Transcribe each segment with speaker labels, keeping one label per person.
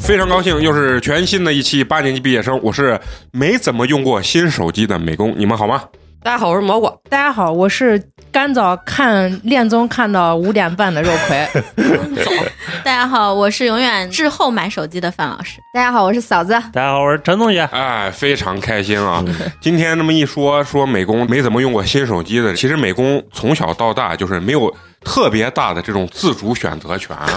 Speaker 1: 非常高兴，又是全新的一期八年级毕业生，我是没怎么用过新手机的美工，你们好吗？
Speaker 2: 大家好，我是蘑菇。
Speaker 3: 大家好，我是干早看恋综看到五点半的肉 葵，
Speaker 4: 大家好，我是永远滞后买手机的范老师。
Speaker 5: 大家好，我是嫂子。
Speaker 6: 大家好，我是陈同学。
Speaker 1: 哎，非常开心啊！今天这么一说，说美工没怎么用过新手机的，其实美工从小到大就是没有特别大的这种自主选择权啊，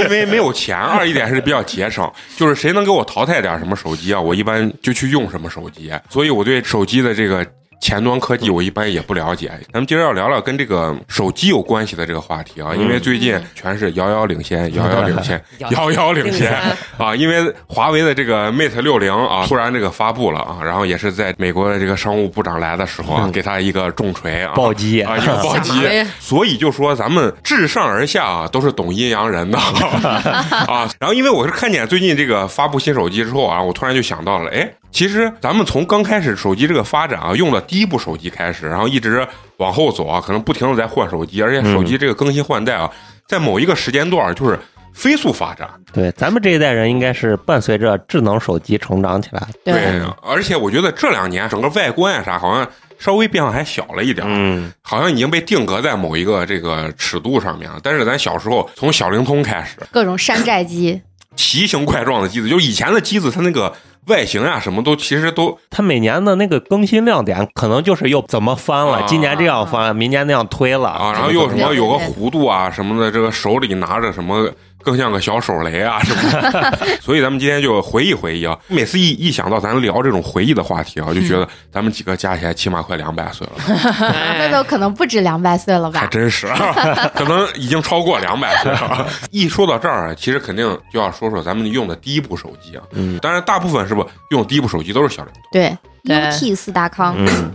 Speaker 1: 因为没有钱，二一点是比较节省，就是谁能给我淘汰点什么手机啊，我一般就去用什么手机，所以我对手机的这个。前端科技我一般也不了解，咱们今儿要聊聊跟这个手机有关系的这个话题啊，因为最近全是遥遥领先，遥遥领 先，遥遥领先啊！因为华为的这个 Mate 六零啊，突然这个发布了啊，然后也是在美国的这个商务部长来的时候啊，给他一个重锤啊，
Speaker 6: 暴击
Speaker 1: 啊，一个暴击
Speaker 2: 下马威，
Speaker 1: 所以就说咱们自上而下啊，都是懂阴阳人的啊。然后因为我是看见最近这个发布新手机之后啊，我突然就想到了，哎，其实咱们从刚开始手机这个发展啊，用的第一部手机开始，然后一直往后走啊，可能不停的在换手机，而且手机这个更新换代啊，在某一个时间段就是飞速发展。
Speaker 6: 对，咱们这一代人应该是伴随着智能手机成长起来的。
Speaker 2: 对
Speaker 1: 而且我觉得这两年整个外观啊啥，好像稍微变化还小了一点儿，
Speaker 6: 嗯，
Speaker 1: 好像已经被定格在某一个这个尺度上面了。但是咱小时候从小灵通开始，
Speaker 5: 各种山寨机，
Speaker 1: 奇形怪状的机子，就是以前的机子，它那个外形啊，什么都其实都
Speaker 6: 它每年的那个更新亮点，可能就是又怎么翻了，
Speaker 1: 啊
Speaker 6: 今年这样翻，明年那样推了
Speaker 1: 啊，然后又有什么
Speaker 5: 对
Speaker 1: 有个弧度啊什么的，这个手里拿着什么更像个小手雷啊什么的。 所以咱们今天就回忆回忆啊，每次一一想到咱聊这种回忆的话题啊，就觉得咱们几个加起来起码快两百岁了，
Speaker 5: 那都可能不止两百岁了
Speaker 1: 还
Speaker 5: 吧？
Speaker 1: 真是，啊 可能已经超过两百岁了。啊一说到这儿啊，其实肯定就要说说咱们用的第一部手机啊，
Speaker 6: 嗯
Speaker 1: 当然大部分是不用第一部手机都是小灵通。
Speaker 5: 对
Speaker 2: 对
Speaker 5: ，UT 四大康，
Speaker 6: 嗯，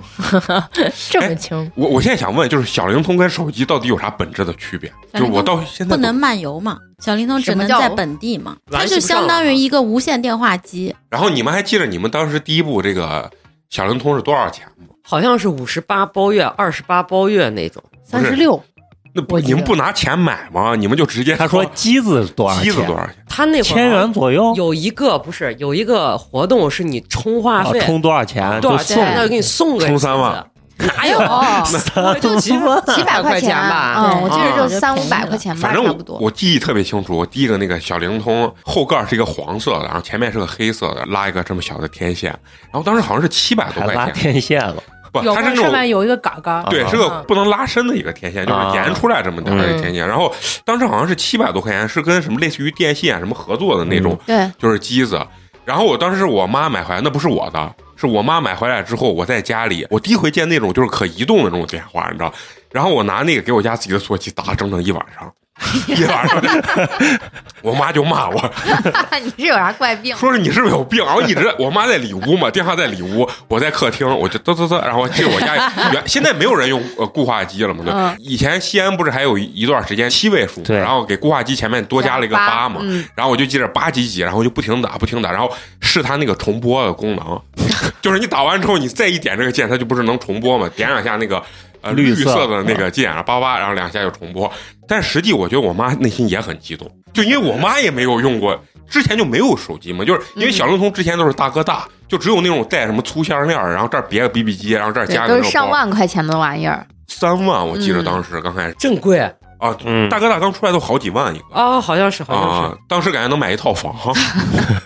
Speaker 2: 这么轻，
Speaker 1: 我我现在想问，就是小灵通跟手机到底有啥本质的区别？就
Speaker 4: 小
Speaker 1: 是
Speaker 4: 灵通
Speaker 1: 我到现在
Speaker 4: 不能。漫游嘛，小灵通只能
Speaker 5: 什么
Speaker 4: 在
Speaker 5: 叫
Speaker 4: 本地嘛，
Speaker 6: 来
Speaker 4: 它
Speaker 6: 信
Speaker 4: 就
Speaker 6: 不上
Speaker 4: 相当于一个无线电话机，
Speaker 1: 然后你们还记得你们当时第一部这个小灵通是多少钱吗？
Speaker 7: 好像是五十八包月、二十八包月那种，
Speaker 1: 不
Speaker 3: 三
Speaker 1: 是
Speaker 3: 十六，
Speaker 1: 那不
Speaker 3: 我记得
Speaker 1: 你们不拿钱买吗？你们就直接
Speaker 6: 他说机子多少
Speaker 1: 机
Speaker 6: 钱？
Speaker 1: 子多少钱？
Speaker 7: 他那会儿
Speaker 6: 千元左右，
Speaker 7: 有一个不是有一个活动是你充话
Speaker 6: 啊
Speaker 7: 费，
Speaker 6: 充多少钱
Speaker 7: 多
Speaker 6: 就
Speaker 7: 少
Speaker 6: 送
Speaker 7: 钱，那就给你送个
Speaker 1: 充三万
Speaker 7: 机子，哪有我就几
Speaker 5: 几哦百
Speaker 7: 块
Speaker 5: 钱
Speaker 7: 吧？
Speaker 5: 嗯，我记
Speaker 4: 哦
Speaker 5: 得
Speaker 7: 啊
Speaker 5: 就三五百块钱吧，
Speaker 1: 反正
Speaker 5: 差不
Speaker 1: 我
Speaker 5: 多。
Speaker 1: 我记忆特别清楚，我第一个那个小灵通后盖是一个黄色的，然后前面是个黑色的，拉一个这么小的天线，然后当时好像是七百多
Speaker 6: 还
Speaker 1: 块
Speaker 6: 拉
Speaker 1: 钱，
Speaker 6: 天线了。
Speaker 1: 不，
Speaker 2: 有
Speaker 1: 它是那
Speaker 3: 上
Speaker 1: 种
Speaker 3: 面有一个嘎嘎，
Speaker 1: 对，
Speaker 5: 啊
Speaker 1: 是个不能拉伸的一个天线，就是
Speaker 6: 啊
Speaker 1: 延出来这么点儿的
Speaker 5: 嗯
Speaker 1: 天线。然后当时好像是七百多块钱，是跟什么类似于电信啊什么合作的
Speaker 6: 嗯
Speaker 1: 那种，
Speaker 5: 对，
Speaker 1: 就是机子。然后我当时是我妈买回来，那不是我的，是我妈买回来之后，我在家里，我第一回见那种就是可移动的那种电话，你知道？然后我拿那个给我家自己的座机打整整一晚上， 一晚上， 我妈就骂我，
Speaker 5: 你是有啥怪病？
Speaker 1: 说是你是不是有病？然后一直我妈在里屋嘛，电话在里屋，我在客厅，我就嘚嘚嘚，然后我记得我家原 现在没有人用呃固话机了嘛，对，
Speaker 3: 嗯
Speaker 1: 以前西安不是还有一一段时间七位数，
Speaker 6: 对
Speaker 1: 然后给固话机前面多加了一个
Speaker 5: 八
Speaker 1: 嘛，
Speaker 5: 嗯
Speaker 1: 然后我就记着八几几，然后就不停地打不停地打，然后试它那个重播的功能， 就是你打完之后你再一点这个键，它就不是能重播嘛，点两下那个。呃，绿
Speaker 6: 绿色
Speaker 1: 色的那个键，然后叭叭，然后两下就重播。但实际我觉得我妈内心也很激动，就因为我妈也没有用过，之前就没有手机嘛，就是因为小灵通之前都是大哥大，就只有那种带什么粗项链儿，然后这儿别个 BB 机，然后这儿
Speaker 5: 对
Speaker 1: 加，个
Speaker 5: 都
Speaker 1: 这
Speaker 5: 是
Speaker 1: 个
Speaker 5: 上
Speaker 1: 包
Speaker 5: 万块钱的玩意儿。
Speaker 1: 三万，我记得
Speaker 5: 嗯
Speaker 1: 当时刚开始
Speaker 7: 正贵啊、
Speaker 1: 啊，
Speaker 6: 嗯，
Speaker 1: 大哥大刚出来都好几万一个
Speaker 7: 好像是好像
Speaker 1: 啊
Speaker 7: 是，，
Speaker 1: 当时感觉能买一套房，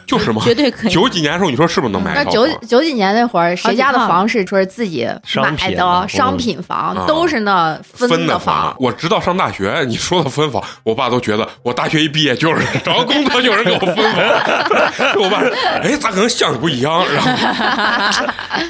Speaker 1: 就是嘛，
Speaker 4: 绝对可以。
Speaker 1: 九几年的时候，你说是不是能买
Speaker 5: 那
Speaker 1: 一套
Speaker 5: 九
Speaker 1: 房？
Speaker 5: 九几年那会儿，谁家的
Speaker 4: 好几套
Speaker 5: 房是说是自己
Speaker 6: 商
Speaker 5: 买
Speaker 6: 品啊
Speaker 5: 的
Speaker 6: 房
Speaker 5: 商品房
Speaker 1: 嗯，
Speaker 5: 都是那分
Speaker 1: 的
Speaker 5: 房。
Speaker 1: 我直到上大学， 你说的分房，我爸都觉得我大学一毕业就有人 找个工作就有人给我分房， 我爸说，哎，咋可能像你不一样？然后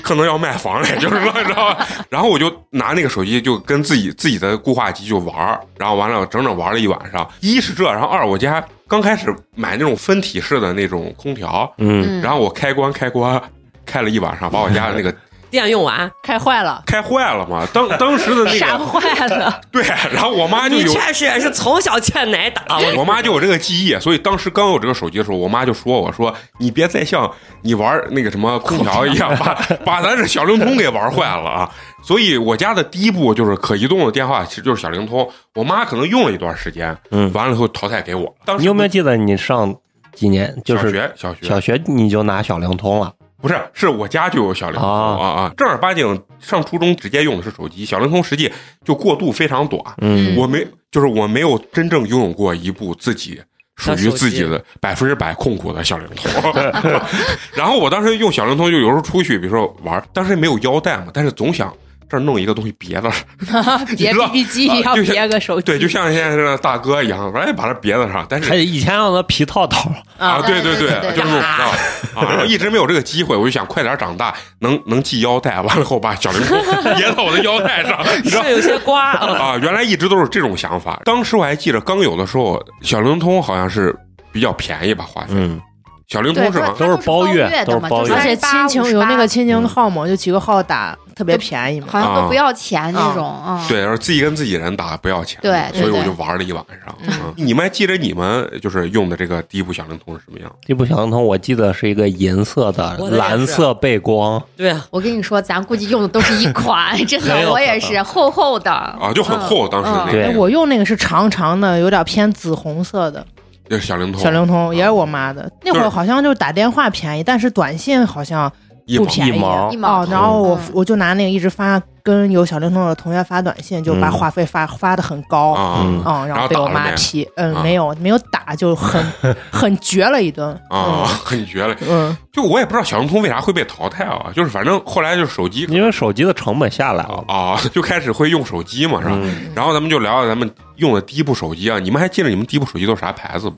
Speaker 1: 可能要卖房嘞， 就是说，你知道吧？然后我就拿那个手机就跟自己自己的固话机就玩儿，然后完了整整玩了一晚上。一是这，然后二我家刚开始买那种分体式的那种空调，
Speaker 6: 嗯，
Speaker 5: 嗯，
Speaker 1: 然后我开关开关开了一晚上，把我家的那个
Speaker 7: 电用完
Speaker 3: 开坏 了，
Speaker 1: 开坏了嘛，当当时 的那
Speaker 3: 闪
Speaker 1: 个
Speaker 3: 坏了，
Speaker 1: 对，然后我妈就
Speaker 7: 你
Speaker 1: 有。啊
Speaker 7: 确实也是从小欠奶打，我
Speaker 1: 我妈就有这个记忆，所以当时刚有这个手机的时候，我妈就说我说你别再像你玩那个什么空调一样， 把把咱这小灵通给玩坏了啊！所以我家的第一部就是可移动的电话，其实就是小灵通。我妈可能用了一段时间，
Speaker 6: 嗯
Speaker 1: 完了以后淘汰给我。当时
Speaker 6: 你有没有记得你上几年就
Speaker 1: 小
Speaker 6: 是
Speaker 1: 学小学
Speaker 6: 小学你就拿小灵通了
Speaker 1: 不是，是我家就有小灵通
Speaker 6: 啊
Speaker 1: 啊啊！正儿八经上初中直接用的是手机，小灵通实际就过渡非常短，
Speaker 6: 嗯
Speaker 1: 我没就是我没有真正拥有过一部自己属于自己的百分之百控股的小灵通。 然后我当时用小灵通，就有时候出去，比如说玩儿，当时没有腰带嘛，但是总想这儿弄一个东西别在这儿，
Speaker 2: 别
Speaker 1: 你知道
Speaker 2: BB 机
Speaker 1: 啊
Speaker 2: 也要
Speaker 1: 就像
Speaker 2: 别个手机，
Speaker 1: 对，就像现在这个大哥一样，反正把它别在上，但
Speaker 6: 还
Speaker 1: 是。
Speaker 6: 得以前让他皮套套，
Speaker 1: 啊，
Speaker 5: 对
Speaker 1: 对
Speaker 5: 对对对
Speaker 1: 就是那种啊，啊然后一直没有这个机会，我就想快点长大，能能系腰带，完了以后把小灵 通别到我的腰带上，你知道
Speaker 7: 这有些瓜啊，
Speaker 1: 啊，原来一直都是这种想法。当时我还记得，刚有的时候，小灵通好像是比较便宜吧，话费。
Speaker 6: 嗯，
Speaker 1: 小灵
Speaker 5: 对，
Speaker 1: 通是
Speaker 5: 它
Speaker 1: 吧？
Speaker 5: 它
Speaker 6: 都是
Speaker 5: 是
Speaker 6: 包月
Speaker 5: 月
Speaker 6: 都
Speaker 5: 的
Speaker 6: 是
Speaker 5: 嘛，
Speaker 6: 包
Speaker 5: 就
Speaker 6: 月
Speaker 3: 而且亲情有那个亲情
Speaker 6: 嗯
Speaker 3: 号嘛，就几个号打，特别便宜嘛。
Speaker 5: 好像都不要钱那种啊。
Speaker 1: 对，然后自己跟自己人打不要钱，
Speaker 5: 对对
Speaker 1: 所以我
Speaker 5: 对
Speaker 1: 就玩了一晚上。嗯，你们还记得你们就是用的这个第一部小灵通是什么样？
Speaker 6: 这部小灵通我记得是一个银色的
Speaker 7: 我的也是
Speaker 6: 蓝色背光，
Speaker 7: 对啊，
Speaker 5: 我跟你说，咱估计用的都是一款，真
Speaker 6: 很有
Speaker 5: 的，
Speaker 6: 可
Speaker 5: 我也
Speaker 6: 能
Speaker 5: 是厚厚的。
Speaker 1: 啊，就很厚，当时那
Speaker 6: 嗯对
Speaker 1: 个
Speaker 3: 哎我用那个是长长的，有点偏紫红色的
Speaker 1: 就是小灵通，
Speaker 3: 小灵通，也是我妈的。那会儿好像就是打电话便宜，但是短信好像
Speaker 1: 啊一
Speaker 3: 不
Speaker 1: 毛
Speaker 3: 便宜
Speaker 6: 一毛
Speaker 5: 一毛
Speaker 3: 哦。然后我
Speaker 5: 嗯
Speaker 3: 我就拿那个一直发，跟有小灵通的同学发短信，就把
Speaker 6: 嗯
Speaker 3: 话费发发的很高。
Speaker 1: 啊
Speaker 6: 嗯
Speaker 3: 嗯，
Speaker 1: 然
Speaker 3: 然
Speaker 1: 后
Speaker 3: 后被
Speaker 1: 打
Speaker 3: 我
Speaker 1: 了
Speaker 3: 妈
Speaker 1: 没
Speaker 3: 批，嗯
Speaker 1: 啊，
Speaker 3: 没有没有打，就很 很绝了一顿。
Speaker 1: 啊， 很绝了。
Speaker 3: 嗯，
Speaker 1: 就我也不知道小灵通为啥会被淘汰啊，就是反正后来就是手机
Speaker 6: 因为手机的成本下来了，
Speaker 1: 啊， 就开始会用手机嘛，是吧？
Speaker 6: 嗯，
Speaker 1: 然后咱们就聊聊咱们用的第一部手机啊，你们还记得你们第一部手机都是啥牌子吗？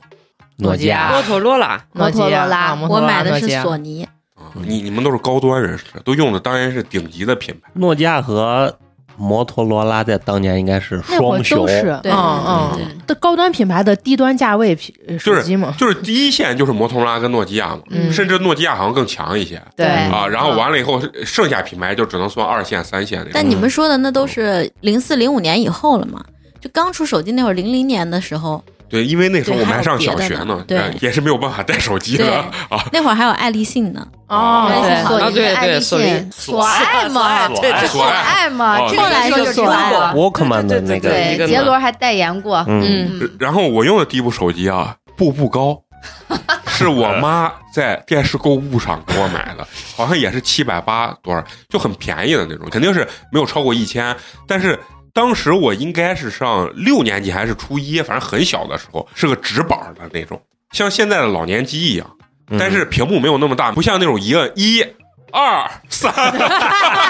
Speaker 6: 诺基亚
Speaker 7: 摩托罗拉，
Speaker 5: 摩托罗拉
Speaker 3: 诺基亚
Speaker 4: 我买的是。
Speaker 3: 啊摩托罗
Speaker 4: 索
Speaker 3: 拉
Speaker 4: 尼，
Speaker 1: 啊你你们都是高端人士，都用的当然是顶级的品牌。
Speaker 6: 诺基亚和摩托罗拉在当年应该是
Speaker 3: 那会儿
Speaker 6: 双雄
Speaker 3: 都，是，
Speaker 4: 对
Speaker 3: 嗯
Speaker 4: 对对
Speaker 3: 嗯，的高端品牌的低端价位品呃手机嘛，
Speaker 1: 就是第一线就是摩托罗拉跟诺基亚嘛，
Speaker 3: 嗯
Speaker 1: 甚至诺基亚好像更强一些
Speaker 3: 对
Speaker 4: 嗯
Speaker 5: 对哦
Speaker 1: 啊。然后完了以后，剩下品牌就只能算二线、三线那种。
Speaker 4: 但你们说的那
Speaker 1: 嗯
Speaker 4: 都是零四零五年以后了嘛？就刚出手机那会儿，零零年的时候，
Speaker 1: 对，因为那时候我们还上小学
Speaker 4: 对还有别的呢对
Speaker 1: 呃也是没有办法带手机的 啊。
Speaker 4: 那会儿还有爱立信 呢。
Speaker 3: 哦
Speaker 5: 对
Speaker 3: 对
Speaker 5: 索
Speaker 7: 啊
Speaker 5: 尼
Speaker 7: 对
Speaker 5: 爱
Speaker 7: 对
Speaker 5: 立
Speaker 7: 索尼
Speaker 5: 信，索爱嘛，
Speaker 6: 索爱
Speaker 5: 这
Speaker 1: 索
Speaker 5: 索
Speaker 1: 爱
Speaker 5: 爱嘛
Speaker 1: 哦，
Speaker 5: 这个
Speaker 4: 后来
Speaker 5: 一说
Speaker 4: 是
Speaker 5: 就知
Speaker 4: 索
Speaker 5: 道
Speaker 4: 爱
Speaker 5: 了。
Speaker 6: Walkman 的那个
Speaker 7: 对一
Speaker 5: 对
Speaker 7: 个，呢
Speaker 5: 杰伦还代言过。
Speaker 6: 嗯，
Speaker 5: 嗯，
Speaker 1: 然后我用的第一部手机啊，步步高。是我妈在电视购物上给我买的，好像也是七百八多少，就很便宜的那种，肯定是没有超过一千。但是当时我应该是上六年级还是初一，反正很小的时候，是个直板儿的那种，像现在的老年机一样，
Speaker 6: 嗯
Speaker 1: 但是屏幕没有那么大，不像那种一个一。二三，，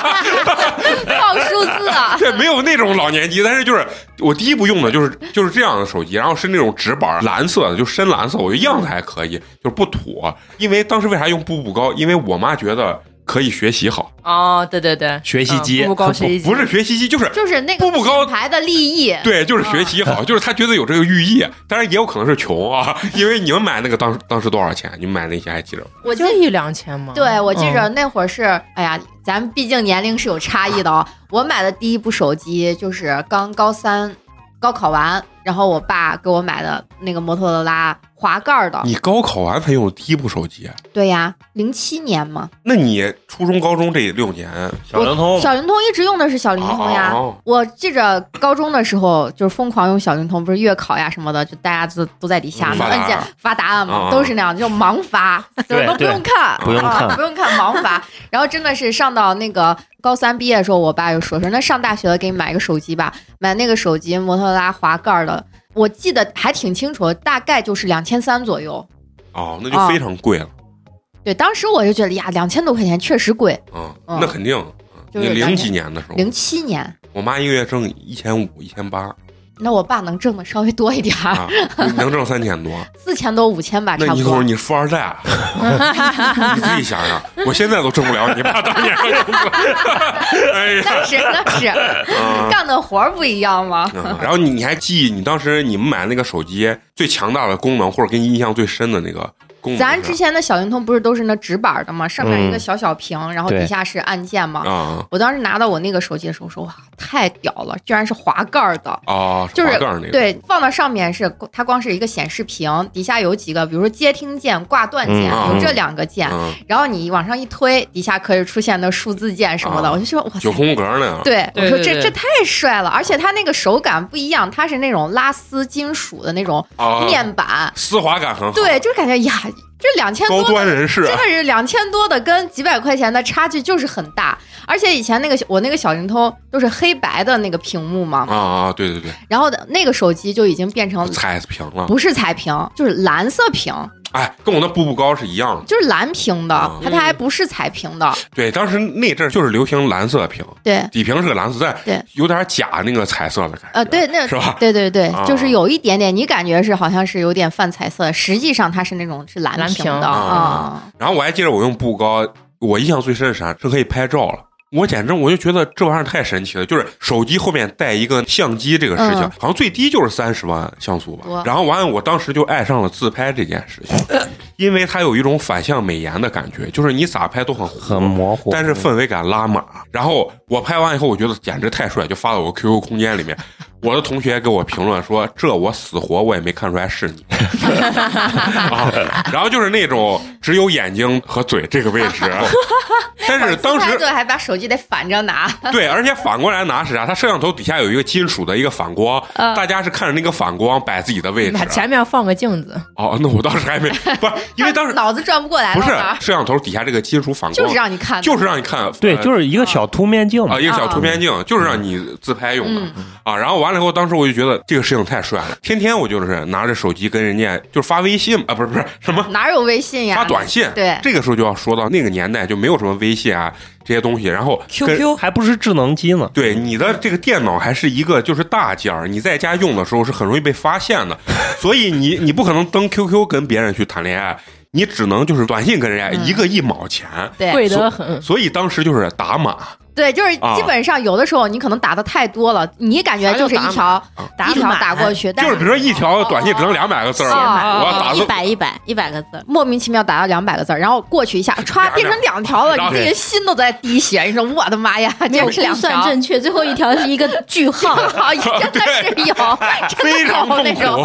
Speaker 5: 报数字 啊
Speaker 1: 对，没有那种老年机，但是就是我第一部用的就是就是这样的手机，然后是那种直板儿蓝色的，就深蓝色，我觉得样子还可以，就是不土。因为当时为啥用步步高？因为我妈觉得可以学习好，
Speaker 2: 哦，对对对，
Speaker 6: 学习机
Speaker 3: 啊
Speaker 2: 嗯步步高学习机
Speaker 1: 不是学习机，就是
Speaker 5: 就是那个
Speaker 1: 步步高
Speaker 5: 品牌的立意。
Speaker 1: 对，就是学习好，就是他觉得有这个寓意，当然也有可能是穷啊，因为你们买那个当当时多少钱？你们买那些还记着吗？
Speaker 5: 我记
Speaker 3: 就一两千
Speaker 1: 啊
Speaker 3: 嘛。
Speaker 5: 对，我记着
Speaker 3: 嗯
Speaker 5: 那会儿是，哎呀，咱们毕竟年龄是有差异的啊、我买的第一部手机就是刚高三，高考完，然后我爸给我买的那个摩托罗拉滑盖儿的。
Speaker 1: 你高考完才用的第一部手机，啊
Speaker 5: 对呀，零七年嘛，
Speaker 1: 那你初中、高中这六年，
Speaker 6: 小灵通
Speaker 5: 小灵通一直用的是小灵通呀。
Speaker 1: 哦哦哦哦
Speaker 5: 我记着高中的时候就是疯狂用小灵通，不是月考呀什么的，就大家都都在底下
Speaker 1: 嗯
Speaker 5: 嘛
Speaker 1: 发答
Speaker 5: 按键发答案
Speaker 1: 嗯
Speaker 5: 嘛，
Speaker 1: 嗯
Speaker 5: 都是那样，就盲发，
Speaker 6: 对
Speaker 5: 都不
Speaker 6: 对
Speaker 5: 用看，
Speaker 6: 不用看
Speaker 5: 啊不用看盲
Speaker 1: 嗯
Speaker 5: 发。然后真的是上到那个高三毕业的时候，我爸就说说那上大学了，给你买个手机吧，买那个手机摩托罗拉滑盖儿的。我记得还挺清楚，大概就是两千三左右。
Speaker 1: 哦，那就非常贵了，
Speaker 5: 对，当时我就觉得呀，两千多块钱确实贵。
Speaker 1: 嗯，
Speaker 5: 嗯
Speaker 1: 那肯定。
Speaker 5: 就
Speaker 1: 你
Speaker 5: 是
Speaker 1: 零几年的时候，
Speaker 5: 零七年，
Speaker 1: 我妈一个月挣一千五、一千八
Speaker 5: 那我爸能挣的稍微多一点儿，
Speaker 1: 啊，能挣三千多。
Speaker 5: 四千多五千吧，
Speaker 1: 那
Speaker 5: 啊差
Speaker 1: 你
Speaker 5: 不
Speaker 1: 一会
Speaker 5: 多
Speaker 1: 儿。你富二代啊，你自己想想，我现在都挣不了你爸当年的工资。哎呀，
Speaker 5: 那是那是，
Speaker 1: 啊
Speaker 5: 干的活儿不一样吗？
Speaker 1: 嗯，然后你你还记忆你当时你们买那个手机最强大的功能，或者给你印象最深的那个共鸣
Speaker 5: 咱
Speaker 1: 嗯是
Speaker 5: 之前的小灵通不是都是那直板的吗？上面一个
Speaker 6: 嗯
Speaker 5: 小小屏，然后
Speaker 6: 对
Speaker 5: 底下是按键嘛。
Speaker 1: 啊
Speaker 5: 我当时拿到我那个手机的时候说哇，太屌了，居然是滑盖儿的。
Speaker 1: 啊，
Speaker 5: 就是
Speaker 1: 滑盖儿那个，
Speaker 5: 对，放到上面是它光是一个显示屏，底下有几个，比如说接听键、挂断键，
Speaker 1: 嗯
Speaker 5: 有这两个键，
Speaker 1: 嗯，
Speaker 5: 然后你往上一推，底下可以出现那数字键什么的，
Speaker 1: 啊
Speaker 5: 我就说哇塞
Speaker 1: 九，宫格那样，
Speaker 5: 对，我
Speaker 7: 对
Speaker 5: 说
Speaker 7: 对
Speaker 5: 这
Speaker 7: 对
Speaker 5: 这太帅了，而且它那个手感不一样，它是那种拉丝金属的那种
Speaker 1: 啊，
Speaker 5: 面板，
Speaker 1: 丝滑感很好，
Speaker 5: 对，就是感觉呀，这两千
Speaker 1: 高
Speaker 5: 多
Speaker 1: 端人士啊
Speaker 5: 真的是两千多的跟几百块钱的差距就是很大，而且以前那个我那个小灵通都是黑白的那个屏幕嘛，
Speaker 1: 啊啊，对对对，
Speaker 5: 然后那个手机就已经变成
Speaker 1: 踩平了，
Speaker 5: 不是彩屏，就是蓝色屏，
Speaker 1: 哎，跟我那步步高是一样的。
Speaker 5: 就是蓝屏的
Speaker 1: 嗯，
Speaker 5: 它它还不是彩屏的，
Speaker 1: 对，当时那阵儿就是流行蓝色屏，
Speaker 5: 对，
Speaker 1: 底屏是个蓝色，
Speaker 5: 对
Speaker 1: 但有点假那个彩色的感觉，
Speaker 5: 呃，对，那
Speaker 1: 是吧？
Speaker 5: 对对对
Speaker 1: 啊，
Speaker 5: 就是有一点点，你感觉是好像是有点泛彩色，实际上它是那种是蓝
Speaker 3: 蓝
Speaker 5: 屏
Speaker 3: 屏
Speaker 5: 的
Speaker 1: 啊
Speaker 5: 啊。
Speaker 1: 然后我还记得我用步高，我印象最深是啥？是可以拍照了。我简直我就觉得这玩意儿太神奇了，就是手机后面带一个相机这个事情，
Speaker 5: 嗯
Speaker 1: 好像最低就是三十万像素吧
Speaker 5: 多。呃
Speaker 1: 然后完了，我当时就爱上了自拍这件事情，因为它有一种反向美颜的感觉，就是你咋拍都很糊
Speaker 6: 很模糊，
Speaker 1: 但是氛围感拉满。啊然后我拍完以后，我觉得简直太帅，就发到我 QQ 空间里面。我的同学给我评论说：“这我死活我也没看出来是你。 啊”然后就是那种只有眼睛和嘴这个位置，啊 但是当时
Speaker 5: 对还把手机得反着拿，
Speaker 1: 对，而且反过来拿是啥？它摄像头底下有一个金属的一个反光，
Speaker 5: 嗯
Speaker 1: 大家是看着那个反光摆自己的位置
Speaker 3: 把。前面放个镜子，
Speaker 1: 哦，那我当时还没不是，因为当时
Speaker 5: 脑子转不过来
Speaker 1: 不
Speaker 5: 了
Speaker 1: 是
Speaker 5: 吧，
Speaker 1: 摄像头底下这个金属反光，
Speaker 5: 就是让你看的，
Speaker 1: 就是让你看，
Speaker 6: 对，
Speaker 1: 呃
Speaker 6: 就是一个小凸面镜嘛
Speaker 1: 啊，一个小凸面镜，就是让你自拍用的
Speaker 5: 嗯
Speaker 1: 啊。然后完了以后，当时我就觉得这个事情太帅了，天天我就是拿着手机跟人家就是发微信啊，不是不是什么
Speaker 5: 哪有微信 呀？
Speaker 1: 发短信。
Speaker 5: 对
Speaker 1: 这个时候就要说到那个年代就没有什么微信啊这些东西，然后跟。
Speaker 7: QQ
Speaker 6: 还不是智能机呢，
Speaker 1: 对你的这个电脑还是一个就是大件儿，你在家用的时候是很容易被发现的，所以你你不可能登 QQ 跟别人去谈恋爱，你只能就是短信跟人
Speaker 5: 嗯
Speaker 1: 家一个一毛钱，
Speaker 5: 对
Speaker 3: 贵得很。
Speaker 1: 所以嗯当时就是打码，
Speaker 5: 对，就是
Speaker 1: 啊
Speaker 5: 基本上有的时候你可能打的太多了，你感觉就是一条
Speaker 3: 打
Speaker 5: 一条打过去，但
Speaker 1: 啊就是比如说一条短信只能两百个字儿，
Speaker 5: 哦
Speaker 1: 我要打
Speaker 4: 一
Speaker 1: 字
Speaker 4: 百一百一百个字儿，
Speaker 5: 莫名其妙打到两百个字儿，然后过去一下，歘变成两条了，
Speaker 1: 然后
Speaker 5: 你自己心都在滴血，你说我的妈呀，
Speaker 4: 没有
Speaker 5: 这是两
Speaker 4: 估算
Speaker 5: 条。
Speaker 4: 正确，最后一条是一个 句号。
Speaker 5: 好，啊真的是有，真
Speaker 1: 非
Speaker 5: 的
Speaker 1: 常
Speaker 5: 有
Speaker 1: 痛
Speaker 5: 哦那
Speaker 1: 苦
Speaker 5: 种。。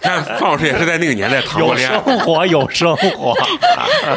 Speaker 1: 看范老师也是在那个年代谈过
Speaker 6: 有
Speaker 1: 恋
Speaker 6: 生
Speaker 1: 爱，
Speaker 6: 活有生活，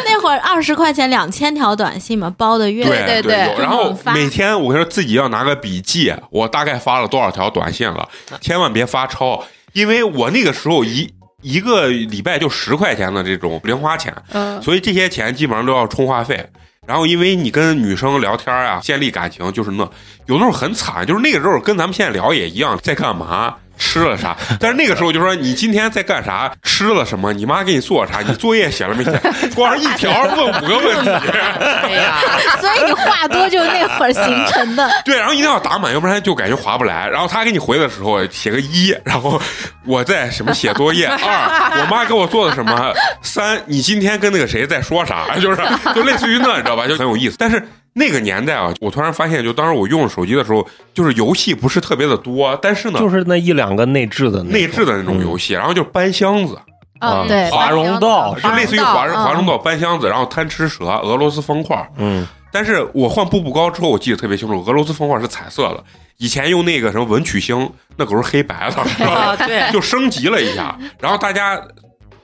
Speaker 4: 那会儿二十块钱两千条短信嘛，包的月。
Speaker 5: 对
Speaker 1: 对
Speaker 5: 对
Speaker 1: 有然后
Speaker 4: 猛发
Speaker 1: 每天我跟你说自己要拿个笔记，我大概发了多少条短信了，千万别发超，因为我那个时候一。一个礼拜就十块钱的这种零花钱，
Speaker 5: 嗯
Speaker 1: 所以这些钱基本上都要充话费。然后，因为你跟女生聊天啊，建立感情就是那，有的时候很惨，就是那个时候跟咱们现在聊也一样，在干嘛，吃了啥。但是那个时候就说你今天在干啥，吃了什么，你妈给你做啥，你作业写了没写？光是一条问五个问题，
Speaker 5: 哎呀，
Speaker 4: 所以你话多就是那会儿形成的。
Speaker 1: 对，然后一定要打满，要不然就感觉划不来。然后他给你回的时候写个一，然后我在什么写作业二，我妈给我做的什么三，你今天跟那个谁在说啥，就是就类似于那，你知道吧？就很有意思。但是那个年代啊，我突然发现，就当时我用手机的时候，就是游戏不是特别的多，但是呢，
Speaker 6: 就是那一两个内置的那
Speaker 1: 内置的那种游戏，然后就是搬箱子，
Speaker 5: 嗯，对，
Speaker 6: 华容道
Speaker 1: 就类似于华
Speaker 5: 华
Speaker 1: 华容
Speaker 5: 道，
Speaker 1: 道搬嗯箱子，然后贪吃蛇、俄罗斯方块，
Speaker 6: 嗯，
Speaker 1: 但是我换步步高之后，我记得特别清楚，俄罗斯方块是彩色的，以前用那个什么文曲星，那可是黑白的，是吧
Speaker 7: 啊，？对，
Speaker 1: 就升级了一下，然后大家。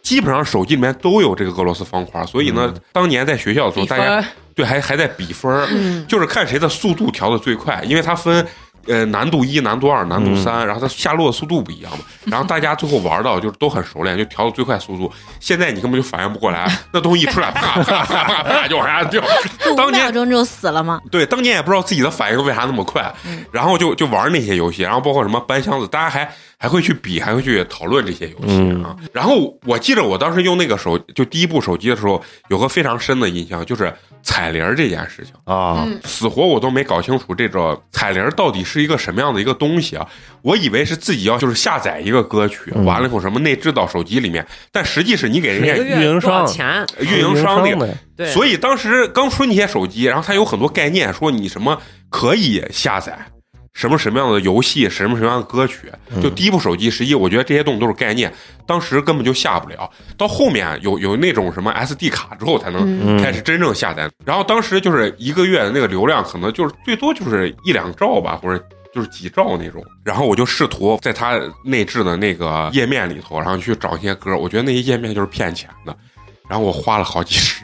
Speaker 1: 基本上手机里面都有这个俄罗斯方块，所以呢，当年在学校的时候，
Speaker 3: 嗯比
Speaker 1: 大家
Speaker 3: 分
Speaker 1: 对还还在比分儿，
Speaker 5: 嗯
Speaker 1: 就是看谁的速度调的最快，因为它分呃难度一、难度二、难度三，然后它下落的速度不一样嘛。然后大家最后玩到就是都很熟练，就调到最快速度。现在你根本就反应不过来，那东西一出来，啪啪啪啪啪就往下掉。
Speaker 4: 五
Speaker 1: 当年
Speaker 4: 秒钟就死了嘛，
Speaker 1: 对，当年也不知道自己的反应为啥那么快，然后就就玩那些游戏，然后包括什么搬箱子，大家还还会去比，还会去讨论这些游戏啊。然后我记得我当时用那个手，就第一部手机的时候，有个非常深的印象，就是彩铃儿这件事情，
Speaker 6: 啊，
Speaker 5: 嗯，
Speaker 1: 死活我都没搞清楚这个彩铃儿到底是一个什么样的一个东西啊。我以为是自己要就是下载一个歌曲，
Speaker 6: 嗯
Speaker 1: 完了以后什么内置到手机里面，但实际是你给人
Speaker 7: 每个
Speaker 1: 家
Speaker 7: 月多少钱？
Speaker 1: 运营商那个
Speaker 6: 的
Speaker 7: 对，
Speaker 1: 所
Speaker 7: 以
Speaker 1: 以当时刚出那些手机，然后它有很多概念，说你什么可以下载，什么什么样的游戏，什么什么样的歌曲，就第一部手机，实际我觉得这些东西都是概念，当时根本就下不了。到后面有有那种什么 SD 卡之后才能
Speaker 5: 嗯，
Speaker 6: 嗯
Speaker 1: 开始真正下单。然后当时就是一个月的那个流量，可能就是最多就是一两兆吧，或者。就是几兆那种，然后我就试图在它内置的那个页面里头，然后去找一些歌，我觉得那些页面就是骗钱的，然后我花了好几十，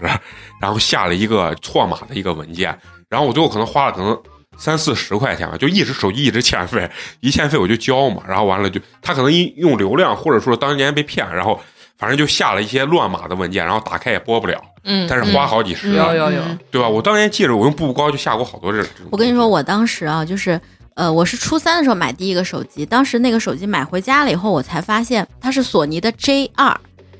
Speaker 1: 然后下了一个错码的一个文件，然后我最后可能花了可能三四十块钱吧，就一直手机一直欠费，一欠费我就交嘛，然后完了就他可能因用流量或者说当年被骗，然后反正就下了一些乱码的文件，然后打开也播不了，
Speaker 2: 嗯，
Speaker 1: 但是花好几十，
Speaker 2: 有有有，
Speaker 5: 嗯
Speaker 1: 对吧？我当年记着，我用步步高就下过好多这种。
Speaker 4: 我跟你说，我当时啊，就是呃，我是初三的时候买第一个手机，当时那个手机买回家了以后，我才发现它是索尼的 J 二，
Speaker 1: 啊，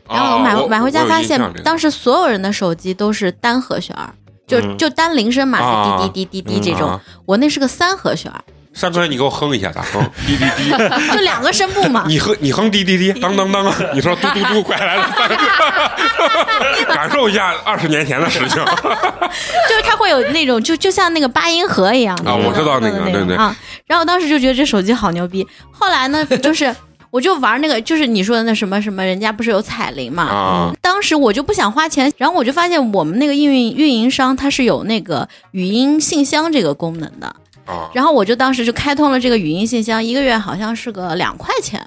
Speaker 4: 然后买、
Speaker 1: 我
Speaker 4: 买回家发现，当
Speaker 1: 时
Speaker 4: 时所有人的手机都是单和弦儿，就、
Speaker 6: 嗯
Speaker 4: 就单铃声嘛，
Speaker 1: 啊
Speaker 4: 滴滴滴滴滴这种，我那是个三和弦儿，
Speaker 1: 三哥，你给我哼一下咋哼？滴滴滴，
Speaker 4: 就两个声部嘛。
Speaker 1: 你哼你哼滴滴滴，当当当，啊你说嘟嘟嘟，快来了， 感受一下二十年前的事情。
Speaker 4: 就是它会有那种就就像那个八音盒一样的
Speaker 1: 啊我知道
Speaker 4: 那
Speaker 1: 那个
Speaker 4: 那
Speaker 1: 对对
Speaker 4: 啊。然后我当时就觉得这手机好牛逼，后来呢，就是我就玩那个，就是你说的那什么什么，人家不是有彩铃嘛？
Speaker 1: 啊
Speaker 4: 当时我就不想花钱，然后我就发现我们那个运营运营商它是有那个语音信箱这个功能的，
Speaker 1: 啊！
Speaker 4: 然后我就当时就开通了这个语音信箱，一个月好像是个两块钱，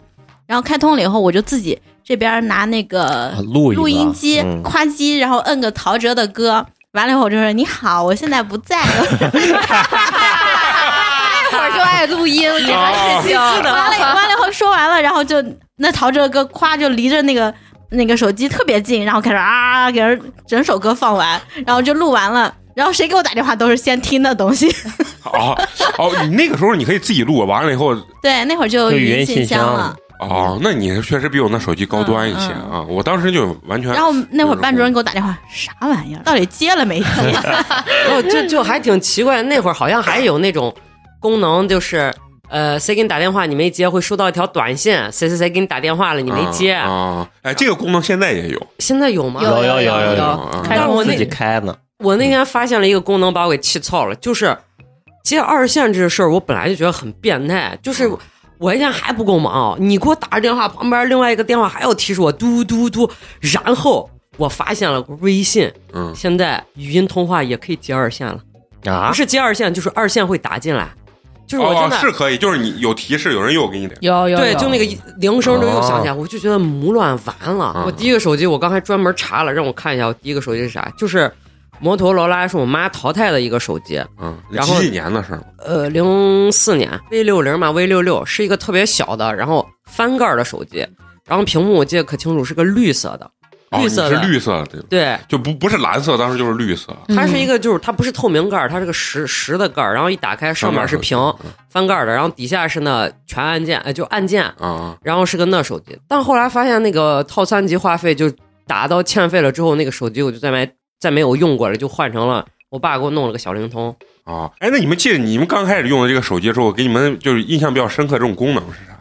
Speaker 4: 然后开通了以后，我就自己这边拿那个
Speaker 6: 啊录一个
Speaker 4: 录音机、
Speaker 6: 嗯
Speaker 4: 夸机，然后摁个陶喆的歌，完了以后我就说你好，我现在不在，
Speaker 5: 那会儿就爱录音，这
Speaker 1: 啊
Speaker 5: 个事情，
Speaker 4: 完了完了以后说完了，然后就那陶喆的歌夸就离着那个那个手机特别近，然后开始啊给人整首歌放完，然后就录完了。然后谁给我打电话都是先听的东西，
Speaker 1: 哦哦，你那个时候你可以自己录，完了以后
Speaker 4: 对，那会儿就
Speaker 6: 就
Speaker 4: 语
Speaker 6: 语音
Speaker 4: 信
Speaker 6: 信
Speaker 4: 箱
Speaker 6: 箱
Speaker 4: 了。
Speaker 1: 哦，那你确实比我那手机高端一些
Speaker 7: 嗯
Speaker 1: 啊！我当时就完全
Speaker 4: 然后那会儿班主任给我打电话，啥玩意儿？到底接了没接？
Speaker 7: 哦，就就还挺奇怪，那会儿好像还有那种功能，就是呃，谁给你打电话你没接，会收到一条短信，谁谁谁给你打电话了你没接。
Speaker 1: 啊啊！哎，这个功能现在也有
Speaker 7: 现在有吗？
Speaker 5: 有
Speaker 6: 有有
Speaker 5: 有
Speaker 6: 有
Speaker 1: 啊
Speaker 5: 有，
Speaker 1: 啊
Speaker 7: 但是我
Speaker 6: 自
Speaker 7: 那
Speaker 6: 己开呢，
Speaker 7: 我那天发现了一个功能，把我给气操了，就是接二线这事儿，我本来就觉得很变态，
Speaker 1: 嗯
Speaker 7: 就是。我一天还不够忙，你给我打着电话，旁边另外一个电话还要提示我嘟嘟嘟，然后我发现了微信，
Speaker 1: 嗯
Speaker 7: 现在语音通话也可以接二线了，
Speaker 6: 啊
Speaker 7: 不，是接二线就是二线会打进来，就是我真
Speaker 1: 哦
Speaker 7: 的、
Speaker 1: 是可以，就是你有提示，有人又给你点
Speaker 3: 有有
Speaker 7: 对，
Speaker 3: 有
Speaker 7: 就那个铃声都又响起来，我就觉得母乱完了
Speaker 1: 嗯。
Speaker 7: 我第一个手机，我刚才专门查了，让我看一下我第一个手机是啥，就是摩托罗拉是我妈淘汰的一个手机，
Speaker 1: 嗯，
Speaker 7: 然
Speaker 1: 几
Speaker 7: 后
Speaker 1: 几年的事儿
Speaker 7: 呃，零四年 V 六零嘛，V 六六是一个特别小的，然后翻盖儿的手机，然后屏幕我记得可清楚，是个绿色的，
Speaker 1: 哦，
Speaker 7: 绿
Speaker 1: 你
Speaker 7: 色
Speaker 1: 是
Speaker 7: 的，
Speaker 1: 绿色的，
Speaker 7: 对。
Speaker 1: 就不不是蓝色，当时就是绿色。
Speaker 7: 它是一个，就是它不是透明盖儿，它是个实实的盖儿，然后一打开上面是屏
Speaker 1: 嗯
Speaker 7: 翻盖儿的，然后底下是那全按键，呃，就按键，
Speaker 1: 啊
Speaker 7: 然后是个那手机，但后来发现那个套餐及话费就打到欠费了之后，那个手机我就再没再没有用过了，就换成了我爸给我弄了个小灵通。
Speaker 1: 啊！哎，那你们记得你们刚开始用的这个手机之后，给你们就是印象比较深刻这种功能是啥？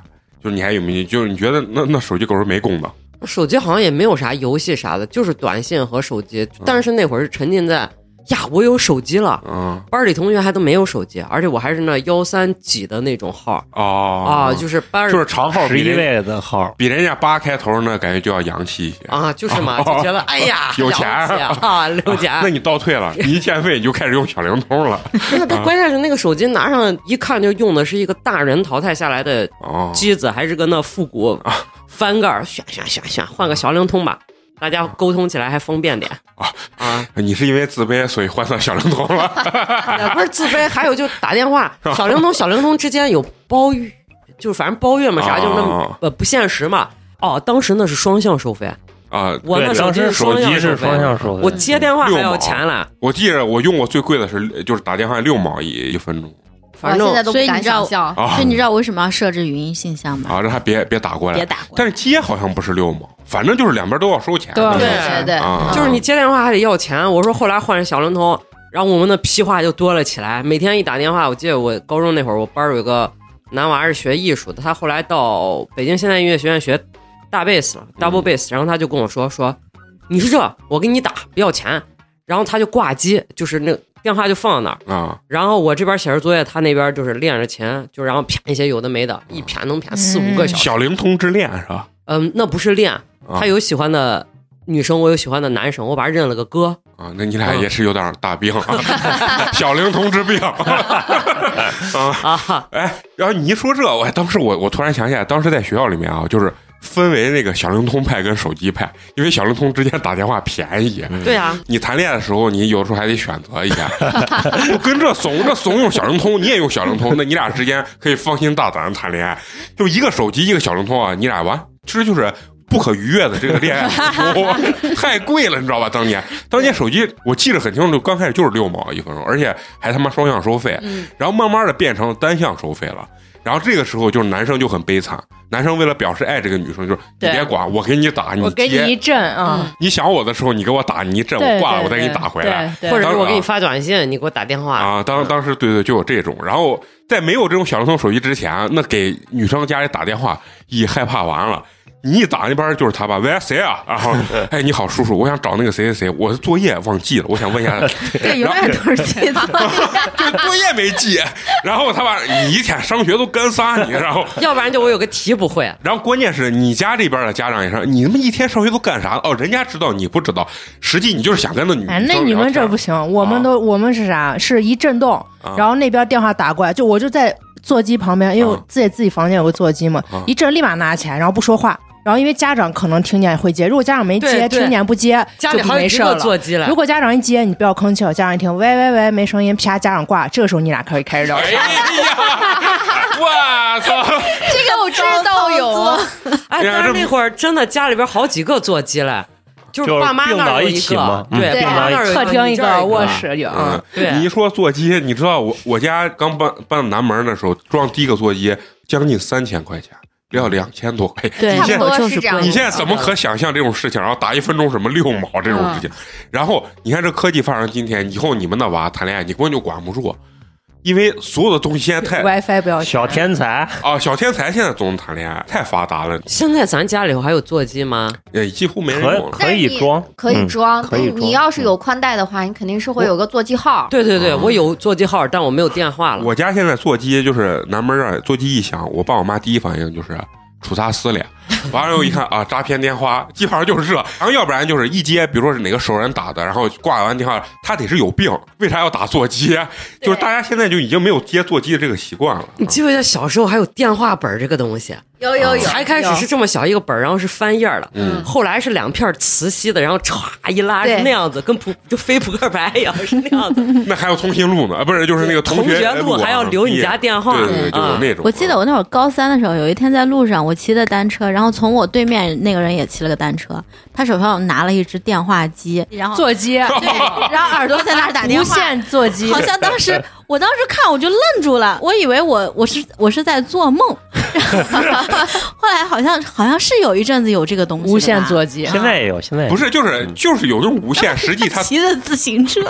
Speaker 1: 就是你还有没有？就是你觉得那那手机狗是没功能
Speaker 7: 手机好像也没有啥游戏啥的，就是短信和手机。但是那会儿是沉浸在呀，我有手机了，
Speaker 1: 啊？
Speaker 7: 班里同学还都没有手机，而且我还是那幺三几的那种号
Speaker 1: 哦
Speaker 7: 啊，就是班
Speaker 1: 就是长号
Speaker 6: 十
Speaker 1: 比
Speaker 6: 一
Speaker 1: 人
Speaker 6: 位的号，
Speaker 1: 比人家八开头呢，感觉就要洋气一些。
Speaker 7: 啊，就是嘛，就觉得哎呀，
Speaker 1: 哦 有钱
Speaker 7: 了不起啊，刘姐，
Speaker 1: 那你倒退了，你一欠费你就开始用小灵通了。
Speaker 7: 那他关键是那个手机拿上一看就用的是一个大人淘汰下来的
Speaker 1: 哦，
Speaker 7: 机子还是个那复古
Speaker 1: 啊
Speaker 7: 翻盖儿，选选选选，换个小灵通吧，大家沟通起来还方便点
Speaker 1: 啊
Speaker 7: 啊！
Speaker 1: 你是因为自卑所以换到小灵通了？
Speaker 7: 也不是自卑，还有就打电话，小灵通小灵通之间有包月，就是反正包月嘛，啥就是那么
Speaker 1: 啊
Speaker 7: 呃不现实嘛。哦，当时那是双向收费，
Speaker 1: 啊！
Speaker 7: 我那
Speaker 6: 对，当
Speaker 7: 机
Speaker 6: 时
Speaker 7: 是
Speaker 6: 手机
Speaker 7: 向
Speaker 6: 是
Speaker 7: 收
Speaker 6: 双
Speaker 7: 费，
Speaker 6: 向手，
Speaker 7: 我接电话
Speaker 1: 六
Speaker 7: 还要
Speaker 1: 毛
Speaker 7: 钱嘞，
Speaker 1: 我记着我用过最贵的是就是打电话六毛一一分钟
Speaker 7: 反
Speaker 5: 我现
Speaker 7: 正
Speaker 5: 在都
Speaker 4: 所以
Speaker 5: 不
Speaker 4: 你
Speaker 5: 敢
Speaker 4: 知道
Speaker 5: 想象。
Speaker 1: 啊
Speaker 4: 所以你知道为什么要设置语音信箱吗？
Speaker 1: 啊！这还别别打过
Speaker 4: 别
Speaker 1: 来，
Speaker 4: 打过来。
Speaker 1: 但是接好像不是六毛，反正就是两边都要收钱。
Speaker 3: 都要
Speaker 7: 对
Speaker 1: 啊
Speaker 5: 对对，
Speaker 1: 啊
Speaker 7: 就是你接电话还得要钱。我说后来换成小灵通，然后我们的批话就多了起来。每天一打电话，我记得我高中那会儿，我班儿有个男娃是学艺术的，他后来到北京现代音乐学院学大贝斯了，double bass，、然后他就跟我说说你是这，我给你打不要钱，然后他就挂机，就是那电话就放那儿，
Speaker 1: 啊，
Speaker 7: 然后我这边写着作业，他那边就是练着琴，就然后谝一些有的没的，一谝能谝四五个小时。
Speaker 1: 小灵通之恋是吧？
Speaker 7: 嗯，那不是练，
Speaker 1: 啊
Speaker 7: 他有喜欢的女生，我有喜欢的男生，我把他认了个哥。
Speaker 1: 啊，那你俩也是有点大病，啊， 小灵通之病啊。
Speaker 7: 啊，
Speaker 1: 哎，然后你一说这，我还当时我我突然想起来，当时在学校里面啊，就是分为那个小灵通派跟手机派，因为小灵通之间打电话便宜。
Speaker 7: 对啊，
Speaker 1: 你谈恋爱的时候，你有时候还得选择一下， 我跟这怂，这怂用小灵通，你也用小灵通，那你俩之间可以放心大胆的谈恋爱，就一个手机一个小灵通啊，你俩完，这就是。不可逾越的这个恋爱之途太贵了，你知道吧？当年，当年手机我记得很清楚，刚开始就是六毛一分钟，而且还他妈双向收费，然后慢慢的变成单向收费了。然后这个时候就是男生就很悲惨，男生为了表示爱这个女生，就是你
Speaker 7: 对
Speaker 1: 别管，我给你打，你
Speaker 3: 我给
Speaker 1: 接
Speaker 3: 你一震啊，
Speaker 1: 你想我的时候，你给我打，你一震，嗯我
Speaker 3: 对
Speaker 1: 挂了，
Speaker 3: 对
Speaker 1: 我再给你
Speaker 3: 对
Speaker 1: 打回来。
Speaker 3: 对对，
Speaker 7: 或者
Speaker 1: 当
Speaker 7: 是
Speaker 1: 然
Speaker 7: 我给
Speaker 1: 啊
Speaker 7: 你发短信，你给我打电话。
Speaker 1: 啊，当当时对对，就有这种。然后在没有这种小灵通手机之前，啊那给女生家里打电话，一害怕完了。你一打那边就是他吧，喂谁啊？然后，哎，你好，叔叔，我想找那个谁谁谁，我的作业忘记了，我想问一下，
Speaker 4: 对，永远都是记 错。
Speaker 1: 这作业没记。然后他把你一天上学都干啥你？然后，
Speaker 7: 要不然就我有个题不会，
Speaker 1: 然后关键是你家这边的家长也是，你他妈一天上学都干啥？哦，人家知道你不知道，实际你就是想跟那女生嗯
Speaker 3: 哎，
Speaker 1: 聊天。
Speaker 3: 那你们这不行，我们都我们是啥？是一震动
Speaker 1: 啊，
Speaker 3: 然后那边电话打过来，就我就在座机旁边，因为我
Speaker 1: 啊
Speaker 3: 自己自己房间有个座机嘛
Speaker 1: 啊，
Speaker 3: 一震立马拿起来，然后不说话。然后因为家长可能听见会接，如果家长没接，
Speaker 7: 对对
Speaker 3: 听见不接，
Speaker 7: 家里
Speaker 3: 就
Speaker 7: 好
Speaker 3: 没
Speaker 7: 几
Speaker 3: 事
Speaker 7: 个
Speaker 3: 了。
Speaker 7: 座机了
Speaker 3: 如。果家长一接，你不要吭气，家长一听喂喂喂没声音，啪，家长挂，这个时候你俩可以开始聊
Speaker 1: 哎
Speaker 3: 天。
Speaker 1: 呀，我 操！
Speaker 5: 这个我知道有啊，
Speaker 1: 呀
Speaker 7: 哎，但是
Speaker 1: 这
Speaker 7: 那会儿真的家里边好几个座机了，就是
Speaker 6: 就是
Speaker 7: 爸妈
Speaker 6: 并
Speaker 7: 那儿
Speaker 6: 到
Speaker 7: 有
Speaker 6: 一
Speaker 7: 一
Speaker 6: 起
Speaker 7: 个
Speaker 6: 嘛，嗯
Speaker 7: 对，
Speaker 5: 对
Speaker 7: 爸妈那儿有
Speaker 3: 客厅
Speaker 7: 一哎个你
Speaker 3: 一
Speaker 7: 这儿
Speaker 3: 个，
Speaker 7: 一
Speaker 3: 卧室有，
Speaker 1: 嗯
Speaker 3: 嗯，
Speaker 7: 对
Speaker 1: 你一说座机，你知道我我家刚搬搬到南门的时候，装第一个座机将近三千块钱，要两千多块。
Speaker 3: 对
Speaker 1: 你
Speaker 5: 差
Speaker 1: 现
Speaker 5: 不
Speaker 1: 在
Speaker 5: 多
Speaker 3: 就是是
Speaker 5: 这样。
Speaker 1: 你现在怎么可想象这种事情？然后打一分钟什么六毛这种事情，然后你看这科技发展到今天，以后你们的娃谈恋爱，你根本就管不住，因为所有的东西现在太
Speaker 3: WiFi 不要
Speaker 6: 嗯小
Speaker 3: 钱，
Speaker 6: 天才，
Speaker 1: 啊，小天才现在都能谈恋爱，太发达了，
Speaker 7: 现在咱家里头还有座机吗？
Speaker 1: 也几乎没人
Speaker 6: 可
Speaker 1: 用了。
Speaker 6: 可以装，
Speaker 5: 可以
Speaker 6: 嗯
Speaker 5: 装，
Speaker 6: 可以
Speaker 5: 但
Speaker 6: 装
Speaker 5: 你要是有宽带的话，你肯定是会有个座机号。
Speaker 7: 对对对，
Speaker 1: 嗯
Speaker 7: 我有座机号，但我没有电话了。
Speaker 1: 我家现在座机就是南门这儿啊座机一响，我爸我妈第一反应就是杵他撕脸，完了以后一看啊，诈骗电话，基本上就是这，然后要不然就是一接，比如说是哪个熟人打的，然后挂完电话，他得是有病，为啥要打座机？就是大家现在就已经没有接座机的这个习惯了。
Speaker 7: 你记不记得小时候还有电话本儿这个东西？
Speaker 5: 有哦有有，
Speaker 7: 嗯才开始是这么小一个本儿，然后是翻页儿的，
Speaker 1: 嗯
Speaker 7: 后来是两片磁吸的，然后歘一拉是
Speaker 5: 对
Speaker 7: 那样子，跟扑就非扑克牌一样是那样子。
Speaker 1: 那还有通讯录呢，啊，不是，就是那个
Speaker 7: 嗯同
Speaker 1: 学
Speaker 7: 学
Speaker 1: 录
Speaker 7: 录
Speaker 1: 啊
Speaker 7: 还要留你家电话，
Speaker 1: 对对对，就有
Speaker 7: 啊
Speaker 1: 那种。
Speaker 4: 我记得我那会儿高三的时候，有一天在路上，我骑的单车，然后从我对面那个人也骑了个单车，他手上拿了一只电话机，然 后
Speaker 3: 座机，
Speaker 4: 对，然后耳朵在那儿打电
Speaker 3: 无
Speaker 4: 话，
Speaker 3: 线座机
Speaker 4: 好，像当时我当时看我就愣住了，我以为我我是我是在做梦，后来好像好像是有一阵子有这个东西的吧，
Speaker 3: 无线座机，啊
Speaker 6: 现在也有，现在也有
Speaker 1: 不是，就是就是有那种无 线，实际它
Speaker 4: 骑着自行车，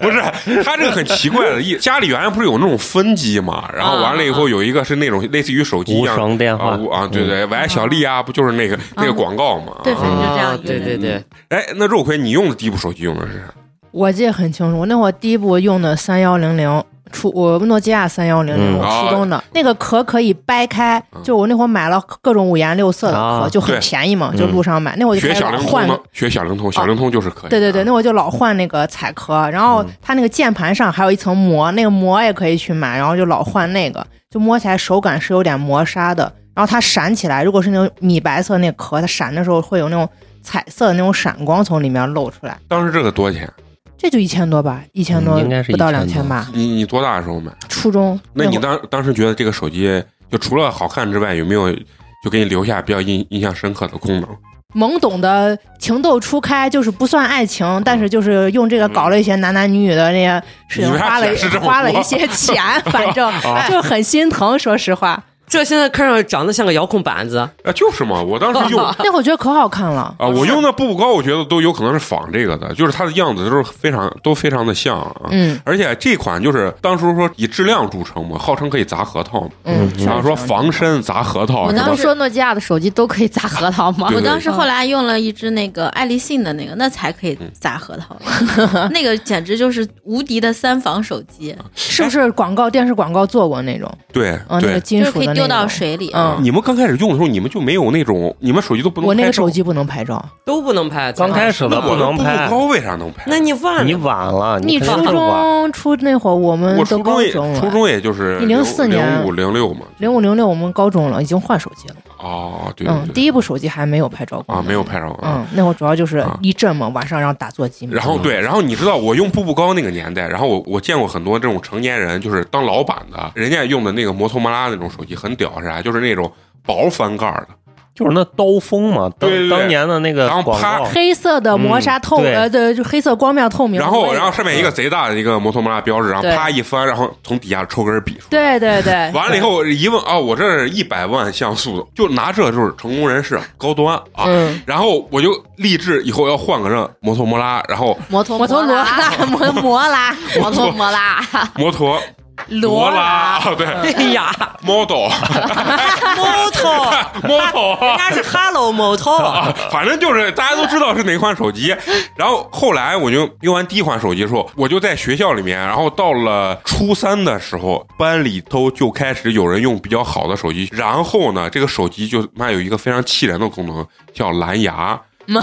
Speaker 1: 不是， 他这个很奇怪的，一家里原来不是有那种分机嘛，然后完了以后有一个是那
Speaker 3: 啊
Speaker 1: 种类似于手机一
Speaker 6: 无
Speaker 1: 样
Speaker 6: 绳电
Speaker 1: 啊
Speaker 6: 话
Speaker 1: 无啊，对
Speaker 3: 嗯
Speaker 1: 对，喂小丽啊，不就是那个那个广告嘛？
Speaker 4: 对，
Speaker 1: 啊
Speaker 4: 反正就这样
Speaker 7: 啊
Speaker 4: 一个
Speaker 7: 对
Speaker 4: 人。
Speaker 7: 对对，
Speaker 1: 哎，那肉葵，你用的第一部手机用的是啥？
Speaker 3: 我记得很清楚，我那会儿第一部用的三幺零零。初我诺基亚三幺零
Speaker 6: 嗯
Speaker 3: 零，我初中
Speaker 1: 啊
Speaker 3: 的那个壳可以掰开，
Speaker 1: 嗯
Speaker 3: 就我那会儿买了各种五颜六色的
Speaker 6: 啊
Speaker 3: 壳，就很
Speaker 1: 对
Speaker 3: 便宜嘛，就
Speaker 6: 嗯
Speaker 3: 路上买。那我就
Speaker 1: 学
Speaker 3: 开始
Speaker 1: 小
Speaker 3: 老
Speaker 1: 灵
Speaker 3: 换哦
Speaker 1: 通呢，？学小灵通，小灵通就是可以。啊
Speaker 3: 对对对，，那我就老换那个彩壳，然
Speaker 1: 嗯
Speaker 3: 后它那个键盘上还有一层膜，那个膜也可以去买，然后就老换那个，就摸起来手感是有点磨砂的，然后它闪起来，如果是那种米白色那壳，它闪的时候会有那种彩色的那种闪光从里面露出来，
Speaker 1: 当时这个多少钱？
Speaker 3: 这就一千多吧，一千多
Speaker 6: 嗯应该是
Speaker 3: 不到两
Speaker 6: 1000
Speaker 3: 千
Speaker 6: 多
Speaker 3: 吧，
Speaker 1: 你你多大的时候买？
Speaker 3: 初中
Speaker 1: 那你
Speaker 3: 会儿
Speaker 1: 当当时觉得这个手机就除了好看之外，有没有就给你留下比较印印象深刻的功能？
Speaker 3: 懵懂的情窦初开，就是不算爱情，但是就是用这个搞了一些男男女女的那些事
Speaker 1: 嗯你为
Speaker 3: 情，
Speaker 1: 啥
Speaker 3: 花了
Speaker 1: 解释这么多
Speaker 3: 花了一些钱，反正
Speaker 1: 啊
Speaker 3: 就很心疼。说实话，
Speaker 7: 这现在看上去长得像个遥控板子，
Speaker 1: 啊，就是嘛，我当 时用啊，
Speaker 3: 那会儿觉得可好看了。
Speaker 1: 我用的步步高，我觉得都有可能是仿这个的，就是它的样子都是非常都非常的像啊。
Speaker 3: 嗯
Speaker 1: 而且这款就是当时说以质量著称嘛，号称可以砸核桃嘛，
Speaker 3: 嗯，
Speaker 1: 然后说防身砸核桃
Speaker 5: 我
Speaker 1: 哦是吧
Speaker 5: 能？说诺基亚的手机都可以砸核桃吗
Speaker 1: 对？
Speaker 4: 我当时后来用了一只那个爱立信的那个，那才可以
Speaker 3: 嗯
Speaker 4: 砸核桃， 那个简直就是无敌的三防手机，
Speaker 3: 是不是广告电视广告做过那种？
Speaker 1: 对
Speaker 3: 嗯，那个
Speaker 1: 哎对。啊
Speaker 3: 金
Speaker 4: 就是
Speaker 3: 属
Speaker 4: 可
Speaker 3: 的
Speaker 4: 以
Speaker 3: 那
Speaker 4: 丢到
Speaker 3: 种。
Speaker 4: 水里。
Speaker 3: 嗯，
Speaker 1: 你们刚开始用的时候，你们就没有那种，你们手机都不能
Speaker 3: 我那
Speaker 1: 拍
Speaker 3: 个
Speaker 1: 照
Speaker 3: 手，机不能拍照。
Speaker 7: 都不能拍。
Speaker 6: 刚开始
Speaker 1: 那
Speaker 6: 的
Speaker 1: 我
Speaker 6: 不
Speaker 1: 的
Speaker 6: 能
Speaker 1: 步
Speaker 6: 拍
Speaker 1: 步，高为啥能拍？啊
Speaker 7: 那你忘
Speaker 6: 你
Speaker 7: 了
Speaker 6: 晚了，
Speaker 3: 你
Speaker 6: 肯
Speaker 3: 初
Speaker 6: 定更晚。
Speaker 3: 中初那会儿，我们
Speaker 1: 我
Speaker 3: 都
Speaker 1: 初
Speaker 3: 高
Speaker 1: 中也
Speaker 3: 中
Speaker 1: 初
Speaker 3: 了，
Speaker 1: 中也就是
Speaker 3: 你04年
Speaker 1: 零五零六嘛。
Speaker 3: 零五零六我们高中了，已经换手机了。
Speaker 1: 哦，对
Speaker 3: 嗯
Speaker 1: 对，对
Speaker 3: 第一部手机还没有拍照过
Speaker 1: 啊，没有。拍照啊。
Speaker 3: 嗯，那会儿主要就是
Speaker 1: 啊
Speaker 3: 一阵嘛，晚上让打坐机嘛。
Speaker 1: 然后对，然后你知道我用步步高那个年代，然后我我见过很多这种成年人，就是当老板的，人家用的那个摩托摩拉那种手机很屌是啥？就是那种薄翻盖儿的，
Speaker 6: 就是那刀锋嘛，当
Speaker 1: 对对对
Speaker 6: 当年的那个
Speaker 1: 然后
Speaker 6: 广
Speaker 1: 啪
Speaker 6: 告，
Speaker 3: 黑色的磨砂透
Speaker 6: 嗯
Speaker 3: 呃对，就黑色光面透明。嗯
Speaker 1: 然后然后上面一个贼大的一个摩托摩拉标志，然后
Speaker 3: 对
Speaker 1: 啪一翻，然后从底下抽根笔出来。
Speaker 3: 对 对对，
Speaker 1: 完了以后我一问啊，我这是一百万像素的，就拿这就是成功人士高端啊。
Speaker 3: 嗯，
Speaker 1: 然后我就立志以后要换个这摩托摩拉，然后
Speaker 5: 摩托
Speaker 3: 摩托罗
Speaker 5: 拉，
Speaker 3: 拉 摩摩拉
Speaker 5: 摩托摩拉，
Speaker 3: 啊
Speaker 1: 摩托罗拉，啊对
Speaker 3: 嗯
Speaker 7: 哎呀
Speaker 1: ，model
Speaker 7: ，Moto，
Speaker 1: model
Speaker 7: 人家是 Hello Moto，
Speaker 1: 啊，反正就是大家都知道是哪款手机。然后后来我就用完第一款手机的时候，我就在学校里面，然后到了初三的时候，班里头就开始有人用比较好的手机，然后呢，这个手机就妈有一个非常气人的功能，叫蓝牙。然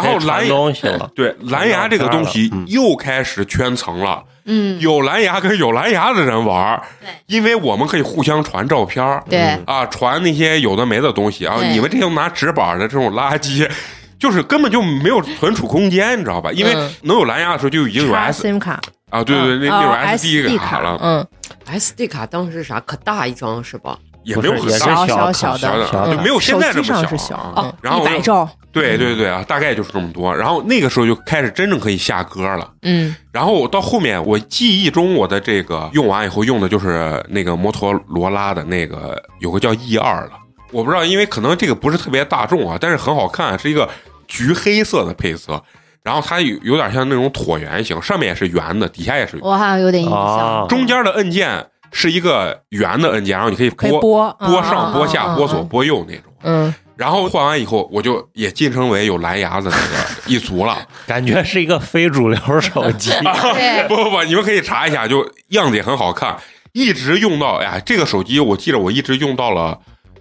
Speaker 1: 后
Speaker 6: 可以
Speaker 1: 蓝
Speaker 6: 传
Speaker 1: 牙
Speaker 6: 东 西了。
Speaker 1: 对蓝牙这个东西
Speaker 6: 嗯
Speaker 1: 又开始圈层了，
Speaker 5: 嗯，
Speaker 1: 有蓝牙跟有蓝牙的人玩儿
Speaker 4: 对，
Speaker 1: 因为我们可以互相传照片儿
Speaker 5: 对，
Speaker 1: 啊，传那些有的没的东西啊，
Speaker 5: 对
Speaker 1: 你们这种拿纸板的这种垃圾，就是根本就没有存储空间，你知道吧？因为
Speaker 3: 嗯
Speaker 1: 能有蓝牙的时候就已经有
Speaker 3: 插
Speaker 1: S
Speaker 3: SIM 卡，
Speaker 1: 啊，对对对，那
Speaker 3: 哦
Speaker 1: 那种
Speaker 3: SD
Speaker 1: 卡了，
Speaker 3: 嗯，
Speaker 7: SD 哎卡当时啥可大一张是吧？
Speaker 1: 也没有
Speaker 6: 不
Speaker 1: 很
Speaker 6: 是也是
Speaker 1: 大
Speaker 3: 小
Speaker 6: 小
Speaker 3: 小
Speaker 1: 小
Speaker 3: 小
Speaker 1: 点
Speaker 6: 的
Speaker 1: 儿，
Speaker 6: 嗯
Speaker 1: 就没有现
Speaker 3: 手
Speaker 1: 在这
Speaker 3: 机
Speaker 1: 么
Speaker 3: 上是小
Speaker 1: 啊。
Speaker 3: 嗯
Speaker 1: 然后
Speaker 3: 一百兆，
Speaker 1: 对对对啊，大概就是这么多。然后那个时候就开始真正可以下歌了。
Speaker 3: 嗯
Speaker 1: 然后我到后面，我记忆中我的这个用完以后用的就是那个摩托罗拉的那个有个叫 E 二了，我不知道，因为可能这个不是特别大众啊，但是很好看，是一个橘黑色的配色，然后它有有点像那种椭圆形，上面也是圆的，底下也是，圆，
Speaker 5: 我好像有点印
Speaker 6: 啊
Speaker 5: 象。
Speaker 1: 哦中间的按键是一个圆的按键，然后你可以
Speaker 3: 可以
Speaker 1: 拨
Speaker 3: 播
Speaker 1: 拨
Speaker 5: 啊
Speaker 1: 上、拨下、拨左、，拨右那种。
Speaker 3: 嗯
Speaker 1: 然后换完以后，我就也晋升为有蓝牙的那个一族了。
Speaker 6: 感觉是一个非主流手
Speaker 1: 啊
Speaker 6: 机，
Speaker 5: 对，
Speaker 1: 不不不，你们可以查一下，就样子也很好看，一直用到哎呀，这个手机我记得我一直用到了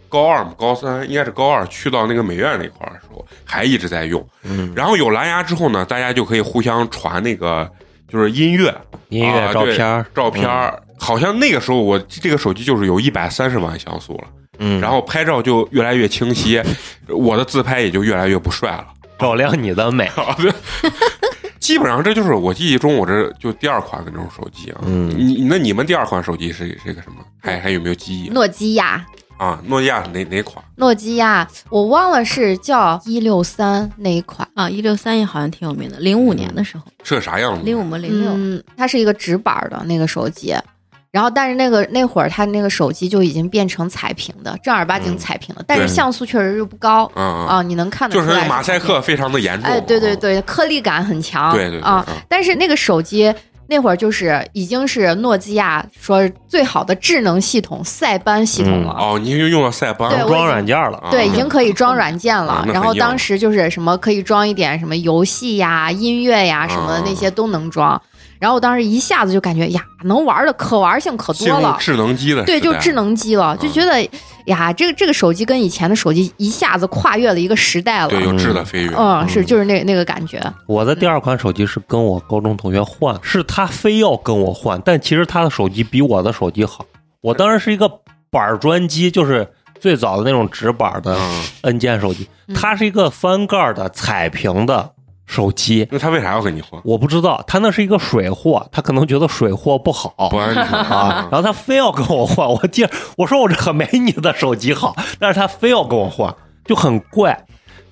Speaker 1: 高二嘛，高三应该是高二去到那个美院那块儿的时候，还一直在用。
Speaker 6: 嗯，
Speaker 1: 然后有蓝牙之后呢，大家就可以互相传那个就是音乐
Speaker 6: 音
Speaker 1: 啊
Speaker 6: 乐、照
Speaker 1: 对
Speaker 6: 片儿、嗯
Speaker 1: 照片儿。好像那个时候我这个手机就是有一百三十万像素了，
Speaker 6: 嗯，
Speaker 1: 然后拍照就越来越清晰，我的自拍也就越来越不帅 了。
Speaker 6: 照亮你的美。
Speaker 1: 啊，对，基本上这就是我记忆中我这就第二款的这种手机啊。
Speaker 6: 嗯
Speaker 1: 你那你们第二款手机是是个什么？还还有没有记忆
Speaker 5: 诺基亚，
Speaker 1: 啊？诺基亚是哪哪款？
Speaker 5: 诺基亚，我忘了是叫一六三那一款。
Speaker 4: 啊，一六三也好像挺有名的，零五年的时候，
Speaker 1: 是个啥样子
Speaker 4: 零
Speaker 1: 的？
Speaker 4: 五吗？零六、
Speaker 5: 嗯，它是一个直板儿的那个手机，然后但是那个那会儿它那个手机就已经变成彩屏的，正儿八经彩屏的，但是
Speaker 1: 嗯对
Speaker 5: 像素确实是不高
Speaker 1: 嗯嗯，
Speaker 5: 啊，你能看得
Speaker 1: 就
Speaker 5: 出
Speaker 1: 是
Speaker 5: 来
Speaker 1: 那
Speaker 5: 是
Speaker 1: 个马赛克非常的严
Speaker 5: 彩
Speaker 1: 重。
Speaker 5: 屏。哎，对对
Speaker 1: 啊
Speaker 5: 对，颗粒感很强，
Speaker 1: 对对对
Speaker 5: 啊。，但是那个手机那会儿就是已经是诺基亚说是最好的智能系统塞班系统
Speaker 6: 嗯
Speaker 5: 了，
Speaker 1: 哦，你就用了塞班
Speaker 5: 对
Speaker 1: 啊
Speaker 5: 我已
Speaker 6: 装
Speaker 5: 经
Speaker 6: 软件儿了，
Speaker 1: 啊
Speaker 5: 对，已经可以装软件
Speaker 1: 啊
Speaker 5: 了。
Speaker 1: 那很
Speaker 5: 然后
Speaker 1: 硬了
Speaker 5: 当时就是什么可以装一点什么游戏呀、音乐呀什么的
Speaker 1: 啊
Speaker 5: 那些都能装。然后我当时一下子就感觉呀，能玩的可玩性可
Speaker 1: 进
Speaker 5: 多
Speaker 1: 入
Speaker 5: 了，
Speaker 1: 智能机的
Speaker 5: 对，
Speaker 1: 时代
Speaker 5: 就智能机了，
Speaker 1: 嗯
Speaker 5: 就觉得呀，这个这个手机跟以前的手机一下子跨越了一个时代了。
Speaker 1: 对有质的飞跃。
Speaker 5: 嗯，是
Speaker 6: 嗯
Speaker 5: 就是那那个感觉，
Speaker 6: 我的第二款手机是跟我高中同学换，是他非要跟我换，但其实他的手机比我的手机好。我当时是一个板儿砖机，就是最早的那种直板儿的
Speaker 1: 嗯，
Speaker 6: 按键手机，
Speaker 5: 嗯
Speaker 6: 它是一个翻盖儿的彩屏的手机。
Speaker 1: 那他为啥要跟你换？
Speaker 6: 我不知道，他那是一个水货，他可能觉得水货不好
Speaker 1: 不安全
Speaker 5: 嗯
Speaker 6: 啊，然！后他非要跟我换。我记，我说我这可没你的手机好，但是他非要跟我换，就很怪。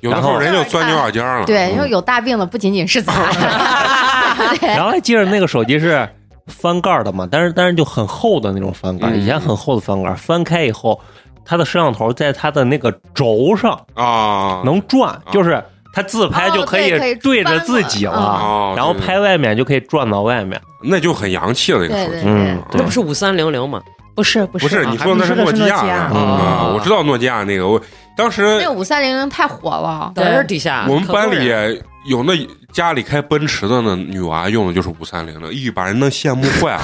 Speaker 1: 有的时候人就钻牛角尖了。
Speaker 5: 对，因为有大病的不仅仅是咱，对
Speaker 6: 然后还记着那个手机是翻盖儿的嘛，但是但是就很厚的那种翻盖儿，
Speaker 1: 嗯
Speaker 6: 以前很厚的翻盖儿，翻开以后它的摄像头在它的那个轴上
Speaker 1: 啊，
Speaker 6: 嗯能转，
Speaker 1: 啊
Speaker 6: 就是它自拍就可
Speaker 5: 哦对可以
Speaker 6: 对着自己
Speaker 5: 翻了
Speaker 6: 了，
Speaker 1: 哦，
Speaker 6: 啊然后拍外面就可以转到外面。
Speaker 1: 那就很洋气了，一个手
Speaker 5: 对
Speaker 1: 机。
Speaker 5: 对
Speaker 6: 嗯，对
Speaker 7: 那不是五三零零吗？
Speaker 3: 不是不
Speaker 1: 不是，
Speaker 3: 啊
Speaker 1: 你说的是
Speaker 3: 你说的
Speaker 1: 基亚
Speaker 3: 诺基亚
Speaker 1: 啊
Speaker 6: 嗯
Speaker 1: 啊，我知道诺基亚 那个，我当时
Speaker 5: 那五三零零太火了，
Speaker 7: 在这底下，
Speaker 1: 我们
Speaker 7: 可
Speaker 1: 班
Speaker 7: 多
Speaker 1: 里
Speaker 5: 啊
Speaker 7: 人
Speaker 1: 有那家里开奔驰的那女娃用的就是五三零零，一把人能羡慕坏 了。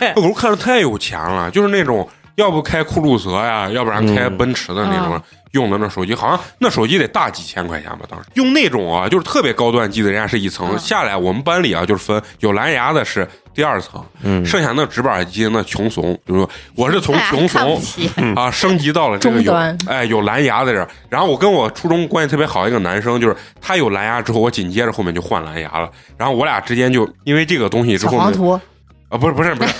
Speaker 1: 那狗看着太有钱了，就是那种要不开酷路泽呀，要不然开奔驰的那种。
Speaker 5: 嗯
Speaker 1: 用的那手机好像那手机得大几千块钱吧，当时用那种啊，就是特别高端机的，人家是一层、
Speaker 5: 嗯
Speaker 1: 下来，我们班里啊就是分有蓝牙的是第二层，
Speaker 6: 嗯，
Speaker 1: 剩下那直板机那穷怂，比如说我是从
Speaker 4: 哎
Speaker 5: 大家
Speaker 1: 穷
Speaker 5: 哎看不
Speaker 1: 怂
Speaker 5: 起。
Speaker 1: 啊，升级到了这个有
Speaker 3: 终端
Speaker 1: 哎有蓝牙的人。然后我跟我初中关系特别好的一个男生，就是他有蓝牙之后，我紧接着后面就换蓝牙了。然后我俩之间就因为这个东西之
Speaker 3: 小
Speaker 1: 后
Speaker 3: 黄
Speaker 1: 呢，
Speaker 3: 图，
Speaker 1: 啊不是不是不是，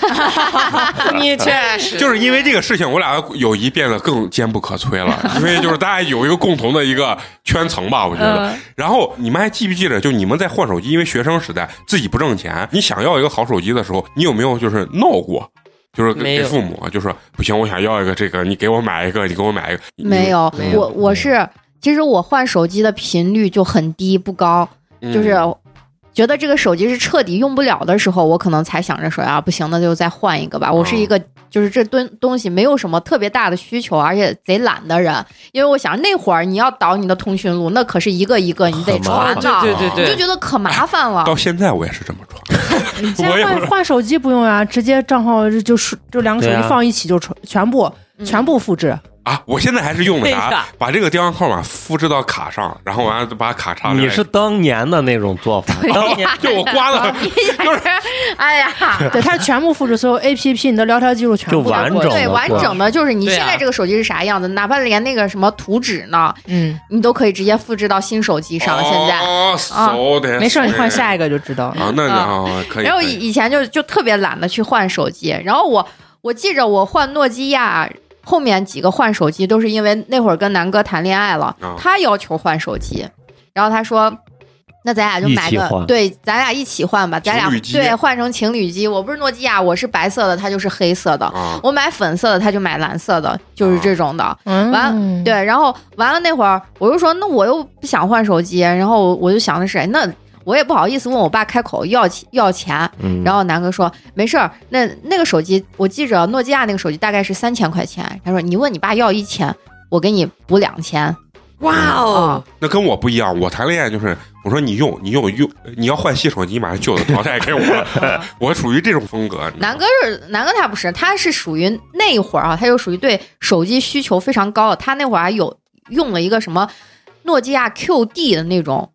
Speaker 7: 你确实
Speaker 1: 就是因为这个事情，我俩友谊变得更坚不可摧了，因为就是大家有一个共同的一个圈层吧，我觉
Speaker 3: 嗯
Speaker 1: 得。
Speaker 3: 呃
Speaker 1: 然后你们还记不记得，就你们在换手机，因为学生时代自己不挣钱，你想要一个好手机的时候，你有没有就是闹过？就是跟
Speaker 7: 没
Speaker 1: 给
Speaker 7: 有
Speaker 1: 父母，就说不行，我想要一个这个，你给我买一个，你给我买一个。你
Speaker 5: 没，有
Speaker 6: 没，有
Speaker 5: 我我是其实我换手机的频率就很低，不高，
Speaker 1: 嗯
Speaker 5: 就是觉得这个手机是彻底用不了的时候，我可能才想着说啊，不行，那就再换一个吧。我是一个就是这东东西没有什么特别大的需求，而且贼懒的人，因为我想那会儿你要导你的通讯录，那可是一个一个你得
Speaker 6: 很麻
Speaker 5: 传
Speaker 6: 烦
Speaker 5: 呢，
Speaker 7: 对对
Speaker 5: 你就
Speaker 7: 对对，
Speaker 5: 觉得可麻烦了。
Speaker 1: 到现在我也是这么装。
Speaker 3: 现
Speaker 1: 我也
Speaker 3: 在
Speaker 1: 不
Speaker 3: 换换手机不用啊，直接账号就就是就两个手
Speaker 6: 对啊
Speaker 3: 机放一起就全全部全部复制，
Speaker 1: 啊！我现在还是用的
Speaker 7: 哎
Speaker 1: 啥
Speaker 7: 呀？
Speaker 1: 把这个电话号码复制到卡上，然后完了把卡插。
Speaker 6: 你是当年的那种做法，当年
Speaker 1: 就我刮了，就是
Speaker 5: 哎呀，
Speaker 3: 对，它是全部复制所有 A P P 你的聊天记录全部
Speaker 6: 就完整的
Speaker 5: 对完
Speaker 6: 做法
Speaker 5: 整的就是你
Speaker 7: 对啊
Speaker 5: 现在这个手机是啥样子，哪怕连那个什么图纸呢，
Speaker 3: 嗯，
Speaker 5: 你都可以直接复制到新手机上了。现在，
Speaker 1: 哦，嗖的，
Speaker 3: 没事儿，你换
Speaker 1: 一
Speaker 3: 下一个就知
Speaker 6: 嗯
Speaker 3: 道了。
Speaker 1: 啊，那啊可以。
Speaker 5: 然后
Speaker 1: 可
Speaker 5: 以
Speaker 1: 以
Speaker 5: 以前就就特别懒得去换手机，然后我我记着我换诺基亚后面几个换手机都是因为那会儿跟南哥谈恋爱了
Speaker 1: 啊，
Speaker 5: 他要求换手机，然后他说。那咱俩就买
Speaker 6: 一起
Speaker 5: 个
Speaker 6: 换
Speaker 5: 对，咱俩一起换吧，咱俩
Speaker 1: 情侣机
Speaker 5: 对换成情侣机。我不是诺基亚，我是白色的，他就是黑色的。
Speaker 1: 啊，
Speaker 5: 我买粉色的，他就买蓝色的，就是这种的。
Speaker 3: 嗯，
Speaker 5: 完对，然后完了那会儿，我就说那我又不想换手机，然后我就想的是，哎那我也不好意思问我爸开口要钱要钱。
Speaker 6: 嗯
Speaker 5: 然后南哥说没事儿，那那个手机我记着诺基亚那个手机大概是三千块钱，他说你问你爸要一千，我给你补两千。
Speaker 7: 哇哦，
Speaker 1: 那跟我不一样，我谈恋爱就是我说你用你用用，你要换新手机，马上旧的淘汰给我。我属于这种风格。你知道
Speaker 5: 南哥是南哥他不是，他是属于那会儿啊，他就属于对手机需求非常高的，他那会儿还有用了一个什么诺基亚 QD 的那种。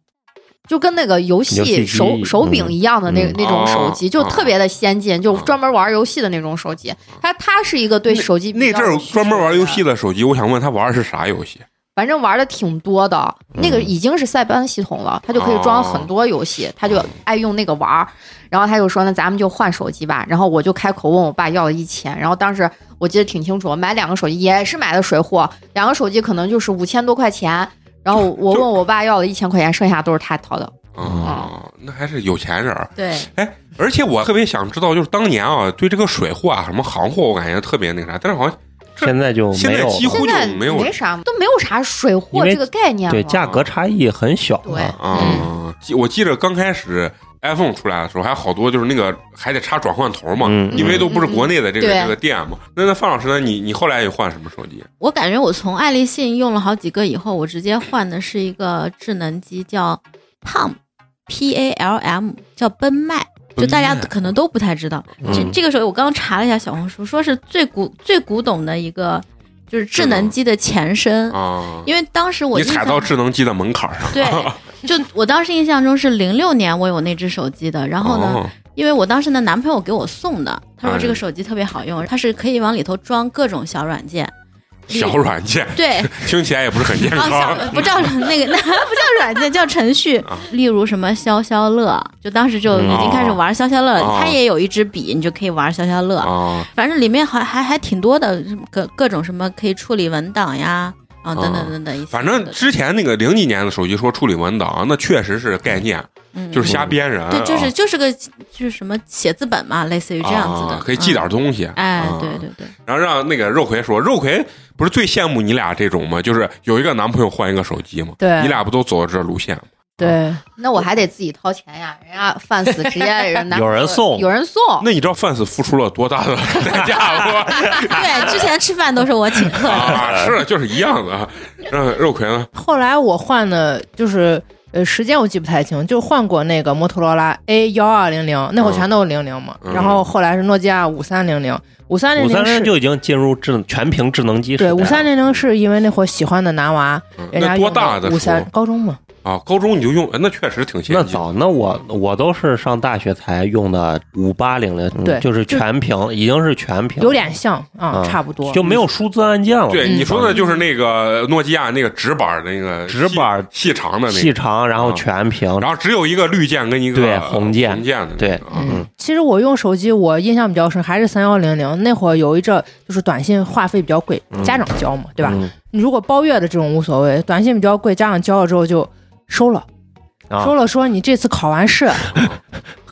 Speaker 5: 就跟那个游
Speaker 6: 游戏
Speaker 5: 戏
Speaker 6: 机
Speaker 5: 手手柄一样的那、
Speaker 6: 嗯哦
Speaker 5: 那种手机，
Speaker 1: 哦
Speaker 5: 就特别的先进，就专门玩游戏的那种手机。他他是一个对手机
Speaker 1: 那阵儿专门玩游戏
Speaker 5: 的，
Speaker 1: 的手机，我想问他玩的是啥游戏？
Speaker 5: 反正玩的挺多的。那个已经是塞班系统了，他就可以装很多游戏，他就爱用那个玩儿。然后他就说：“那咱们就换手机吧。”然后我就开口问我爸要了一千。然后当时我记得挺清楚，我买两个手机也是买的水货，两个手机可能就是五千多块钱。然后我问我爸要了一千块钱，剩下都是他掏的。
Speaker 1: 啊，那还是有钱人儿。
Speaker 4: 对，
Speaker 1: 哎，而且我特别想知道，就是当年啊，对这个水货啊，什么行货，我感觉特别那啥，但是好像
Speaker 6: 现在就
Speaker 1: 现
Speaker 6: 嗯没
Speaker 1: 在
Speaker 6: 有
Speaker 1: 几
Speaker 6: 了
Speaker 1: 乎
Speaker 5: 现
Speaker 1: 就
Speaker 5: 在
Speaker 1: 没有
Speaker 5: 没啥，都没有啥水
Speaker 6: 因
Speaker 5: 货
Speaker 6: 为
Speaker 5: 这个概念了。
Speaker 6: 对价格差异很小了。
Speaker 5: 对
Speaker 1: 啊、
Speaker 6: 嗯
Speaker 1: 记我记得刚开始 iPhone 出来的时候，还有好多就是那个还得插转换头嘛，
Speaker 6: 嗯
Speaker 1: 因为都不是国内的
Speaker 4: 嗯
Speaker 1: 这个、
Speaker 5: 对
Speaker 1: 这个店嘛。那那范老师呢？你你后来也换什么手机？
Speaker 4: 我感觉我从爱立信用了好几个以后，我直接换的是一个智能机，叫 Palm，P A L M，叫奔迈，就大家
Speaker 1: 奔迈
Speaker 4: 可能都不太知道。这
Speaker 6: 嗯
Speaker 4: 这个时候我刚查了一下小红书，说是最古最古董的一个就是智能机的前身，
Speaker 1: 啊，
Speaker 4: 嗯因为当时我
Speaker 1: 你
Speaker 4: 印
Speaker 1: 踩
Speaker 4: 象
Speaker 1: 到智能机的门槛上。
Speaker 4: 对，就我当时印象中是零六年我有那只手机的，然后呢，
Speaker 1: 哦
Speaker 4: 因为我当时的男朋友给我送的，他说这
Speaker 1: 哎
Speaker 4: 个手机特别好用，它是可以往里头装各种小软件。
Speaker 1: 小软件
Speaker 4: 对，
Speaker 1: 听起来也不是很健
Speaker 4: 啊，
Speaker 1: 康。
Speaker 4: 小不叫那个，那 不叫软件，叫程序
Speaker 1: 啊。嗯
Speaker 4: 例如什么消消乐，就当时就已经开始玩消消乐
Speaker 1: 哦
Speaker 4: 了。它也有一支笔，你就可以玩消消乐。
Speaker 1: 啊，
Speaker 4: 反正里面还还还挺多的，什么各各种什么可以处理文档呀，啊，等等等等，一系
Speaker 1: 哦反
Speaker 4: 列
Speaker 1: 正
Speaker 4: 的
Speaker 1: 之前那个零几年的手机说处理文档，那确实是概念，
Speaker 4: 嗯
Speaker 1: 就是瞎编人啊，
Speaker 4: 对，就是就是个就是什么写字本嘛，类似于这样子的，
Speaker 1: 啊可以记点
Speaker 4: 嗯。
Speaker 1: 东西。
Speaker 4: 哎
Speaker 1: 啊，
Speaker 4: 对对对，
Speaker 1: 然后让那个肉葵说，肉葵不是最羡慕你俩这种吗？就是有一个男朋友换一个手机嘛，
Speaker 3: 对
Speaker 1: 你俩不都走这路线吗？
Speaker 3: 对，
Speaker 5: 那我还得自己掏钱呀，人家贩子直接人拿
Speaker 6: 有人送
Speaker 5: 有人送，
Speaker 1: 那你知道范斯付出了多大的代价不？
Speaker 4: 对，之前吃饭都是我请客 的，
Speaker 1: 啊，是就是一样的。让肉葵呢？
Speaker 3: 后来我换的就是呃时间我记不太清，就换过那个摩托罗拉 A 幺二零零，那会儿全都是零零嘛，
Speaker 1: 嗯
Speaker 3: 然后后来是诺基亚五三零零，五三零
Speaker 6: 五三
Speaker 3: 零
Speaker 6: 零
Speaker 3: 是。
Speaker 6: 就已经进入智全屏智能机时代
Speaker 3: 对，
Speaker 6: 了。
Speaker 3: 五三零零是因为那会儿喜欢的男娃，
Speaker 1: 嗯
Speaker 3: 人
Speaker 1: 那
Speaker 3: 家
Speaker 1: 多大的
Speaker 3: 五
Speaker 1: 时候
Speaker 3: 三高中嘛，
Speaker 1: 啊？高中你就用，哎那确实挺先
Speaker 6: 那
Speaker 1: 进。
Speaker 6: 早，那我我都是上大学才用的五八零零，嗯
Speaker 3: 对
Speaker 6: 就是全屏，已经是全屏，
Speaker 3: 有点像啊，
Speaker 6: 嗯
Speaker 3: 差不多
Speaker 6: 就没有数字按键了。
Speaker 1: 对
Speaker 3: 嗯
Speaker 1: 你说的就是那个诺基亚那个直板的那个
Speaker 6: 直板
Speaker 1: 细细长的那
Speaker 6: 细
Speaker 1: 个，啊
Speaker 6: 长，然后全屏，
Speaker 1: 然后只有一个绿键跟一个
Speaker 6: 对红键
Speaker 1: 红键的那个
Speaker 6: 对
Speaker 1: 啊
Speaker 6: 嗯
Speaker 3: 嗯，其实我用手机，我印象比较深，还是三幺零零那会儿有一阵儿就是短信话费比较贵，家长交嘛，对吧？
Speaker 6: 嗯
Speaker 3: 你如果包月的这种无所谓，短信比较贵，家长交了之后就收了，
Speaker 6: 啊
Speaker 3: 收了说你这次考完 试，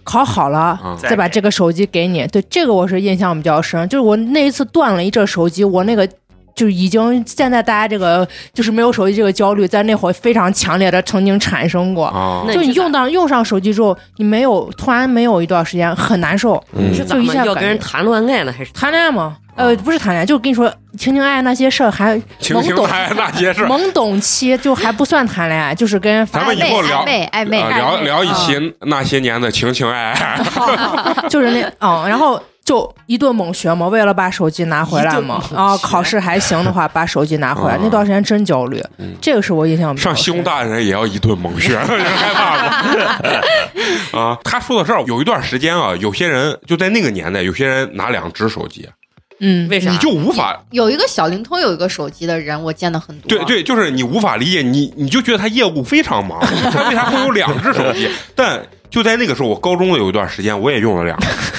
Speaker 3: 考好了。
Speaker 6: 嗯
Speaker 1: 啊，
Speaker 3: 再把这个手机给你，对这个我是印象比较深，就是我那一次断了一阵手机，我那个就已经现在大家这个就是没有手机这个焦虑，在那会儿非常强烈的曾经产生过，
Speaker 1: 啊
Speaker 7: 那
Speaker 3: 就你
Speaker 7: 是咋
Speaker 3: 用到用上手机之后，你没有突然没有一段时间很难受，
Speaker 6: 嗯
Speaker 7: 你是咋
Speaker 3: 就一
Speaker 7: 么
Speaker 3: 下
Speaker 7: 要
Speaker 3: 感
Speaker 7: 跟人
Speaker 3: 觉
Speaker 7: 谈恋爱呢？还是
Speaker 3: 谈恋爱嘛，呃，不是谈恋爱，就是跟你说情情爱爱那些事儿还
Speaker 1: 情
Speaker 3: 懵
Speaker 1: 情
Speaker 3: 懂
Speaker 1: 爱那些事儿，
Speaker 3: 懵懂期，就还不算谈恋爱，就是跟人
Speaker 1: 咱
Speaker 3: 发
Speaker 1: 们以后聊
Speaker 5: 暧昧暧昧
Speaker 1: 啊
Speaker 5: 暧
Speaker 1: 聊
Speaker 5: 昧
Speaker 1: 聊一
Speaker 5: 嗯
Speaker 1: 期那些年的情情爱爱，
Speaker 3: 就是那嗯，然后就一顿猛学嘛，为了把手机拿回来嘛
Speaker 7: 一，顿猛
Speaker 3: 啊，
Speaker 7: 学
Speaker 3: 考试还行的话，把手机拿回来，
Speaker 1: 嗯
Speaker 3: 那段时间真焦虑
Speaker 1: 嗯，
Speaker 3: 这个是我印象比较
Speaker 1: 上西工大的人也要一顿猛学， 害怕吗？啊，他说到这儿，有一段时间啊，有些人就在那个年代，有些人拿两只手机，
Speaker 3: 嗯，
Speaker 7: 为啥？
Speaker 1: 你就无法
Speaker 5: 有一个小灵通有一个手机的人，我见的很多。
Speaker 1: 对，对，就是你无法理解，你你就觉得他业务非常忙，他为啥会有两只手机？ 但就在那个时候，我高中的有一段时间，我也用了两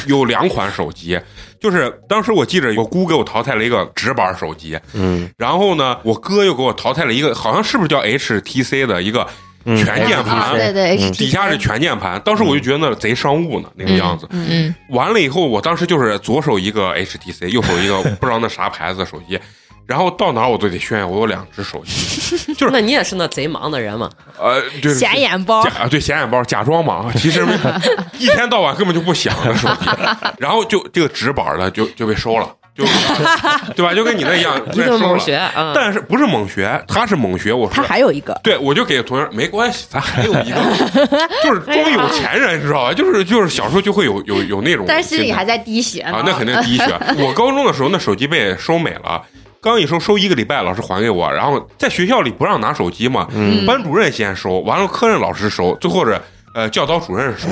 Speaker 1: 有两款手机，就是当时我记着我姑给我淘汰了一个直板手机，
Speaker 6: 嗯，
Speaker 1: 然后呢，我哥又给我淘汰了一个，好像是不是叫 HTC 的哎一个
Speaker 6: 嗯
Speaker 1: 全键盘。
Speaker 5: 对对，
Speaker 6: 嗯
Speaker 5: HTC
Speaker 1: 底下是全键盘，当时我就觉得那贼商务呢，那个样子。
Speaker 3: 嗯
Speaker 1: 完了以后，我当时就是左手一个 HTC，右手一个不知道那啥牌子的手机，然后到哪儿我都得炫耀我有两只手机。就是
Speaker 7: 那你也是那贼忙的人嘛？
Speaker 1: 呃，就是
Speaker 3: 显眼包
Speaker 1: 假，啊，对，显眼包，假装忙，其 实没一天到晚根本就不想着手机，然后就这个直板的就就被收了，就 对吧？就跟你那一 样，
Speaker 7: 一
Speaker 1: 被收
Speaker 7: 顿猛
Speaker 1: 了。
Speaker 7: 学啊！
Speaker 1: 但是不是猛学，他是猛学，我
Speaker 3: 他
Speaker 1: 说。
Speaker 3: 还有一个，
Speaker 1: 对，我就给同学没关系，咱还有一个， 就是装有钱人，你知道吧？就是就是小时候就会有有有那种心态，
Speaker 5: 但是心里还在滴血呢。
Speaker 1: 啊，那肯定滴血。我高中的时候，那手机被收美了，刚一收收一个礼拜，老师还给我。然后在学校里不让拿手机嘛，
Speaker 6: 嗯
Speaker 1: 班主任先收，完了科任老师收，最后是呃教导主任收。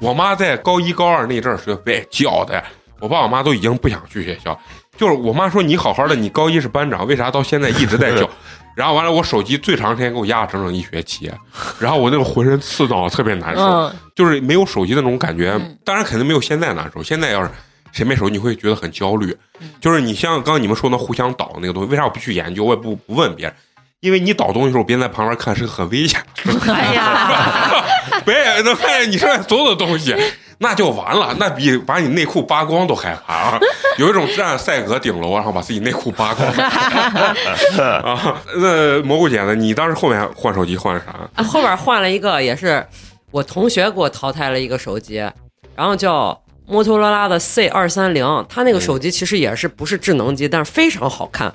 Speaker 1: 我妈在高一高二那阵儿是被叫的，我爸我妈都已经不想去学校。就是我妈说你好好的，你高一是班长，为啥到现在一直在叫？然后完了，我手机最长时间给我压了整整一学期，然后我那个浑身刺挠，特别难受。
Speaker 3: 嗯，
Speaker 1: 就是没有手机的那种感觉
Speaker 4: 嗯，
Speaker 1: 当然肯定没有现在难受。现在要是谁没手机，你会觉得很焦虑。
Speaker 7: 嗯
Speaker 1: 就是你像刚刚你们说那互相导那个东西，为啥我不去研究，我也不不问别人？因为你导东西的时候，别人在旁边看是个很危险的事情，
Speaker 7: 哎呀，
Speaker 1: 别人能看见你身上所有的东西，那就完了，那比把你内裤扒光都害怕啊！有一种站赛格顶楼，然后把自己内裤扒 光啊。那蘑菇姐呢？你当时后面换手机换啥？
Speaker 7: 啊后边换了一个，也是我同学给我淘汰了一个手机，然后叫摩托罗拉的 C 二三零，它那个手机其实也是不是智能机，但是非常好看。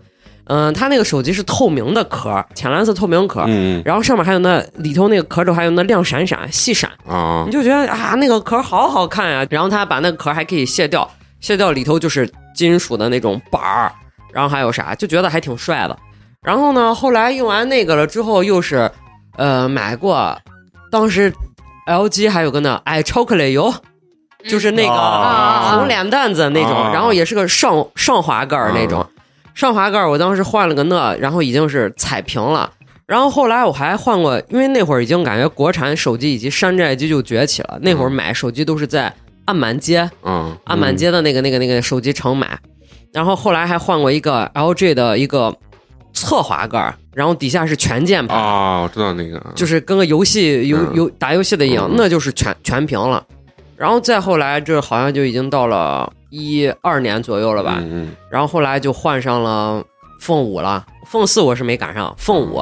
Speaker 7: 嗯，它那个手机是透明的壳，浅蓝色透明壳，
Speaker 1: 嗯
Speaker 7: 然后上面还有那里头那个壳里头还有那亮闪闪、细闪，
Speaker 1: 啊
Speaker 7: 你就觉得啊，那个壳好好看呀、然后他把那个壳还可以卸掉，卸掉里头就是金属的那种板儿，然后还有啥，就觉得还挺帅的。然后呢，后来用完那个了之后，又是呃买过，当时 LG 还有个呢，哎，chocolate 油，就是那
Speaker 6: 哦
Speaker 7: 个
Speaker 5: 啊
Speaker 7: 红脸蛋子那种，
Speaker 1: 啊
Speaker 7: 然后也是个上上滑盖儿那种，上滑盖儿我当时换了个那，然后已经是彩屏了。然后后来我还换过，因为那会儿已经感觉国产手机以及山寨机就崛起了。那会儿买手机都是在按满街、
Speaker 1: 嗯
Speaker 7: 按满街的那个、那个、那个手机城买。然后后来还换过一个 LG 的一个侧滑盖儿，然后底下是全键盘，
Speaker 1: 啊，我知道那个，
Speaker 7: 就是跟个游戏游
Speaker 1: 嗯
Speaker 7: 游打游戏的一样
Speaker 1: 嗯，
Speaker 7: 那就是全全屏了。然后再后来，这好像就已经到了一二年左右了吧。
Speaker 1: 嗯
Speaker 7: 然后后来就换上了凤五了，凤四我是没赶上，凤五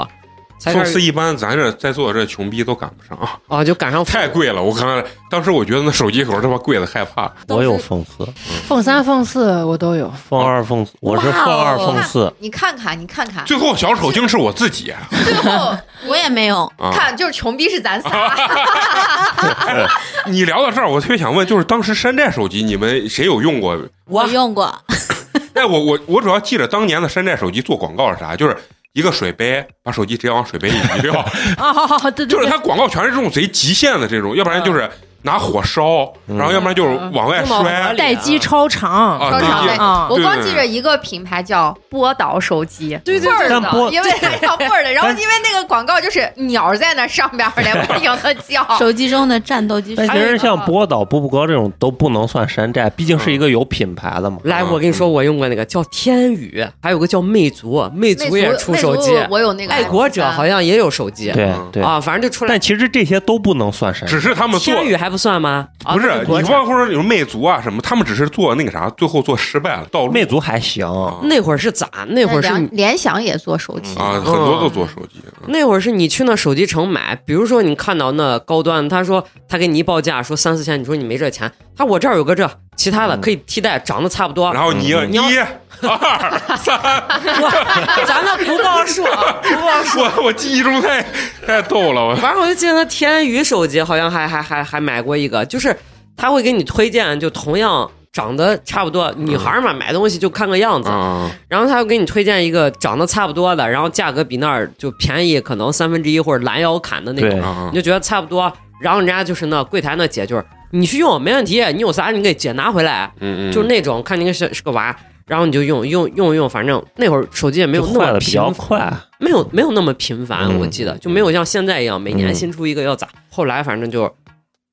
Speaker 1: 嗯，
Speaker 7: 才开
Speaker 1: 宋
Speaker 7: 始
Speaker 1: 四一般咱这在座的这穷逼都赶不上啊，
Speaker 7: 啊，就赶上凤
Speaker 1: 太贵了。我刚才当时我觉得那手机壳他妈贵的害怕，
Speaker 7: 都
Speaker 6: 我有
Speaker 7: 是
Speaker 6: 凤四，
Speaker 3: 凤三、凤四我都有，
Speaker 6: 凤二、凤四，我是凤二、凤四。
Speaker 5: 你看看，你看看，
Speaker 1: 最后小丑竟是我自己 啊！啊
Speaker 5: 最后
Speaker 4: 我也没有，
Speaker 5: 看就是穷逼是咱仨，
Speaker 1: 你聊到这儿，我特别想问，就是当时山寨手机你们谁有用过？
Speaker 4: 我用过，
Speaker 1: 哎，我我我主要记着当年的山寨手机做广告是啥，就是一个水杯，把手机直接往水杯里一撂，
Speaker 2: 哦，对
Speaker 1: 就
Speaker 2: 对
Speaker 1: 是
Speaker 2: 对，
Speaker 1: 它广告全是这种贼极限的这种，要不然就是拿火烧，
Speaker 6: 嗯
Speaker 1: 然后要不然就是啊往
Speaker 3: 嗯
Speaker 1: 外摔
Speaker 3: 待机超长
Speaker 1: 啊，
Speaker 5: 超
Speaker 1: 对
Speaker 5: 长
Speaker 1: 对
Speaker 5: 待
Speaker 3: 啊
Speaker 5: 我光记着一个品牌叫波导手机，
Speaker 7: 对对对
Speaker 5: 倍儿
Speaker 6: 但波
Speaker 5: 的，因为它叫倍儿的，然后因为那个广告就是鸟在那上边儿来不停的 叫，
Speaker 1: 哦
Speaker 4: 手机中的战斗机
Speaker 6: 但其
Speaker 1: 嗯
Speaker 6: 实
Speaker 4: 是
Speaker 6: 像波导、步步高这种都不能算山寨，毕竟是一个有品牌的嘛。
Speaker 7: 来，我跟你
Speaker 1: 嗯
Speaker 7: 说，我用过那个叫天宇，还有个叫魅族，魅
Speaker 5: 魅
Speaker 7: 族也出手机，
Speaker 5: 我有那个
Speaker 7: 爱国者好像也有手机
Speaker 6: 对
Speaker 1: 嗯
Speaker 6: 对，
Speaker 7: 啊，反正就出来
Speaker 6: 但。其实这些都不能算山寨
Speaker 1: 只。是他们做
Speaker 7: 天宇还不算吗？啊
Speaker 1: 不是
Speaker 7: 那国
Speaker 1: 你
Speaker 7: 产
Speaker 1: 包括说有魅族啊什么，他们只是做那个啥，最后做失败了，道路
Speaker 6: 魅族还行，
Speaker 1: 啊
Speaker 7: 那会儿是咋？那会儿是
Speaker 5: 联联想也做手机，
Speaker 1: 啊，很多都做手机，
Speaker 7: 那会儿是你去那手机城买，比如说你看到那高端，他说他给你一报价说三四千，你说你没这钱，他说我这儿有个这，其他的可以替代，长得差不多。
Speaker 1: 嗯然后你
Speaker 6: 嗯
Speaker 1: 一
Speaker 7: 你要
Speaker 1: 二三，
Speaker 7: 咱那不报数，不报数。
Speaker 1: 我我记忆中太太逗了， 我
Speaker 7: 反正我就记得那天宇手机好像还还还还买过一个，就是他会给你推荐，就同样长得差不多，女孩
Speaker 1: 嗯
Speaker 7: 嘛买东西就看个样子，
Speaker 1: 啊
Speaker 7: 然后他又给你推荐一个长得差不多的，然后价格比那儿就便宜，可能三分之一或者拦腰砍的那种
Speaker 6: 对，
Speaker 1: 啊
Speaker 7: 你就觉得差不多。然后人家就是那柜台那姐就是你去用没问题，你有啥你给姐拿回来，
Speaker 1: 嗯嗯，
Speaker 7: 就是那种看你是是个娃，然后你就用用用用，反正那会儿手机也没
Speaker 6: 就
Speaker 7: 有那
Speaker 6: 坏
Speaker 7: 么
Speaker 6: 的比较
Speaker 7: 频繁，
Speaker 6: 快。
Speaker 7: 没有没有那么频繁，
Speaker 6: 嗯
Speaker 7: 我记得就没有像现在一样每年新出一个要咋。后来反正就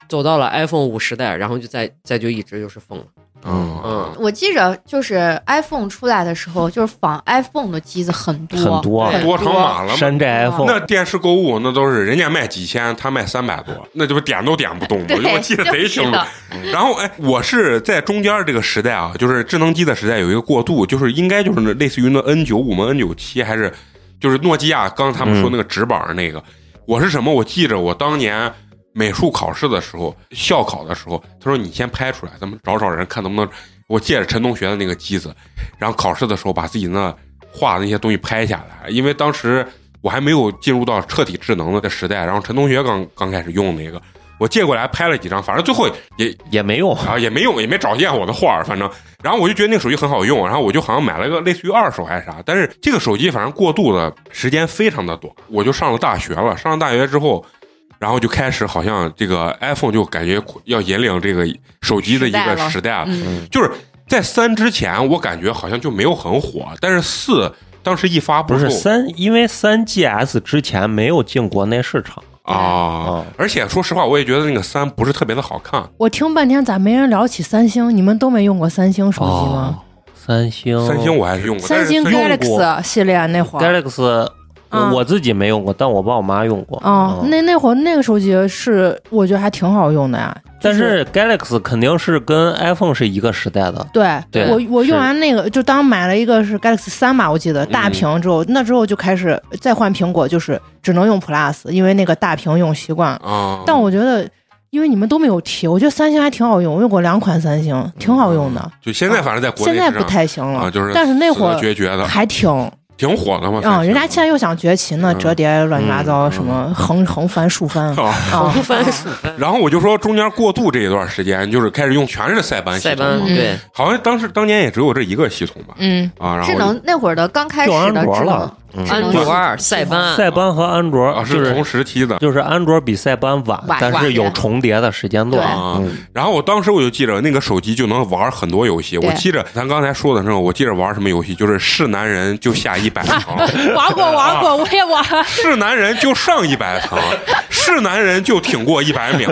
Speaker 7: 走到了 iPhone 五时代，然后就再再就一直就是疯了，
Speaker 1: 嗯
Speaker 7: 嗯，
Speaker 5: 我记着就是 iPhone 出来的时候，就是仿 iPhone 的机子很多
Speaker 6: 很多
Speaker 5: 很
Speaker 1: 多成马了嘛。
Speaker 6: 山寨 iPhone，
Speaker 1: 那电视购物那都是人家卖几千，他卖三百多，那就点都点不动。
Speaker 5: 对，
Speaker 1: 我我记得贼清楚
Speaker 5: 就是。的
Speaker 1: 然后哎，我是在中间这个时代啊，就是智能机的时代有一个过渡，就是应该就是那类似于那 N 九五吗？N 九七还是就是诺基亚刚他们说那个直板儿那个，我是什么？我记着我当年美术考试的时候，校考的时候，他说你先拍出来，咱们找找人看能不能。我借着陈同学的那个机子，然后考试的时候把自己那画的那些东西拍下来，因为当时我还没有进入到彻底智能的时代，然后陈同学刚刚开始用那个，我借过来拍了几张，反正最后也
Speaker 6: 也没用。
Speaker 1: 啊，也没用，也没找见我的画儿，反正，然后我就觉得那个手机很好用，然后我就好像买了个类似于二手还是啥，但是这个手机反正过渡的时间非常的短，我就上了大学了，上了大学之后，然后就开始好像这个 iPhone 就感觉要引领这个手机的一个时代了，
Speaker 5: 嗯
Speaker 1: 就是在三之前，我感觉好像就没有很火，但是四当时一发布
Speaker 6: 不是
Speaker 1: 后
Speaker 6: 三，因为三 GS 之前没有进国内市场，
Speaker 1: 啊。
Speaker 6: 啊，
Speaker 1: 而且说实话，我也觉得那个三不是特别的好看。
Speaker 3: 我听半天咋没人聊起三星？你们都没用过三星手机吗？
Speaker 6: 哦？三星，
Speaker 1: 三星我还是用过，但
Speaker 3: 三
Speaker 1: 是
Speaker 3: 星
Speaker 1: 三星
Speaker 3: Galaxy 系列那会儿，
Speaker 6: Galaxy，我、
Speaker 3: 嗯
Speaker 6: 我自己没用过，但我爸我妈用过。
Speaker 3: 啊、
Speaker 6: 嗯
Speaker 3: 那那会儿那个手机是我觉得还挺好用的呀。
Speaker 6: 但是 Galaxy 肯定是跟 iPhone 是一个时代的。
Speaker 3: 对，
Speaker 6: 对
Speaker 3: 我我
Speaker 6: 是
Speaker 3: 用完那个，就当买了一个是 Galaxy 三嘛，我记得大屏之后，那之后就开始再换苹果，就是只能用 Plus，因为那个大屏用习惯了。
Speaker 1: 啊，
Speaker 3: 但我觉得，因为你们都没有提，我觉得三星还挺好用，我用过两款三星，挺好用的。
Speaker 1: 就现在反正在国内
Speaker 3: 现在
Speaker 1: 市
Speaker 3: 不
Speaker 1: 场
Speaker 3: 太行了，
Speaker 1: 啊，就是
Speaker 3: 嗯但是那
Speaker 1: 死得
Speaker 3: 会儿
Speaker 1: 决绝的，
Speaker 3: 还挺，
Speaker 1: 挺火的嘛。啊
Speaker 3: 嗯，人家现
Speaker 1: 欠
Speaker 3: 在又想崛起呢，
Speaker 1: 嗯
Speaker 3: 折叠乱七八糟，
Speaker 1: 嗯。
Speaker 3: 什么横横翻竖翻
Speaker 1: 啊。
Speaker 3: 啊，
Speaker 7: 不翻数
Speaker 1: 然后我就说，中间过渡这一段时间，就是开始用全是塞班系
Speaker 7: 塞
Speaker 1: 统
Speaker 7: 班
Speaker 1: 嘛，
Speaker 3: 嗯
Speaker 7: 对，
Speaker 1: 好像当时当年也只有这一个系统吧。
Speaker 3: 嗯，
Speaker 1: 啊，然后
Speaker 5: 智能那会儿的刚开
Speaker 6: 就
Speaker 5: 始
Speaker 6: 安
Speaker 5: 的
Speaker 6: 卓
Speaker 5: 智能
Speaker 6: 了，嗯
Speaker 5: 智
Speaker 7: 安
Speaker 5: 能
Speaker 7: 卓儿塞班，
Speaker 6: 塞班和安卓、
Speaker 1: 啊
Speaker 6: 就是
Speaker 1: 同
Speaker 6: 是
Speaker 1: 时期的。
Speaker 6: 就是安卓比塞班晚，
Speaker 5: 晚
Speaker 6: 但是有重叠的时间段。
Speaker 1: 啊
Speaker 6: 嗯，
Speaker 1: 然后我当时我就记着那个手机就能玩很多游戏。
Speaker 5: 对
Speaker 1: 我记着咱刚才说的时候，我记着玩什么游戏，就是是男人就下一 百层，
Speaker 2: 玩过玩过，我也玩。
Speaker 1: 是男人就上一 百层，是男人就挺过一百秒，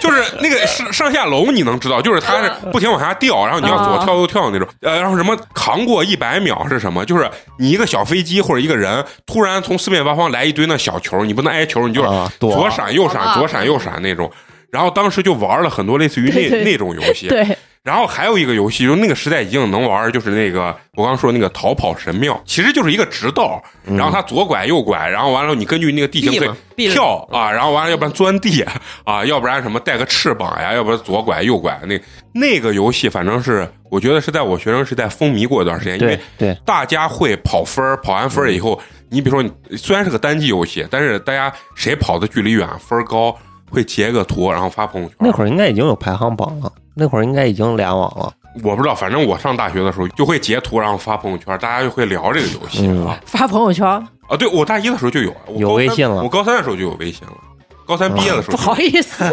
Speaker 1: 就是那个上上下楼你能知道，就是他是
Speaker 2: 嗯
Speaker 1: 不停往下掉，然后你要左跳右跳那种。呃，然后什么扛过一百秒是什么？就是你一个小飞飞机或者一个人，突然从四面八方来一堆那小球，你不能挨球，你就
Speaker 2: 嗯
Speaker 6: 啊，躲
Speaker 1: 左闪右闪，
Speaker 5: 啊
Speaker 1: 左闪右闪那种。然后当时就玩了很多类似于那
Speaker 2: 对对
Speaker 1: 那种游戏，
Speaker 2: 对，
Speaker 1: 然后还有一个游戏，就那个时代已经能玩儿，就是那个我刚说那个逃跑神庙，其实就是一个直道，然后它左拐右拐，然后完了你根据那个地形
Speaker 7: 避
Speaker 1: 对
Speaker 7: 嘛避嗯了嗯
Speaker 1: 跳啊，然后完了要不然钻地 啊，要不然什么带个翅膀呀，要不然左拐右拐那那个游戏，反正是我觉得是在我学生时代风靡过一段时间，因为
Speaker 6: 对对，
Speaker 1: 大家会跑分儿，跑完分儿以后，
Speaker 7: 嗯
Speaker 1: 你比如说你虽然是个单机游戏，但是大家谁跑的距离远分儿高，会截个图然后发朋友圈。
Speaker 6: 那会儿应该已经有排行榜了，那会儿应该已经联网了。
Speaker 1: 我不知道，反正我上大学的时候就会截图，然后发朋友圈，大家就会聊这个游戏啊、
Speaker 3: 发朋友圈，
Speaker 1: 啊！对我大一的时候就有，我
Speaker 6: 嗯有
Speaker 1: 高三
Speaker 6: 微信了啊
Speaker 1: 我高三的时候就有微信了，高三毕业的时候
Speaker 3: 不
Speaker 1: 就有、
Speaker 3: 好意 思，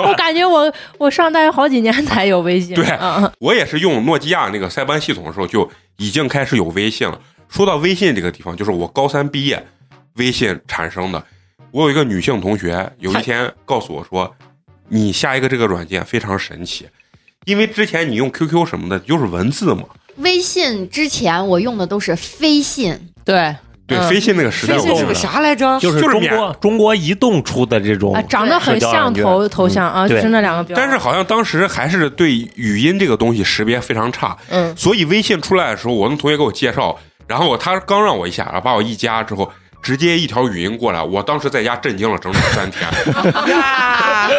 Speaker 3: 我感觉我我上大学好几年才有微信。
Speaker 1: 对
Speaker 3: 嗯，
Speaker 1: 我也是用诺基亚那个塞班系统的时候就已经开始有微信了。说到微信这个地方，就是我高三毕业微信产生的。我有一个女性同学，有一天告诉我说，你下一个这个软件非常神奇，因为之前你用 QQ 什么的就是文字嘛，
Speaker 5: 微信之前我用的都是飞信，
Speaker 3: 对
Speaker 1: 对，哦
Speaker 3: 嗯
Speaker 1: 飞信那个时代
Speaker 7: 微
Speaker 1: 我
Speaker 7: 信
Speaker 1: 用
Speaker 7: 是
Speaker 1: 的
Speaker 7: 个啥来着？
Speaker 6: 就是
Speaker 1: 就是
Speaker 6: 中
Speaker 1: 免
Speaker 6: 国中国移动出的这种
Speaker 3: 啊，长得很像头头像啊，
Speaker 6: 嗯对
Speaker 3: 就是那两个标。
Speaker 1: 但是好像当时还是对语音这个东西识别非常差，
Speaker 3: 嗯，
Speaker 1: 所以微信出来的时候，我那同学给我介绍，然后我他刚让我一下，然后把我一加之后，直接一条语音过来，我当时在家震惊了整整三天。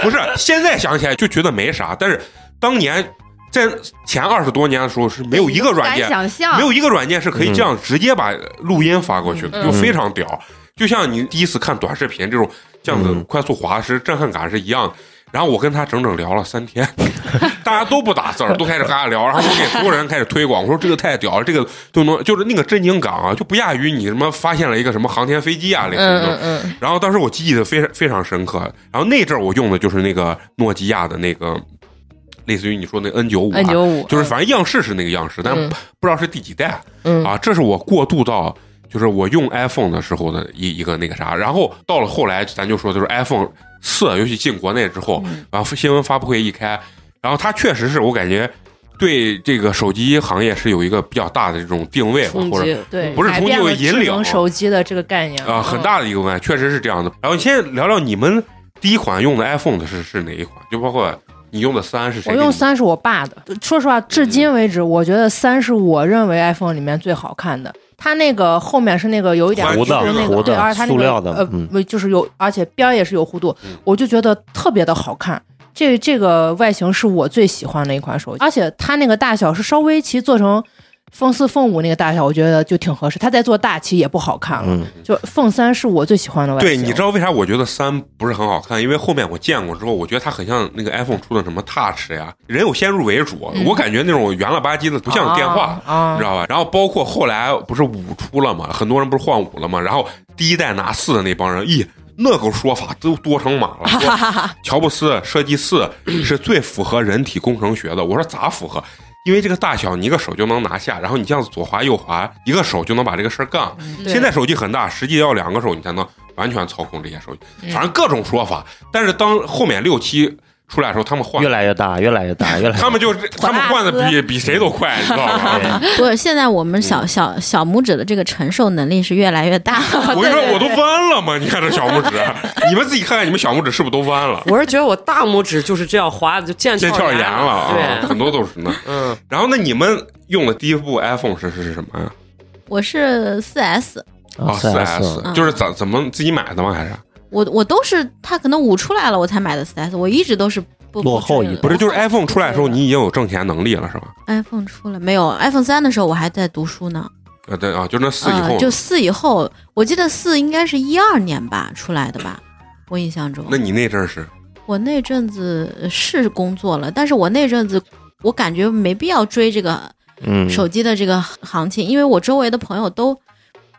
Speaker 1: 不是，现在想起来就觉得没啥，但是当年在前二十多年的时候是没有一个软
Speaker 5: 敢
Speaker 1: 件，
Speaker 5: 想
Speaker 3: 啊
Speaker 5: 象
Speaker 1: 没有一个软件是可以这样直接把录音发过去的，
Speaker 3: 嗯
Speaker 1: 就非常屌。就像你第一次看短视频这种这样子
Speaker 6: 嗯
Speaker 1: 快速滑是震撼感是一样的。然后我跟他整整聊了三天， 大家都不打字儿，都开始嘎聊，然后我给所有人开始推 广，我说这个太屌了，这个就能就是那个震惊感啊，就不亚于你什么发现了一个什么航天飞机啊类似的
Speaker 3: 嗯
Speaker 1: 那种
Speaker 3: 嗯嗯，
Speaker 1: 然后当时我记忆的非常非常深刻。然后那阵儿我用的就是那个诺基亚的那个，类似于你说那 N 九五、啊
Speaker 3: N 九五
Speaker 1: 就是反正样式是那个样式，但
Speaker 3: 嗯
Speaker 1: 不知道是第几代、
Speaker 3: 嗯
Speaker 1: 啊。这是我过渡到就是我用 iPhone 的时候的一一个那个啥。然后到了后来，咱就说就是 iPhone 四，尤其进国内之后，
Speaker 3: 嗯
Speaker 1: 然后新闻发布会一开，然后它确实是我感觉。对这个手机行业是有一个比较大的这种定位吧，
Speaker 7: 冲
Speaker 1: 或者
Speaker 7: 击
Speaker 3: 对，
Speaker 1: 不是
Speaker 3: 改
Speaker 1: 从
Speaker 3: 变
Speaker 1: 右
Speaker 3: 了
Speaker 1: 引
Speaker 3: 智
Speaker 1: 领
Speaker 3: 能手机的这个概念嗯
Speaker 1: 啊、很。大的一个问题，确实是这样的。然后先聊聊你们第一款用的 iPhone 的是是哪一款，就包括你用的三是谁
Speaker 3: 我
Speaker 1: 给你？
Speaker 3: 用三是我爸的，呃说实话，至
Speaker 1: 嗯
Speaker 3: 今为止，我觉得三是我认为 iPhone 里面最好看的。它那个后面是那个有一点
Speaker 1: 弧
Speaker 3: 就
Speaker 1: 的
Speaker 3: 是那
Speaker 1: 弧
Speaker 3: 个
Speaker 1: 的
Speaker 3: 对，而且它那
Speaker 6: 塑
Speaker 3: 个
Speaker 6: 料的
Speaker 3: 呃
Speaker 6: 嗯，
Speaker 3: 不就是有，而且边儿也是有弧度
Speaker 1: 嗯，
Speaker 3: 我就觉得特别的好看。这这个外形是我最喜欢的一款手机，而且它那个大小是稍微其实做成凤四凤五那个大小，我觉得就挺合适。它再做大其实也不好看了，
Speaker 6: 嗯，
Speaker 3: 就凤三是我最喜欢的外形。
Speaker 1: 对，你知道为啥我觉得三不是很好看？因为后面我见过之后，我觉得它很像那个 iPhone 出的什么 Touch 呀，人有先入为主，
Speaker 3: 嗯
Speaker 1: 我感觉那种圆了吧唧的不像电话。
Speaker 3: 啊啊
Speaker 1: 你知道吧？然后包括后来不是五出了嘛，很多人不是换五了嘛，然后第一代拿四的那帮人，咦，那个说法都多成马了。说乔布斯设计四 是最符合人体工程学的。我说咋符合？因为这个大小，你一个手就能拿下，然后你这样子左滑右滑，一个手就能把这个事儿干了。
Speaker 3: 对
Speaker 1: 现在手机很大，实际要两个手你才能完全操控这些手机，反正各种说法。但是当后面六七出来的时候，他们换
Speaker 6: 越，来越大，越来越大，越来越
Speaker 1: 他们就是他们换的
Speaker 4: 火辣
Speaker 1: 比比谁都快，你知道 吗？
Speaker 6: 大。
Speaker 4: 不是，现在我们小小小拇指的这个承受能力是越来越大。
Speaker 1: 我跟你说，我都弯了嘛！你看这小拇指，啊 你们自己看看，你们小拇指是不是都弯了？
Speaker 7: 我是觉得我大拇指就是这样滑的，就腱
Speaker 1: 腱
Speaker 7: 鞘
Speaker 1: 鞘炎了啊，
Speaker 7: 对，
Speaker 1: 很多都是那。
Speaker 7: 嗯，
Speaker 1: 然后，那你们用的第一部 iPhone 是是是什么呀？
Speaker 4: 我是四 S，
Speaker 6: 哦
Speaker 1: 啊，四 S，
Speaker 6: S，
Speaker 4: 嗯
Speaker 1: 就是怎怎么自己买的吗？还是
Speaker 4: 我我都是它可能五出来了我才买的四 S，我一直都是不
Speaker 6: 落后一步
Speaker 1: 不是？就是 iPhone 出来的时候，
Speaker 4: 对
Speaker 1: 你已经有挣钱能力了，是吧？
Speaker 4: iPhone 出了没有？iPhone 三的时候我还在读书呢。
Speaker 1: 呃，对啊，就那四以
Speaker 4: 呃
Speaker 1: 后，
Speaker 4: 就四以后，我记得四应该是一二年吧出来的吧，我印象中。
Speaker 1: 那你那阵儿是
Speaker 4: 我那阵子呃是工作了，但是我那阵子我感觉没必要追这个
Speaker 6: 嗯，
Speaker 4: 手机的这个行情，因为我周围的朋友都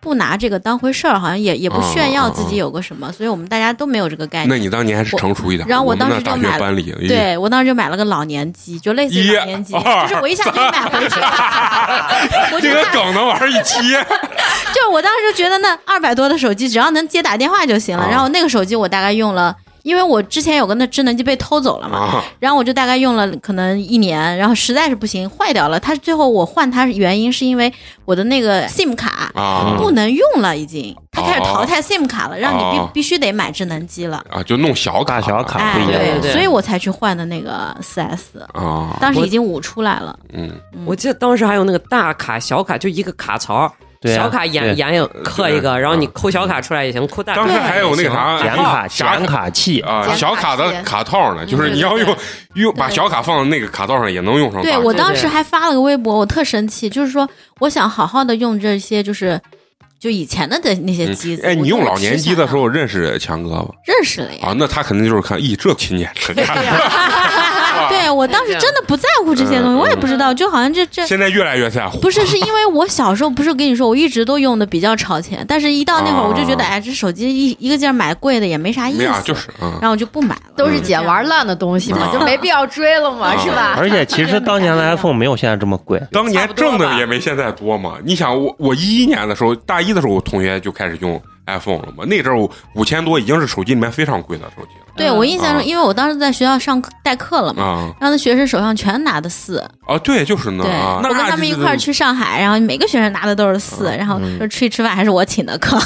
Speaker 4: 不拿这个当回事儿，好像也也不炫耀自己有个什么，所以我们大家都没有这个概
Speaker 1: 啊那
Speaker 4: 念。
Speaker 1: 你当年还是成熟一点。
Speaker 4: 我然后我
Speaker 1: 哎我们
Speaker 4: 当时
Speaker 1: 那大
Speaker 4: 就
Speaker 1: 学
Speaker 4: 买了
Speaker 1: 班里，哎呀，
Speaker 4: 对我当时就买了个老年机，就类似于老年机，
Speaker 1: 一二
Speaker 4: 就是我一下就买 回去了。我就
Speaker 1: 这个
Speaker 4: 买，
Speaker 1: 梗能玩一 期。
Speaker 4: 就是我当时就觉得那二百多的手机只要能接打电话就行了。
Speaker 1: 啊
Speaker 4: 然后那个手机我大概用了因为我之前有个那智能机被偷走了嘛，
Speaker 1: 啊，
Speaker 4: 然后我就大概用了可能一年，然后实在是不行坏掉了。它最后我换它原因是因为我的那个 SIM 卡
Speaker 1: 啊
Speaker 4: 不能用了，已经它开始淘汰 SIM 卡了，让你
Speaker 1: 哦
Speaker 4: 必必须得买智能机了。
Speaker 1: 啊，就弄小卡
Speaker 6: 大小卡
Speaker 4: 哎，
Speaker 6: 不一样
Speaker 7: 对对
Speaker 4: 所以我才去换的那个 4S，
Speaker 1: 啊，
Speaker 4: 当时
Speaker 7: 我
Speaker 4: 已经五出来了。
Speaker 1: 嗯，
Speaker 4: 嗯
Speaker 7: 我记得当时还有那个大卡、小卡，就一个卡槽，
Speaker 6: 对啊
Speaker 7: 小卡眼
Speaker 6: 对
Speaker 7: 眼影刻一
Speaker 1: 对
Speaker 7: 个，然后你
Speaker 1: 嗯
Speaker 7: 抠小卡出来也行，抠大卡
Speaker 1: 当
Speaker 7: 也
Speaker 1: 时
Speaker 7: 行。
Speaker 1: 还有那个啥
Speaker 6: 显
Speaker 1: 啊
Speaker 6: 卡
Speaker 1: 夹
Speaker 6: 显卡器，
Speaker 1: 啊，
Speaker 5: 剪
Speaker 1: 小卡的
Speaker 5: 卡
Speaker 1: 卡套呢，就是
Speaker 5: 嗯
Speaker 1: 你要
Speaker 5: 对对
Speaker 1: 用用把
Speaker 4: 对
Speaker 1: 小卡放到那个卡套上，也能用上大
Speaker 4: 对
Speaker 1: 卡。
Speaker 4: 我
Speaker 7: 对
Speaker 4: 当
Speaker 7: 对
Speaker 4: 时还发了个微博，我特生气，就是说我想好好的用这些，就是就以前的那那些机
Speaker 1: 嗯
Speaker 4: 子。
Speaker 1: 哎，
Speaker 4: 我
Speaker 1: 你
Speaker 4: 就
Speaker 1: 用老
Speaker 4: 吃
Speaker 1: 年机
Speaker 4: 下
Speaker 1: 的
Speaker 4: 来
Speaker 1: 时候认识强哥吧？
Speaker 4: 认识了呀。
Speaker 1: 啊，那他肯定就是看，咦，这勤俭持家。
Speaker 4: 对我当时真的不在乎这些东
Speaker 1: 啊嗯
Speaker 4: 西，我也不知道，就好像这 这
Speaker 1: 现在越来越在乎。
Speaker 4: 不是是因为我小时候不是跟你说我一直都用的比较超前，但是一到那会儿我就觉得
Speaker 1: 啊
Speaker 4: 哎，这手机一一个劲儿买贵的也没啥意
Speaker 1: 没啊，
Speaker 4: 思，
Speaker 1: 就是嗯
Speaker 4: 然后我就不买了。
Speaker 5: 都是
Speaker 4: 就
Speaker 5: 姐
Speaker 4: 这样
Speaker 5: 玩烂的东西嘛，
Speaker 1: 嗯
Speaker 5: 就没必要追了嘛，
Speaker 1: 嗯
Speaker 5: 是吧？
Speaker 6: 而且其实当年的 iPhone 没有现在这么贵，
Speaker 1: 当
Speaker 7: 差
Speaker 1: 年
Speaker 7: 不多
Speaker 1: 挣的
Speaker 7: 吧
Speaker 1: 也没现在多嘛。你想，我我一一年的时候，大一的时候，我同学就开始用 iPhone 了嘛。那阵儿我五千多已经是手机里面非常贵的手机了
Speaker 4: 对我印象
Speaker 1: 啊
Speaker 4: 中，因为我当时在学校上课代课了嘛。
Speaker 1: 啊
Speaker 4: 然后那学生手上全拿的四，
Speaker 1: 啊！对，就是呢
Speaker 4: 对、
Speaker 1: 啊。那
Speaker 4: 我跟他们一
Speaker 1: 就是
Speaker 4: 块儿去上海，然后每个学生拿的都是四，然后就出去吃饭还是我请的客，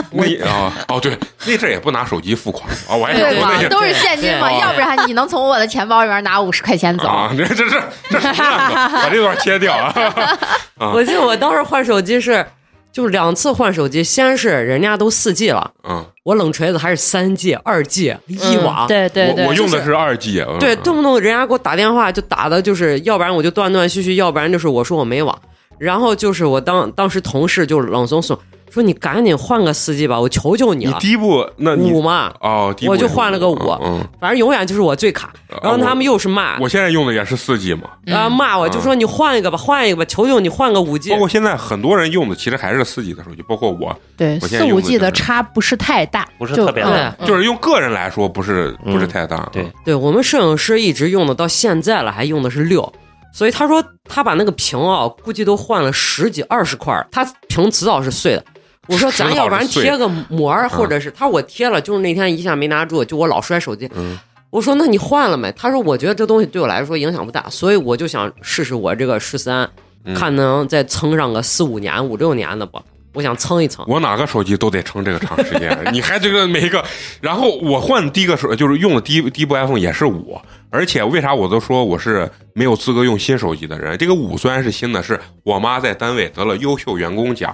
Speaker 1: 那啊哦对，那阵儿也不拿手机付款啊，我还
Speaker 5: 对
Speaker 1: 我
Speaker 5: 嘛
Speaker 1: 那些，
Speaker 5: 都是现金嘛，
Speaker 1: 对
Speaker 5: 要不然你能从我的钱包里面拿五十块钱走？
Speaker 1: 啊，这这这这什么烂梗 把这段切掉 啊！
Speaker 7: 我记得我当时换手机是，就两次换手机，先是人家都四 G 了，
Speaker 1: 嗯，
Speaker 7: 我冷锤子还是三 G、二 G 一
Speaker 3: 嗯
Speaker 7: 网。
Speaker 2: 对对
Speaker 1: 我
Speaker 2: 对，
Speaker 1: 我用
Speaker 7: 就
Speaker 1: 的
Speaker 7: 是
Speaker 1: 是二 G，嗯
Speaker 7: 对，动不动人家给我打电话就打的就是，要不然我就断断续续，要不然就是我说我没网。然后就是我当当时同事就冷怂怂说：“你赶紧换个司机吧，我求求你
Speaker 1: 你
Speaker 7: 了。
Speaker 1: 第一步那你
Speaker 7: 五嘛，
Speaker 1: 哦，第一步
Speaker 7: 我就是换了个五
Speaker 1: 嗯，
Speaker 7: 反正永远就是我最卡。
Speaker 1: 啊
Speaker 7: 然后他们又是骂
Speaker 1: 嗯，我现在用的也是四 G 嘛，
Speaker 7: 啊骂我，
Speaker 1: 嗯
Speaker 7: 就说你换一个吧，换一个吧，求求你换个五 G
Speaker 1: 包。括现在很多人用的其实还是四 G 的手机，包括我，
Speaker 3: 对，
Speaker 1: 我现
Speaker 3: 四
Speaker 1: 在用
Speaker 3: 五
Speaker 1: 的
Speaker 3: G 的
Speaker 1: 就是
Speaker 3: 差不是太大，
Speaker 6: 不是
Speaker 3: 就
Speaker 6: 特别
Speaker 3: 嗯
Speaker 7: 大
Speaker 1: 就是用个人来说不是不是
Speaker 6: 嗯
Speaker 1: 太大，
Speaker 6: 对
Speaker 1: 嗯
Speaker 7: 对我们摄影师一直用的到现在了，还用的是六，所以他说他把那个屏啊，估计都换了十几二十块儿，他屏迟早是碎的。我说咱要不然贴个膜
Speaker 1: 嗯
Speaker 7: 儿，或者是他说我贴了，就是那天一下没拿住，就我老摔手机。
Speaker 1: 嗯
Speaker 7: 我说那你换了没？他说我觉得这东西对我来说影响不大，所以我就想试试我这个十三，
Speaker 1: 嗯
Speaker 7: 看能再撑上个四五年、五六年的不？我想撑一撑。
Speaker 1: 我哪个手机都得撑这个长时间， 你还这个每一个，然后我换第一个手就是用的第一第一部 iPhone 也是五，而且为啥我都说我是没有资格用新手机的人？这个五虽然是新的，是我妈在单位得了优秀员工奖，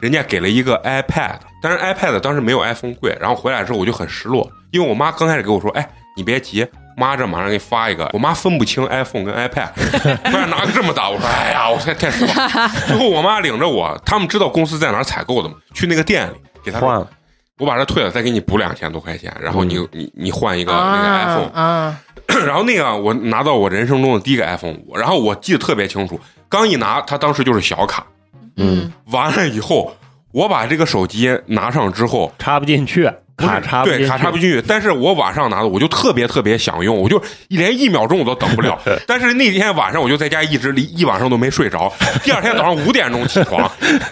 Speaker 1: 人家给了一个 iPad，但是 iPad 当时没有 iPhone 贵，然后回来之后我就很失落，因为我妈刚开始给我说，哎，你别急。妈，这马上给你发一个。我妈分不清 iPhone 跟 iPad，突然拿个这么大，我说 哎呀，我太太失望了。最后我妈领着我，他们知道公司在哪儿采购的嘛，去那个店里给他
Speaker 6: 换了，嗯
Speaker 1: 我把这退了，再给你补两千多块钱，然后你、你你换一个、那个 iPhone，
Speaker 3: 嗯 啊，
Speaker 1: 然后那个我拿到我人生中的第一个 iPhone 五，然后我记得特别清楚，刚一拿它当时就是小卡，
Speaker 6: 嗯，
Speaker 1: 完了以后我把这个手机拿上之后，
Speaker 6: 插不进去，
Speaker 1: 不是
Speaker 6: 卡插不进
Speaker 1: 对
Speaker 6: 去，
Speaker 1: 卡插不进去，但是我晚上拿的我就特别特别想用，我就连一秒钟我都等不 了，但是那天晚上我就在家一直一一晚上都没睡着，第二天早上五点钟起 床，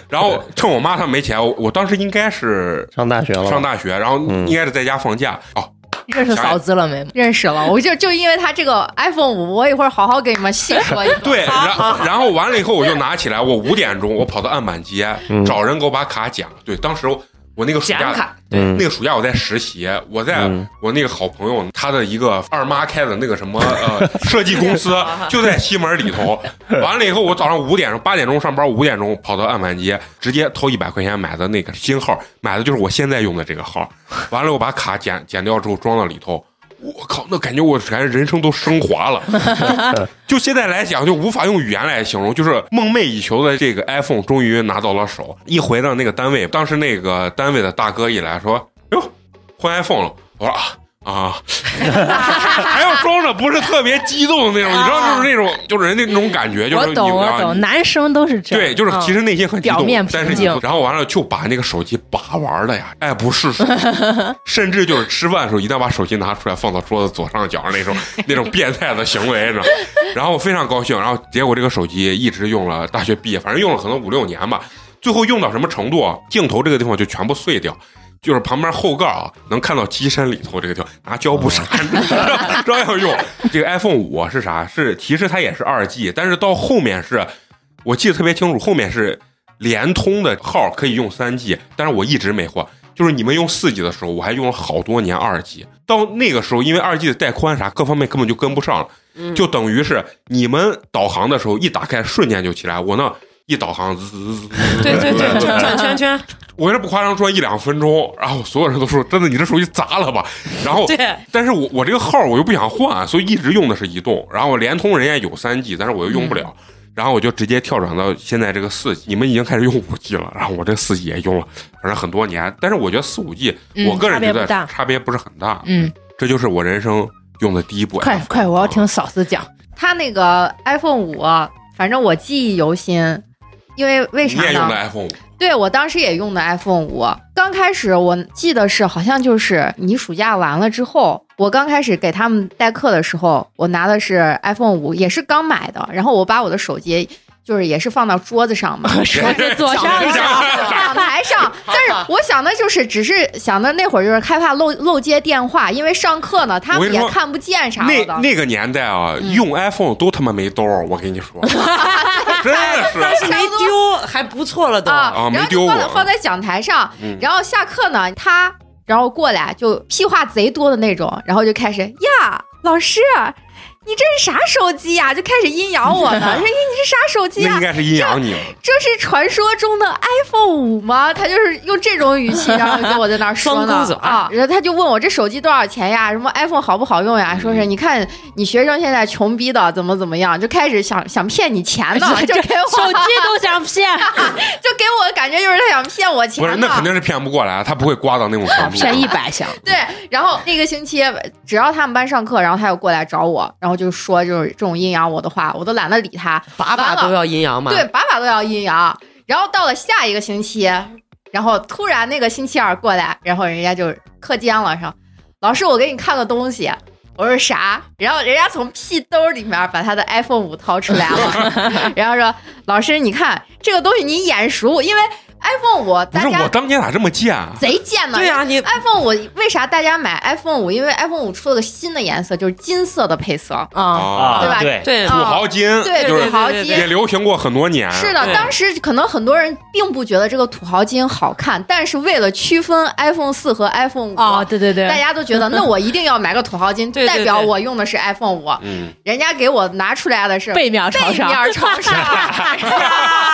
Speaker 1: 然后趁我妈他们没起来，我我当时应该是
Speaker 6: 上大学了吧，
Speaker 1: 上大学，然后
Speaker 6: 哦嗯
Speaker 1: 应该是在家放假、哦。
Speaker 3: 认识
Speaker 1: 想想
Speaker 3: 嫂子了没？
Speaker 5: 认识了，我就就因为他这个 iPhone 五，我一会儿好好给你们细说一个。
Speaker 1: 对，然然后完了以后，我就拿起来，我五点钟我跑到案板街、
Speaker 6: 嗯
Speaker 1: 找人给我把卡剪了。对，当时我我那个暑
Speaker 7: 剪
Speaker 1: 假
Speaker 7: 卡，
Speaker 6: 嗯
Speaker 1: 那个暑假我在实习，我在、
Speaker 6: 嗯
Speaker 1: 我那个好朋友他的一个二妈开的那个什么 呃设计公司，就在西门里头。完了以后，我早上五点钟八点钟上班，五点钟跑到案板街，直接掏一百块钱买的那个新号，买的就是我现在用的这个号。完了，我把卡剪剪掉之后装到里头。我靠，那感觉我感觉人生都升华了，就现在来讲，就无法用语言来形容，就是梦寐以求的这个 iPhone 终于拿到了手。一回到那个单位，当时那个单位的大哥一来说：“哟，换 iPhone 了。”我说：“啊啊， 还要装着不是特别激动的那种，你知道，就是那种，就是人家那种感觉，就是
Speaker 3: 我
Speaker 1: 你
Speaker 3: 懂我
Speaker 1: 啊
Speaker 3: 懂，男生都是这样，嗯
Speaker 1: 对，就是其实内心很激动，
Speaker 3: 表面平
Speaker 1: 但是你
Speaker 3: 静
Speaker 1: 然后完了就把那个手机把玩了呀，爱不 释手，甚至就是吃饭的时候一定要把手机拿出来放到桌子左上角那种那种变态的行为，你知道？然后非常高兴，然后结果这个手机一直用了大学毕业，反正用了可能五六年吧，最后用到什么程度啊？镜头这个地方就全部碎掉。就是旁边后盖啊，能看到机身里头这个地方，拿胶布扇着， 照样用。这个 iPhone 五啊是啥？是其实它也是二 G，但是到后面是，我记得特别清楚，后面是联通的号可以用三 G，但是我一直没换。就是你们用四 G 的时候，我还用了好多年二 G，到那个时候，因为二 G 的带宽啥各方面根本就跟不上了，
Speaker 7: 嗯
Speaker 1: 就等于是你们导航的时候一打开瞬间就起来，我那一导航滋滋滋，
Speaker 7: 对对对，转转圈圈，
Speaker 1: 我这不夸张说一两分钟，然后所有人都说真的你这手机砸了吧，然后
Speaker 7: 对，
Speaker 1: 但是我我这个号我又不想换，所以一直用的是移动，然后联通人家有三 G，但是我又用不了。然后我就直接跳转到现在这个四 G，你们已经开始用五 G 了，然后我这四 G 也用了，反正很多年。但是我觉得四五 G，、
Speaker 3: 嗯
Speaker 1: 我个人觉得
Speaker 3: 差别不大
Speaker 1: 差别不是很大。
Speaker 3: 嗯，
Speaker 1: 这就是我人生用的第一部 iPhone。
Speaker 3: 快快，我要听嫂子讲。
Speaker 5: 它那个 iPhone 五，反正我记忆犹新，因为为
Speaker 1: 你
Speaker 5: 啥
Speaker 1: 也用的
Speaker 5: 呢？
Speaker 1: iPhone 五，
Speaker 5: 对我当时也用的 iPhone 五，刚开始我记得是好像就是你暑假完了之后，我刚开始给他们代课的时候，我拿的是 iPhone 五，也是刚买的，然后我把我的手机。就是也是放到桌 子上嘛，
Speaker 1: 桌子
Speaker 2: 左上
Speaker 1: 角
Speaker 5: 讲台 上。但是我想的就是，只是想的那会儿就是害怕漏漏接电话，因为上课呢，他
Speaker 1: 我
Speaker 5: 们
Speaker 1: 跟你
Speaker 5: 也
Speaker 1: 说
Speaker 5: 看不见啥
Speaker 1: 那
Speaker 5: 的。
Speaker 1: 那个年代啊，
Speaker 5: 嗯
Speaker 1: 用 iPhone 都他妈没兜儿，我跟你说，真的是。啊
Speaker 7: 但是没丢，还不错了都。
Speaker 5: 啊，
Speaker 1: 没
Speaker 5: 然后
Speaker 1: 丢
Speaker 5: 就放在
Speaker 1: 过
Speaker 5: 放在讲台上，
Speaker 1: 嗯
Speaker 5: 然后下课呢，他然后过来就屁话贼多的那种，然后就开始呀，老师，你这是啥手机呀、就开始阴 阳我呢，说哎你这啥手机
Speaker 1: 那
Speaker 5: 呀、
Speaker 1: 应该是阴阳你了。
Speaker 5: 这是传说中的 iPhone 五吗？他就是用这种语气，然后跟我在那 儿说
Speaker 7: 双
Speaker 5: 呢
Speaker 7: 钩子
Speaker 5: 啊，然后他就问我这手机多少钱呀？什么 iPhone 好不好用呀？
Speaker 1: 嗯
Speaker 5: 说是你看你学生现在穷逼的怎么怎么样，就开始想想骗你钱 呢，就给我
Speaker 2: 手机都想骗，
Speaker 5: 就给我的感觉就是他想骗我钱
Speaker 1: 不是，那
Speaker 5: 呢
Speaker 1: 肯定是骗不过来，啊他不会刮到那种程度。
Speaker 5: 啊
Speaker 3: 骗一百想，
Speaker 5: 对，然后那个星期只要他们班上课，然后他又过来找我，然后就说就是这种阴阳我的话，我都懒得理他，
Speaker 7: 把把都要阴阳嘛，
Speaker 5: 对，把把都要阴阳。然后到了下一个星期，然后突然那个星期二过来，然后人家就课间了，说老师我给你看个东西。我说啥？然后人家从屁兜里面把他的 iPhone 五掏出来 了，然后说：“老师，你看这个东西你眼熟，因为 iPhone 五
Speaker 1: 不
Speaker 5: 大
Speaker 1: 是
Speaker 5: 家
Speaker 1: 我当年咋这么贱 啊？
Speaker 5: 贼贱呢，
Speaker 7: 对啊，你
Speaker 5: iPhone 五为啥大家买 iPhone 五？因为 iPhone 五出了个新的颜色，就是金色的配色，
Speaker 3: 啊，
Speaker 1: 啊，
Speaker 5: 对吧哦
Speaker 6: 对，
Speaker 7: 对
Speaker 1: 土豪金
Speaker 5: 对，
Speaker 1: 就
Speaker 5: 土
Speaker 1: 是
Speaker 5: 豪
Speaker 7: 对对
Speaker 5: 金
Speaker 7: 对。
Speaker 1: 也流行过很多年。啊
Speaker 5: 是的，
Speaker 7: 对
Speaker 5: 当时可能很多人并不觉得这个土豪金好看，但是为了区分 iPhone 四和 iPhone 五、
Speaker 2: 哦，对对对，
Speaker 5: 大家都觉得那我一定要买个土 豪金，
Speaker 7: 对对对
Speaker 5: 代表我用的是 iPhone 五。
Speaker 1: 嗯，
Speaker 5: 人家给我拿出来的是
Speaker 2: 背面朝上
Speaker 5: 背，面朝上，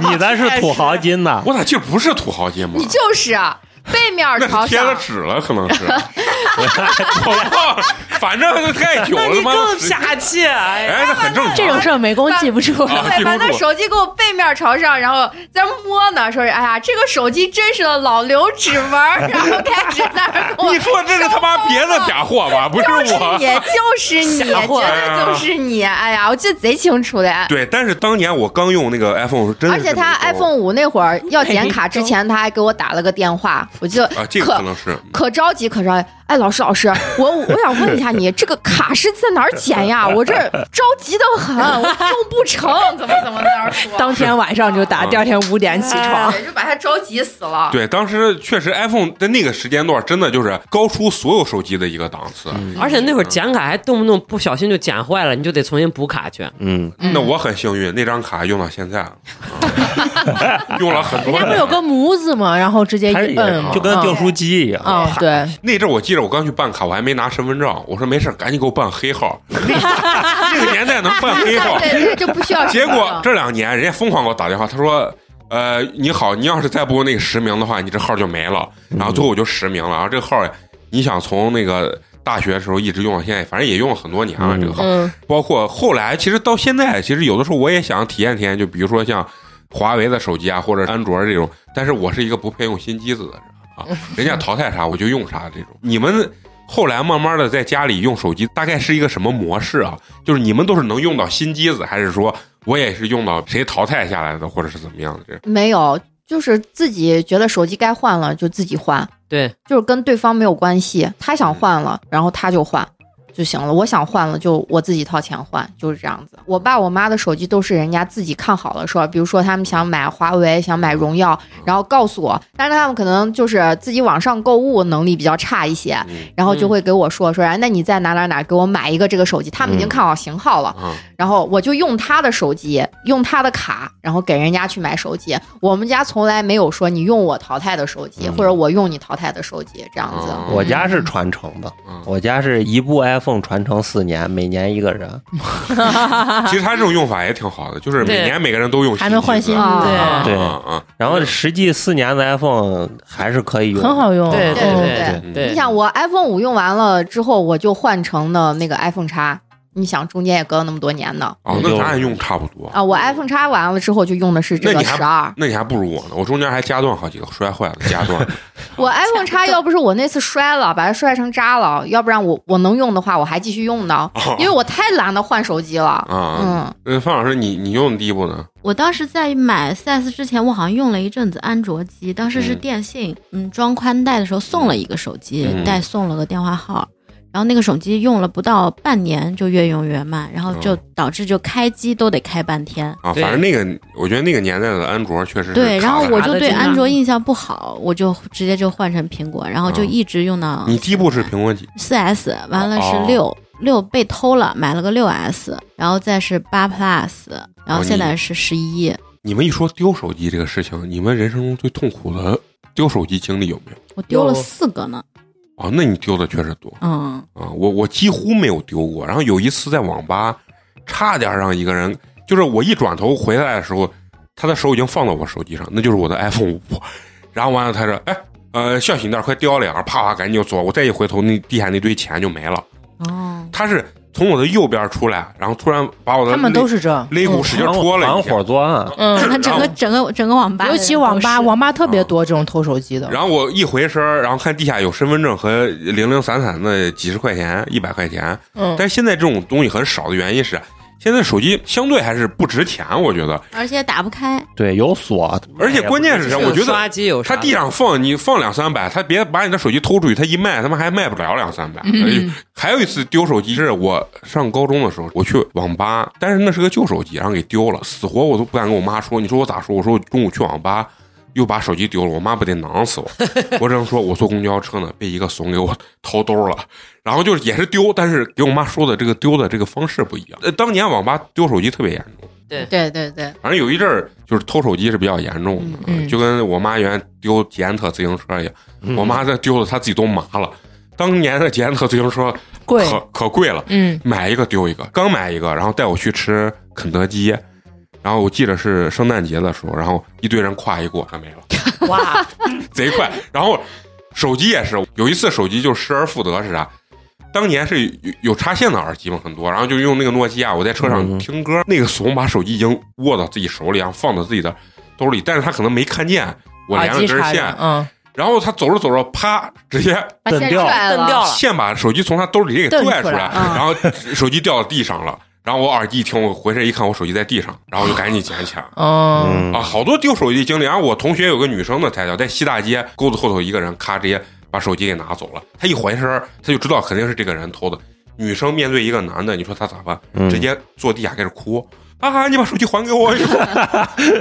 Speaker 6: 你咱是土豪金呐，
Speaker 1: 我咋记得不是土豪金吗
Speaker 5: 你？就是啊背面
Speaker 1: 那
Speaker 5: 朝
Speaker 1: 是贴
Speaker 5: 上
Speaker 1: 了。纸了，可能 是。我忘了，反正太久
Speaker 7: 那
Speaker 1: 了
Speaker 7: 你
Speaker 1: 嘛。
Speaker 7: 更傻气， 哎呀
Speaker 1: 哎，那很正常。
Speaker 2: 这种事儿美工记不住。
Speaker 1: 啊
Speaker 5: 对，把
Speaker 1: 记
Speaker 5: 那
Speaker 1: 不住
Speaker 5: 手机给我背面朝上，然后在那摸呢，说是哎呀，这个手机真是的老留指纹儿，然后开始那儿跟 我
Speaker 1: 你说这是他妈别的假货吧？不是
Speaker 5: 就是
Speaker 1: 我
Speaker 5: 你，。就是你，绝
Speaker 7: 吓坏
Speaker 5: 对
Speaker 1: 了
Speaker 5: 就是你！哎呀，我记得贼清楚的。
Speaker 1: 对，但是当年我刚用那个 iPhone 是真的
Speaker 5: 而
Speaker 1: 是
Speaker 5: 且
Speaker 1: 没
Speaker 5: 他
Speaker 1: 多
Speaker 5: iPhone 五那会儿要剪卡之前，他还给我打了个电话，我就
Speaker 1: 啊，这个可能是
Speaker 5: 可着急，可着急。哎，老师，老师，我我想问一下你，这个卡是在哪儿 剪呀？我这着急的很，我用不成， 怎么怎么在那儿说？哎
Speaker 2: 当天晚上就
Speaker 1: 哦
Speaker 2: 打，第二天五点起床。
Speaker 5: 对，就把他着急死了。
Speaker 1: 对，当时确实 iPhone 在那个时间段真的就是高出所有手机的一个档次。
Speaker 7: 而且那会儿剪卡还动不动不小心就剪坏了，你就得重新补卡去。
Speaker 6: 嗯，
Speaker 1: 那我很幸运，那张卡用到现在了， 啊用了很多
Speaker 3: 人家不是
Speaker 1: 年。
Speaker 3: 有个模子吗？然后直接一
Speaker 6: 它也
Speaker 3: 摁嘛，
Speaker 6: 就跟订书机一样，
Speaker 3: 啊，啊对，
Speaker 1: 那阵儿我记得我刚去办卡，我还没拿身份证，我说没事儿， 赶紧给我办黑号。那那个年代能办 黑号，
Speaker 5: 对 对，就不需要。
Speaker 1: 结 果这两年人家疯狂给我打电话，他说：“呃，你好，你要是再不那个实名的话，你这号就没了。”然后最后我就实名了，然后这个号你想从那个大学的时候一直用到现在，反正也用了很多年了、
Speaker 6: 嗯
Speaker 1: 这个号，
Speaker 3: 嗯
Speaker 1: 包括后来其实到现在，其实有的时候我也想体验体验，就比如说像华为的手机啊，或者安卓这种，但是我是一个不配用新机子的人啊，人家淘汰啥我就用啥这种。你们。后来慢慢的在家里用手机，大概是一个什么模式啊？就是你们都是能用到新机子，还是说我也是用到谁淘汰下来的，或者是怎么样的？这
Speaker 5: 没有，就是自己觉得手机该换了就自己换，
Speaker 7: 对，
Speaker 1: 嗯
Speaker 5: 就是跟对方没有关系。他想换了，然后他就换。就行了。我想换了就我自己掏钱换，就是这样子。我爸我妈的手机都是人家自己看好了说，比如说他们想买华为，想买荣耀，
Speaker 1: 嗯
Speaker 5: 然后告诉我，但是他们可能就是自己网上购物能力比较差一些，
Speaker 1: 嗯
Speaker 5: 然后就会给我说说，哎，那你在哪哪哪给我买一个这个手机，他
Speaker 1: 嗯
Speaker 5: 们已经看好型号了，
Speaker 1: 啊，
Speaker 5: 然后我就用他的手机，用他的卡，然后给人家去买手机。我们家从来没有说你用我淘汰的手机，
Speaker 1: 嗯
Speaker 5: 或者我用你淘汰的手机这样子。
Speaker 1: 哦
Speaker 6: 我家是传承的，
Speaker 1: 嗯
Speaker 6: 我家是一部 iPhone 传承四年，每年一个人。
Speaker 1: 其实他这种用法也挺好的，就是每
Speaker 7: 对
Speaker 1: 年每个人都用，
Speaker 3: 还能换新
Speaker 1: 啊
Speaker 5: 啊
Speaker 1: 啊
Speaker 6: 对
Speaker 1: 啊，
Speaker 6: 然后实际四年的 iPhone 还是可以用，
Speaker 3: 很。好用，
Speaker 7: 对
Speaker 5: 对对
Speaker 3: 嗯
Speaker 7: 对
Speaker 1: 对
Speaker 7: 对，
Speaker 5: 你想，我 iPhone 五用完了之后，我就换成了那个 iPhone 叉。你想，中间也隔了那么多年呢。
Speaker 1: 啊，那咱也用差不多。
Speaker 5: 啊，我 iPhone 叉完了之后就用的是这
Speaker 1: 哦那
Speaker 5: 个
Speaker 1: 你还
Speaker 5: 十二。
Speaker 1: 那你还不如我呢，我中间还夹断好几个，摔坏了夹断。
Speaker 5: 我 iPhone 叉要不是我那次摔了，把它摔成渣了，要不然我我能用的话，我还继续用呢，
Speaker 1: 哦
Speaker 5: 因为我太懒得换手机了。
Speaker 1: 啊
Speaker 5: 嗯，
Speaker 1: 那范老师，你你用的第一步呢？
Speaker 4: 我当时在买 4S 之前，我好像用了一阵子安卓机，当时是
Speaker 1: 嗯
Speaker 4: 电信，嗯，装宽带的时候送了一个手机，
Speaker 1: 嗯
Speaker 4: 带送了个电话号，然后那个手机用了不到半年就越用越慢，然后就
Speaker 1: 哦
Speaker 4: 导致就开机都得开半天。
Speaker 1: 啊，
Speaker 7: 对
Speaker 1: 反正那个，我觉得那个年代的安卓确实是
Speaker 4: 对，然
Speaker 1: 卡
Speaker 4: 后
Speaker 1: 在
Speaker 4: 我
Speaker 7: 卡
Speaker 4: 就
Speaker 7: 得
Speaker 4: 对
Speaker 7: 紧
Speaker 4: 安
Speaker 7: 啊
Speaker 4: 卓印象不好，我就直接就换成苹果，然后就
Speaker 1: 嗯
Speaker 4: 啊一直用到
Speaker 1: 你第一步是苹果几？
Speaker 4: 四 S，完了
Speaker 1: 哦
Speaker 4: 是六六被偷了，买了个六 S，然后再是八 Plus，然
Speaker 1: 哦
Speaker 4: 后现
Speaker 1: 你
Speaker 4: 在是十一、
Speaker 1: 你们一说丢手机这个事情，你们人生中最痛苦的丢手机经历有没有？
Speaker 4: 我丢了
Speaker 7: 有
Speaker 4: 四个呢。
Speaker 1: 哦，那你丢的确实多
Speaker 4: 嗯，
Speaker 1: 啊！我我几乎没有丢过。然后有一次在网吧，差点让一个人，就是我一转头回来的时候，他的手已经放到我手机上，那就是我的 iPhone 五。然后完了，他说：“哎，呃，小心点，快掉了呀！”啪啪，赶紧就走。我再一回头，那地下那堆钱就没了。
Speaker 4: 哦，
Speaker 1: 他是从我的右边出来，然后突然把我的
Speaker 3: 他们都
Speaker 1: 肋
Speaker 3: 是哦这，
Speaker 1: 肋骨使劲戳了
Speaker 6: 团
Speaker 1: 一下
Speaker 6: 伙，作案，
Speaker 3: 嗯，
Speaker 4: 那 整
Speaker 1: 然后
Speaker 4: 个整个整个网吧的
Speaker 3: 尤
Speaker 4: 人都是，
Speaker 3: 其网吧，网吧特别多这种偷手机的，
Speaker 1: 然后我一回身儿，然后看地下有身份证和零零散散的几十块钱、一百块钱。
Speaker 3: 嗯，
Speaker 1: 但是现在这种东西很少的原因是，现在手机相对还是不值钱，我觉得。
Speaker 4: 而且打不开。
Speaker 6: 对，有锁，
Speaker 1: 而且关键是啥？
Speaker 7: 有
Speaker 1: 我觉得
Speaker 7: 刷机有
Speaker 1: 他
Speaker 7: 啥
Speaker 1: 地上放你放两三百，他别把你的手机偷出去，他一卖他妈还卖不了两三百。哎还有一次丢手机是我上高中的时候，我去网吧，但是那是个旧手机，然后给丢了，死活我都不敢跟我妈说。你说我咋说？我说我中午去网吧。又把手机丢了，我妈不得囊死我！我只能说，我坐公交车呢，被一个怂给我 掏兜了。然后就是也是丢，但是给我妈说的这个丢的这个方式不一样。呃，当年网吧丢手机特别严重，
Speaker 5: 对对对。
Speaker 1: 反正有一阵儿就是偷手机是比较严重的，呃
Speaker 3: 嗯嗯
Speaker 1: 就跟我妈原来丢捷安特自行车一样，
Speaker 6: 嗯
Speaker 1: 我妈这丢的她自己都麻了。当年的捷安特自行车
Speaker 3: 贵，
Speaker 1: 可可贵了，
Speaker 3: 嗯，
Speaker 1: 买一个丢一个，刚买一个，然后带我去吃肯德基，然后我记得是圣诞节的时候，然后一堆人挎一过，它没了，
Speaker 7: 哇，
Speaker 1: 贼快。 然后手机也是，有一次手机就失而复得是啥？当年是有有插线的耳机嘛，很多，然后就用那个诺基亚，我在车上
Speaker 6: 嗯
Speaker 1: 听歌，那个怂把手机已经握到自己手里，然后放到自己的兜里，但是他可能没看见我连
Speaker 3: 耳
Speaker 1: 了
Speaker 3: 机
Speaker 1: 根
Speaker 3: 插
Speaker 1: 线
Speaker 3: 着，，嗯，
Speaker 1: 然后他走着走着，啪，直接
Speaker 5: 把
Speaker 6: 蹬
Speaker 5: 线
Speaker 6: 掉
Speaker 3: 哎
Speaker 5: 拽
Speaker 7: 蹬掉了，
Speaker 1: 线把手机从他兜里给
Speaker 3: 蹬
Speaker 1: 拽出
Speaker 3: 出
Speaker 1: 来，
Speaker 3: 来
Speaker 5: 啊
Speaker 1: 然后手机掉到地上了。然后我耳机一听，我回身一看，我手机在地上，然后我就赶紧捡起来。
Speaker 3: 嗯，
Speaker 6: 嗯
Speaker 1: 啊，，好多丢手机经历。然后我同学有个女生的才叫，在西大街沟子后头一个人，咔直接把手机给拿走了。他一回身儿，他就知道肯定是这个人偷的。女生面对一个男的，你说他咋办？
Speaker 6: 嗯
Speaker 1: 直接坐地下开始哭。啊！你把手机还给我！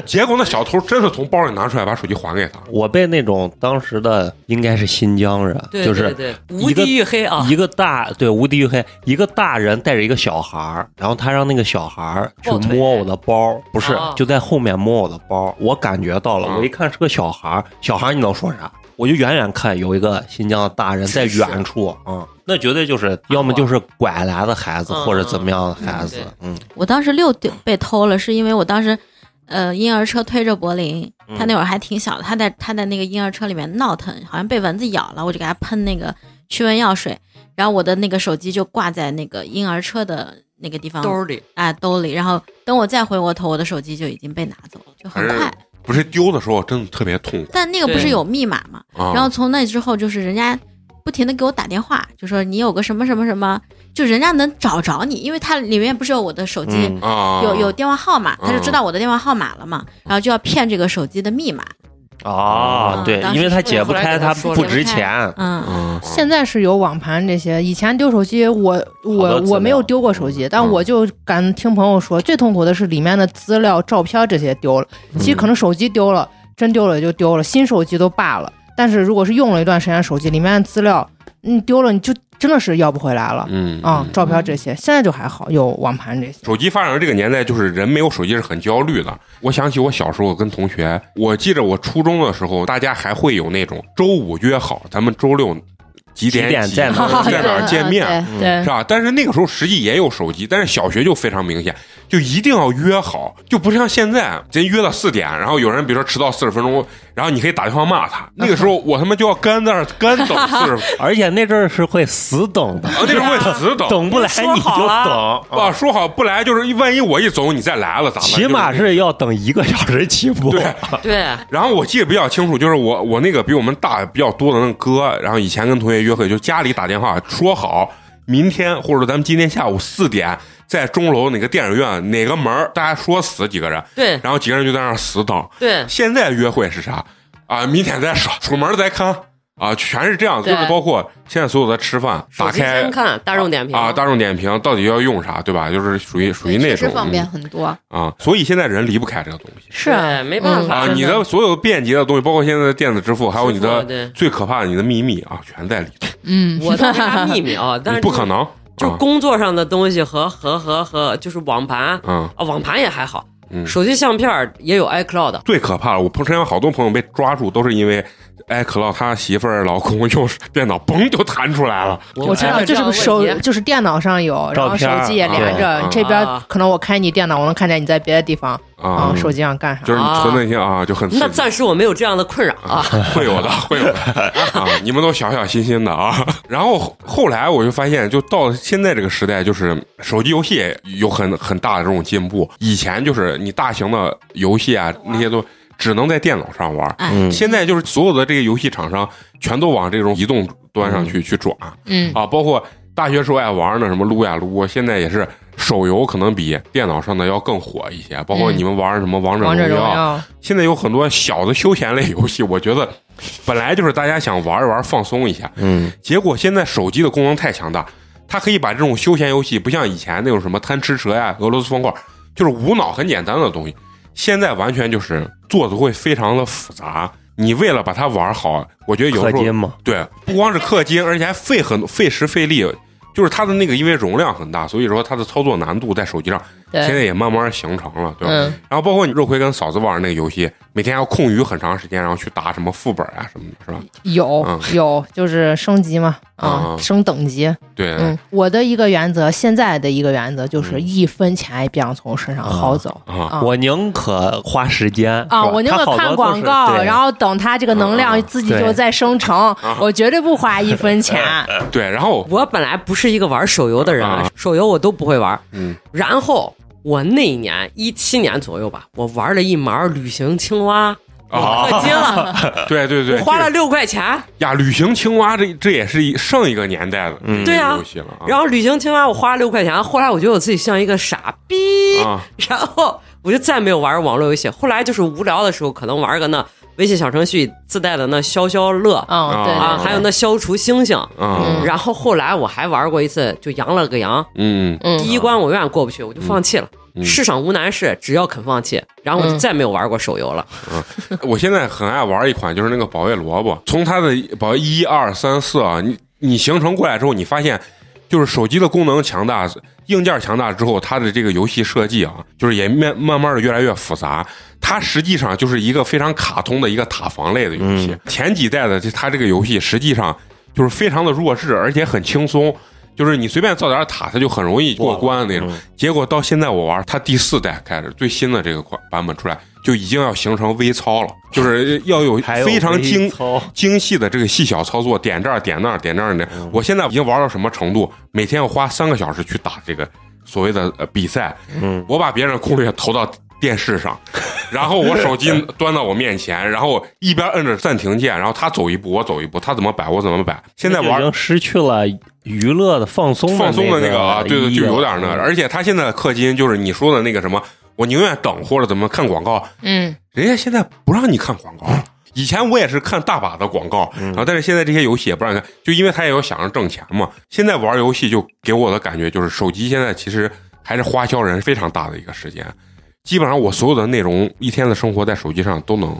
Speaker 1: 结果那小偷真是从包里拿出来，把手机还给他。
Speaker 6: 我被那种当时的应该是新疆人，
Speaker 7: 对
Speaker 6: 就
Speaker 7: 对
Speaker 6: 是
Speaker 7: 对，
Speaker 6: 一
Speaker 7: 无
Speaker 6: 个
Speaker 7: 地域黑啊，
Speaker 6: 一个大对无敌黑，一个大人带着一个小孩儿，然后他让那个小孩儿去
Speaker 7: 抱腿
Speaker 6: 摸我的包，不是
Speaker 7: 啊
Speaker 6: 就在后面摸我的包，我感觉到了，
Speaker 1: 啊
Speaker 6: 我一看是个小孩儿，小孩儿你能说啥？我就远远看有一个新疆的大人在远处啊、嗯那绝对就是要么就是拐来的孩子，
Speaker 7: 嗯
Speaker 6: 或者怎么样的孩子，嗯，
Speaker 4: 我当时六丢被偷了，是因为我当时。呃，婴儿车推着柏林，
Speaker 6: 嗯
Speaker 1: 嗯
Speaker 4: 他那会儿还挺小的，他在他在那个婴儿车里面闹腾，好像被蚊子咬了，我就给他喷那个驱蚊药水，然后我的那个手机就挂在那个婴儿车的那个地方
Speaker 7: 兜里
Speaker 4: 啊兜里，然后等我再回过头，我的手机就已经被拿走了，就很
Speaker 1: 还是
Speaker 4: 快。
Speaker 6: 哎
Speaker 1: 不是丢的时候真的特别痛苦
Speaker 4: 但那个不
Speaker 7: 对
Speaker 4: 是有密码吗？
Speaker 1: 啊！
Speaker 6: 哦
Speaker 4: 然后从那之后，就是人家不停的给我打电话，就说你有个什么什么什么，就人家能找着你，因为它里面不是有我的手机。
Speaker 6: 嗯
Speaker 1: 啊，
Speaker 4: 有有电话号码，他就
Speaker 1: 嗯
Speaker 4: 知道我的电话号码了嘛，然后就要骗这个手机的密码，
Speaker 6: 啊，
Speaker 4: 嗯
Speaker 6: 对，
Speaker 7: 当时
Speaker 6: 因为它
Speaker 7: 是
Speaker 6: 解不
Speaker 7: 后来
Speaker 6: 开，
Speaker 7: 给他
Speaker 6: 它
Speaker 7: 说
Speaker 6: 不
Speaker 7: 了
Speaker 6: 值钱。
Speaker 4: 嗯，
Speaker 1: 嗯，
Speaker 3: 现在是有网盘这些，以前丢手机我
Speaker 6: 好多
Speaker 3: 我
Speaker 6: 资料
Speaker 3: 我没有丢过手机，但
Speaker 1: 嗯
Speaker 3: 我就敢听朋友说，最痛苦的是里面的资料、照片这些丢了。其实可能手机丢了，真丢了也就丢了，新手机都罢了。但是如果是用了一段时间手机，里面的资料你丢了，你就真的是要不回来了
Speaker 1: 嗯
Speaker 3: 啊、
Speaker 1: 嗯
Speaker 3: 照片这些，现在就还好，有网盘这些。
Speaker 1: 手机发展到这个年代，就是人没有手机是很焦虑的。我想起我小时候跟同学，我记着我初中的时候，大家还会有那种周五约好，咱们周六几点
Speaker 6: 几点
Speaker 1: 几
Speaker 6: 在哪
Speaker 1: 儿
Speaker 6: 儿
Speaker 1: 在哪儿见面，
Speaker 6: 嗯
Speaker 2: 对
Speaker 1: 是，吧？但是那个时候实际也有手机，但是小学就非常明显，就一定要约好，就不像现在，人约到四点，然后有人比如说迟到四十分钟，然后你可以打电话骂他。那个时候我他妈就要干在那儿干 等四十，
Speaker 6: 而且那阵儿是会死等的，
Speaker 1: 啊那时候会死等。
Speaker 6: 等不来
Speaker 7: 说
Speaker 6: 你
Speaker 7: 好
Speaker 6: 就
Speaker 7: 了
Speaker 6: 等。
Speaker 1: 啊，说好不来就是，万一我一走你再来了咋办？
Speaker 6: 起
Speaker 1: 啊就是
Speaker 6: 码是要等一个小时起步，
Speaker 1: 对
Speaker 7: 对，
Speaker 1: 然后我记得比较清楚，就是我我那个比我们大比较多的那个哥，然后以前跟同学约会，就家里打电话说好，明天或者咱们今天下午四点在钟楼哪个电影院哪个门儿，大家说死几个人，
Speaker 7: 对
Speaker 1: 然后几个人就在那儿死等。
Speaker 7: 对，
Speaker 1: 现在约会是啥啊？明天再说，出门再看啊，全是这样，就
Speaker 7: 对
Speaker 1: 是包括现在所有的吃饭，
Speaker 7: 手
Speaker 1: 打
Speaker 7: 机
Speaker 1: 开
Speaker 7: 先看大众点评
Speaker 1: 啊，大众点评到底要用啥，对吧？就是属于属于那
Speaker 5: 确
Speaker 1: 种
Speaker 5: 实方便很多。
Speaker 1: 嗯啊，所以现在人离不开这个东西。
Speaker 3: 是啊，
Speaker 7: 对没办法
Speaker 1: 啊， 你的所有便捷的东西，包括现在的电子支付，还有你
Speaker 7: 支付啊
Speaker 1: 的
Speaker 7: 对
Speaker 1: 最可怕的你的秘密啊，全在里头。
Speaker 3: 嗯，
Speaker 7: 我倒没啥秘 密啊，但
Speaker 1: 你
Speaker 7: 是
Speaker 1: 不可能，
Speaker 7: 就
Speaker 1: 啊
Speaker 7: 是工作上的东西和和和和就是网盘
Speaker 1: 嗯
Speaker 7: 啊，网盘也还好，
Speaker 1: 嗯，
Speaker 7: 手机相片儿也有 iCloud，
Speaker 1: 最可怕的，我朋身边好多朋友被抓住，都是因为 iCloud 他媳妇儿老公 用电脑嘣就弹出来了，
Speaker 3: 我知道，
Speaker 7: 哎
Speaker 3: 这是个手
Speaker 7: 问题，
Speaker 3: 就是电脑上有，然后手机也
Speaker 1: 照
Speaker 3: 连
Speaker 1: 片
Speaker 3: 着
Speaker 1: 啊，
Speaker 3: 这边
Speaker 7: 啊
Speaker 3: 可能我开你电脑，我能看见你在别的地方
Speaker 1: 啊
Speaker 7: 哦
Speaker 3: 啊，，手机上干啥？
Speaker 1: 就是你存那些啊，就很
Speaker 7: 那
Speaker 1: 刺激
Speaker 7: 暂时我没有这样的困扰啊。
Speaker 1: 会有的，会有的啊！你们都小小心心的啊。然后后后来我就发现，就到现在这个时代，就是手机游戏有很很大的这种进步。以前就是你大型的游戏啊，那些都只能在电脑上玩。
Speaker 6: 嗯
Speaker 1: 现在就是所有的这个游戏厂商全都往这种移动端上去、去转
Speaker 3: 嗯，
Speaker 1: 啊，包括大学时候爱玩的什么撸呀撸，现在也是手游可能比电脑上的要更火一些。包括
Speaker 3: 嗯
Speaker 1: 你们玩什么王者
Speaker 3: 王者荣
Speaker 1: 荣耀
Speaker 3: 耀，
Speaker 1: 现在有很多小的休闲类游戏， 我觉得本来就是大家想玩一玩、放松一下，
Speaker 6: 嗯，
Speaker 1: 结果现在手机的功能太强大，它可以把这种休闲游戏，不像以前那种什么贪吃蛇呀、俄罗斯方块，就是无脑很简单的东西，现在完全就是做的会非常的复杂。你为了把它玩好，我觉得有
Speaker 6: 氪
Speaker 1: 时候
Speaker 6: 金嘛，
Speaker 1: 对，不光是氪金，而且还费很费时费力。就是它的那个，因为容量很大，所以说它的操作难度在手机上
Speaker 3: 对
Speaker 1: 现在也慢慢形成了，对吧？
Speaker 3: 嗯
Speaker 1: 然后包括你肉葵跟嫂子玩那个游戏，每天要空余很长时间，然后去打什么副本啊什么的，是吧？
Speaker 3: 有
Speaker 1: 嗯
Speaker 3: 有，就是升级嘛，
Speaker 1: 啊
Speaker 3: 啊，升等级。
Speaker 1: 对，
Speaker 3: 嗯，我的一个原则，现在的一个原则就是
Speaker 1: 嗯
Speaker 3: 一分钱也别想从我身上薅走
Speaker 1: 啊
Speaker 3: 啊
Speaker 6: 我宁可花时间
Speaker 3: 啊！我宁可看广告，然后等它这个能
Speaker 1: 啊啊
Speaker 3: 量自己就
Speaker 6: 对
Speaker 3: 再生成，
Speaker 1: 啊
Speaker 3: 我绝对不花一 分钱。
Speaker 1: 对，然后
Speaker 7: 我本来不是一个玩手游的人，
Speaker 1: 啊
Speaker 7: 手游我都不会玩。
Speaker 1: 嗯，
Speaker 7: 然后我那一年一七年左右吧，我玩了一毛旅行青蛙，我
Speaker 1: 啊
Speaker 7: 氪金了，
Speaker 1: 对对 对，啊
Speaker 7: 我花了
Speaker 1: 这
Speaker 7: 六块钱。
Speaker 1: 呀，旅行青蛙这这也是一上一个年代的
Speaker 6: 嗯
Speaker 7: 对啊
Speaker 1: 游戏了啊，
Speaker 7: 然后旅行青蛙我花了六块钱，后来我觉得我自己像一个傻逼，
Speaker 1: 啊
Speaker 7: 然后我就再没有玩过网络游戏。后来就是无聊的时候，可能玩个那微信小程序自带的那消消乐
Speaker 3: 嗯，对
Speaker 7: 啊，
Speaker 1: 啊
Speaker 3: 对，
Speaker 7: 还有那消除星星。
Speaker 1: 啊
Speaker 7: 然后后来我还玩过一次，就羊了个羊，
Speaker 1: 嗯
Speaker 3: 嗯
Speaker 7: 第一关我永远过不去，我就放弃了。
Speaker 1: 嗯
Speaker 7: 世上无难事，只要肯放弃。然后我就
Speaker 3: 嗯
Speaker 7: 再没有玩过手游了。
Speaker 1: 嗯我现在很爱玩一款，就是那个保卫萝卜，从它的保卫一二三四啊，你你形成过来之后，你发现就是手机的功能强大，啊硬件强大之后，它的这个游戏设计啊，就是也慢慢慢的越来越复杂。它实际上就是一个非常卡通的一个塔防类的游
Speaker 6: 嗯
Speaker 1: 戏。前几代的这它这个游戏实际上就是非常的弱智，而且很轻松。就是你随便造点塔，它就很容易过关的那种。
Speaker 6: 嗯
Speaker 1: 结果到现在我玩它第四代开始最新的这个款版本出来，就已经要形成微操了，就是要有
Speaker 6: 还有
Speaker 1: 非常精
Speaker 6: 微操
Speaker 1: 精细的这个细小操作，点这儿点那儿点这儿点那
Speaker 6: 嗯
Speaker 1: 儿。我现在已经玩到什么程度？每天要花三个小时去打这个所谓的呃比赛。
Speaker 6: 嗯，
Speaker 1: 我把别人的攻略投到电视 上，然后我手机端到我面前，然后一边摁着暂停键，然后他走一步我走一步，他怎么摆我怎么摆。现在
Speaker 6: 已
Speaker 1: 玩
Speaker 6: 经失去了娱乐的放松
Speaker 1: 放松的那
Speaker 6: 个
Speaker 1: 个啊，对对，
Speaker 6: 意义
Speaker 1: 就
Speaker 6: 了嗯
Speaker 1: 有点那个。而且他现在的氪金就是你说的那个什么，我宁愿等或者怎么看广告，
Speaker 3: 嗯，
Speaker 1: 人家现在不让你看广告了。以前我也是看大把的广告，
Speaker 6: 嗯
Speaker 1: 然后但是现在这些游戏也不让看，就因为他也要想着挣钱嘛。现在玩游戏就给我的感觉就是，手机现在其实还是花销人非常大的一个时间。基本上我所有的内容，一天的生活在手机上都能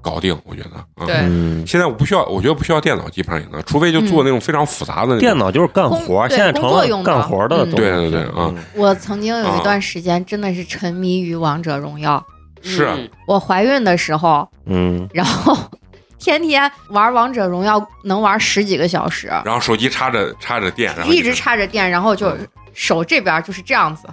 Speaker 1: 搞定，我觉得。嗯、
Speaker 5: 对
Speaker 6: 嗯，
Speaker 1: 现在我不需要，我觉得不需要电脑，基本上也能，除非就
Speaker 5: 嗯
Speaker 1: 做那种非常复杂的那种
Speaker 6: 电。脑就是干活
Speaker 5: 工
Speaker 6: 儿，
Speaker 5: 对
Speaker 6: 现在成
Speaker 5: 工作用
Speaker 6: 了
Speaker 5: 的
Speaker 6: 干活儿的
Speaker 5: 嗯
Speaker 6: 东西。
Speaker 1: 对对对啊
Speaker 6: 嗯
Speaker 5: 我曾经有一段时间真的是沉迷于王者荣耀。
Speaker 1: 是
Speaker 7: 嗯
Speaker 5: 我怀孕的时候，
Speaker 6: 嗯，
Speaker 5: 然后 天天玩王者荣耀，能玩十几个小时，
Speaker 1: 然后手机插着插着电，然后嗯
Speaker 5: 一直插着电，然后就手这边就是这样子，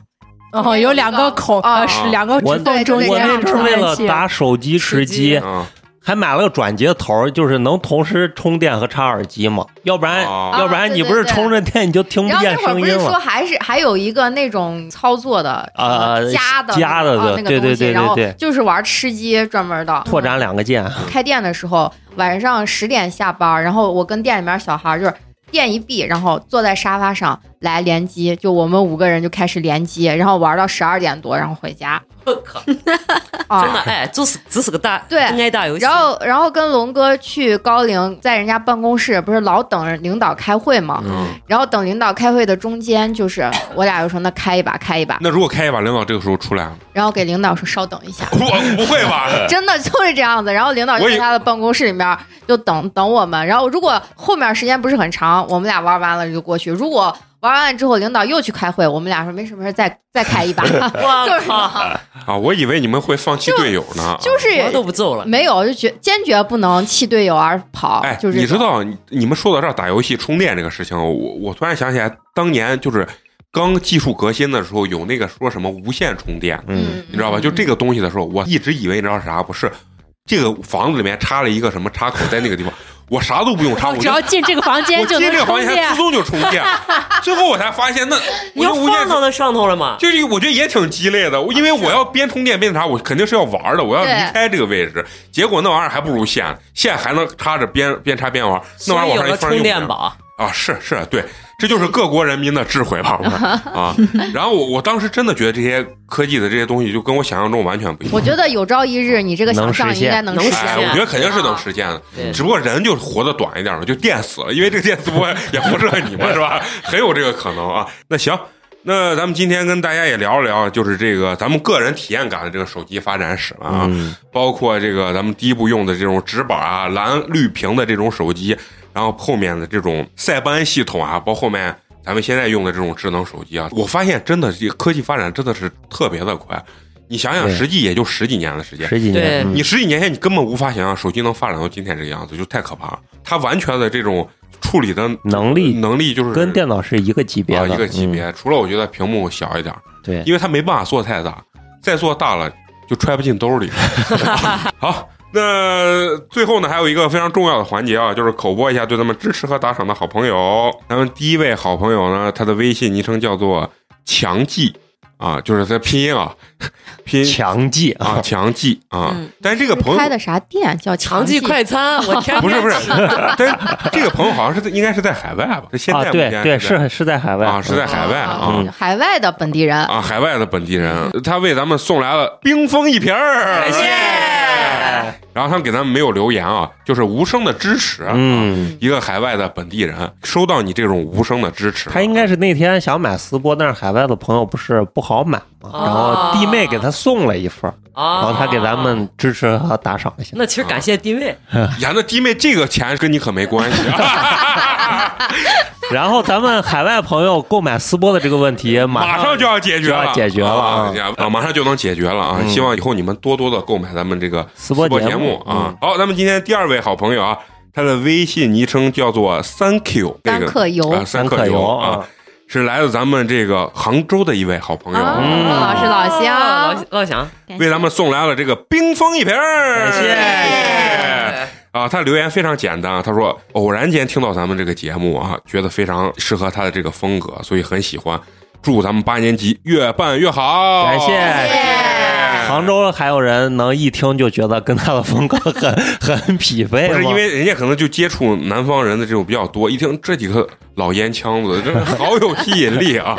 Speaker 2: 然后哦有两个孔，
Speaker 5: 啊
Speaker 2: 呃，是两个
Speaker 6: 我
Speaker 2: 指缝中
Speaker 5: 对
Speaker 6: 我
Speaker 2: 间
Speaker 6: 那
Speaker 2: 上
Speaker 6: 阵儿
Speaker 2: 传
Speaker 6: 为
Speaker 2: 来
Speaker 6: 了
Speaker 2: 器。
Speaker 6: 打手机吃鸡，
Speaker 1: 啊，
Speaker 6: 还买了个转接头，就是能同时充电和插耳机嘛，要不然、
Speaker 1: 哦
Speaker 6: 要不然你
Speaker 5: 对对
Speaker 6: 不是
Speaker 5: 对
Speaker 6: 充着电你就听不
Speaker 5: 然后
Speaker 6: 见
Speaker 5: 那会儿
Speaker 6: 声
Speaker 5: 不
Speaker 6: 音
Speaker 5: 是说
Speaker 6: 了。
Speaker 5: 还是还有一个那种操作的
Speaker 6: 啊
Speaker 5: 呃加的
Speaker 6: 加的
Speaker 5: 那个
Speaker 6: 对
Speaker 5: 啊那个
Speaker 6: 对对
Speaker 5: 东西
Speaker 6: 对对
Speaker 5: 然后
Speaker 6: 对
Speaker 5: 就是玩吃鸡专门的。
Speaker 6: 拓展两个键，
Speaker 1: 嗯
Speaker 5: 开店的时候，晚上十点下班，然后我跟店里面小孩就是店一闭，然后坐在沙发上来联机，就我们五个人就开始联机，然后玩到十二点多，然后回家
Speaker 7: 我 靠，真的
Speaker 5: 啊。
Speaker 7: 哎，就是只是个大
Speaker 5: 对
Speaker 7: 真爱打游戏，
Speaker 5: 然后，然后跟龙哥去高陵，在人家办公室，不是老等领导开会吗？
Speaker 1: 嗯，
Speaker 5: 然后等领导开会的中间，就是我俩就说那开一把，开一把，
Speaker 1: 那如果开一把领导这个时候出来了，，
Speaker 5: 然后给领导说稍等一下
Speaker 1: 我不会吧？
Speaker 5: 真的就是这样子。然后领导就
Speaker 1: 我以
Speaker 5: 在他的办公室里面就等等我们。然后如果后面时间不是很长，我们俩玩完了就过去。如果玩完了之后领导又去开会，我们俩说没事没 事，再再开一把，
Speaker 7: 我
Speaker 5: 就是
Speaker 7: 靠，
Speaker 1: 啊，我以为你们会放弃队友呢。啊
Speaker 5: 就
Speaker 7: 我都
Speaker 5: 是
Speaker 7: 不揍了。
Speaker 5: 没有就决坚决不能弃队友而跑
Speaker 1: 哎，，
Speaker 5: 就是
Speaker 1: 你知
Speaker 5: 这种
Speaker 1: 道你你们说到这儿打游戏充电这个事情，我我突然想起来，当年就是刚技术革新的时候，有那个说什么无线充电，
Speaker 6: 嗯，
Speaker 1: 你知道吧？就这个东西的时候，我一直以为你知道是啥不是？这个房子里面插了一个什么插口，在那个地方，我啥都不用插，我
Speaker 2: 只
Speaker 1: 就
Speaker 2: 要进这个房间
Speaker 1: 我
Speaker 2: 就
Speaker 1: 进
Speaker 2: 能
Speaker 1: 这个
Speaker 2: 充
Speaker 1: 房间它
Speaker 2: 电
Speaker 1: 自。动就充电。最后我才发现，那我
Speaker 7: 你要
Speaker 1: 用无线
Speaker 7: 放
Speaker 1: 充
Speaker 7: 到那上头了吗？
Speaker 1: 就是我觉得也挺鸡肋的，因为我要边充电边那啥，我肯定是要玩的，我要
Speaker 5: 对
Speaker 1: 离开这个位置。结果那玩意儿还不如线，线还能插着边边插边玩，那
Speaker 7: 所
Speaker 1: 玩
Speaker 7: 以
Speaker 1: 意儿往
Speaker 7: 有
Speaker 1: 上一放就
Speaker 7: 了充
Speaker 1: 不
Speaker 7: 电
Speaker 1: 行
Speaker 7: 宝，
Speaker 1: 啊，是是，对，这就是各国人民的智慧吧我们 啊。然后我我当时真的觉得这些科技的这些东西就跟我想象中完全不一样
Speaker 5: 我。觉得有朝一日你这个想象应该能
Speaker 7: 能
Speaker 5: 实
Speaker 7: 实
Speaker 5: 现
Speaker 7: 现
Speaker 1: 哎，
Speaker 7: 能
Speaker 1: 我
Speaker 7: 实
Speaker 1: 觉得肯定是能实现的，
Speaker 7: 对
Speaker 1: 只不过人就是活得短一点嘛，就电死了，因为这个电磁波也不适合你嘛，是吧？很有这个可能啊。那行，那咱们今天跟大家也聊一聊，就是这个咱们个人体验感的这个手机发展史了啊，
Speaker 6: 嗯
Speaker 1: 包括这个咱们第一步用的这种直板啊、蓝绿屏的这种手机，然后后面的这种塞班系统啊，包括后面。咱们现在用的这种智能手机啊，我发现真的，这科技发展真的是特别的快。你想想，
Speaker 6: 对
Speaker 1: 实际也就十几年的时间，
Speaker 6: 十几
Speaker 7: 对
Speaker 6: 年，嗯
Speaker 1: 你十几年前你根本无法想象手机能发展到今天这个样子，就太可怕了。它完全的这种处理的
Speaker 6: 能力
Speaker 1: 能力就是
Speaker 6: 跟电脑是一个级别
Speaker 1: 啊
Speaker 6: 的，
Speaker 1: 一个级
Speaker 6: 嗯。
Speaker 1: 别，除了我觉得屏幕小一点儿，
Speaker 6: 对，
Speaker 1: 因为它没办法做太大，再做大了就揣不进兜 里。好。那最后呢，还有一个非常重要的环节啊，就是口播一下对咱们支持和打赏的好朋友。咱们第一位好朋友呢，他的微信昵称叫做强记啊，就是他拼音啊，拼
Speaker 6: 强记
Speaker 1: 啊
Speaker 6: 啊，
Speaker 1: 强记啊。
Speaker 7: 嗯
Speaker 1: 但是这个朋友
Speaker 5: 开的啥店叫
Speaker 7: 长
Speaker 5: 记
Speaker 7: 记快餐，我天，
Speaker 1: 不是 不是，但这个朋友好像是在应该是在海外吧？这现在
Speaker 6: 啊，
Speaker 1: 目
Speaker 6: 对
Speaker 1: 前
Speaker 6: 对，
Speaker 1: 在
Speaker 6: 是是在海外
Speaker 1: 啊是在海外啊
Speaker 6: 嗯
Speaker 5: 海外的本地人，
Speaker 1: 啊海外的本地人，他为咱们送来了冰封一瓶儿，
Speaker 6: 感谢。
Speaker 1: 然后他们给咱们没有留言啊，就是无声的支持。啊
Speaker 6: 嗯，
Speaker 1: 一个海外的本地人收到你这种无声的支持，啊
Speaker 6: 他应该是那天想买丝波，但是海外的朋友不是不好买嘛，
Speaker 7: 啊
Speaker 6: 然后弟妹给他送了一份儿，然
Speaker 7: 啊，
Speaker 6: 后他给咱们支持和打赏一下。
Speaker 7: 那其实感谢定位，
Speaker 1: 哎呀，那弟妹这个钱跟你可没关 系啊，
Speaker 6: 然后咱们海外朋友购买丝波的这个问题，马
Speaker 1: 马上就要解决
Speaker 6: 就
Speaker 1: 了，
Speaker 6: 要解决了
Speaker 1: 啊
Speaker 6: 啊
Speaker 1: 啊，马上就能解决了啊！
Speaker 6: 嗯
Speaker 1: 希望以后你们多多的购买咱们这个
Speaker 6: 丝波
Speaker 1: 播
Speaker 6: 节
Speaker 1: 目
Speaker 6: 目
Speaker 1: 啊。好，咱们今天第二位好朋友啊，他的微信昵称叫做 Thank you，这
Speaker 5: 三
Speaker 1: 个
Speaker 5: 克油
Speaker 1: 啊，三
Speaker 6: 克
Speaker 1: 克油啊
Speaker 6: 啊，，
Speaker 1: 是来自咱们这个杭州的一位好朋友，
Speaker 5: 啊
Speaker 1: 啊
Speaker 6: 嗯
Speaker 5: 老师啊老乡
Speaker 7: 啊老，老乡，
Speaker 1: 为咱们送来了这个冰封一瓶儿，
Speaker 6: 感谢
Speaker 1: 谢啊，他留言非常简单，啊，他说偶然间听到咱们这个节目啊，觉得非常适合他的这个风格，所以很喜欢。祝咱们八年级越办越好，
Speaker 6: 感哦谢
Speaker 1: 谢
Speaker 6: 杭州还有人能一听就觉得跟他的风格很很匹配
Speaker 1: 不
Speaker 6: 吗，
Speaker 1: 是因为人家可能就接触南方人的这种比较 多，一听这几个老烟枪子，真的好有吸引力啊！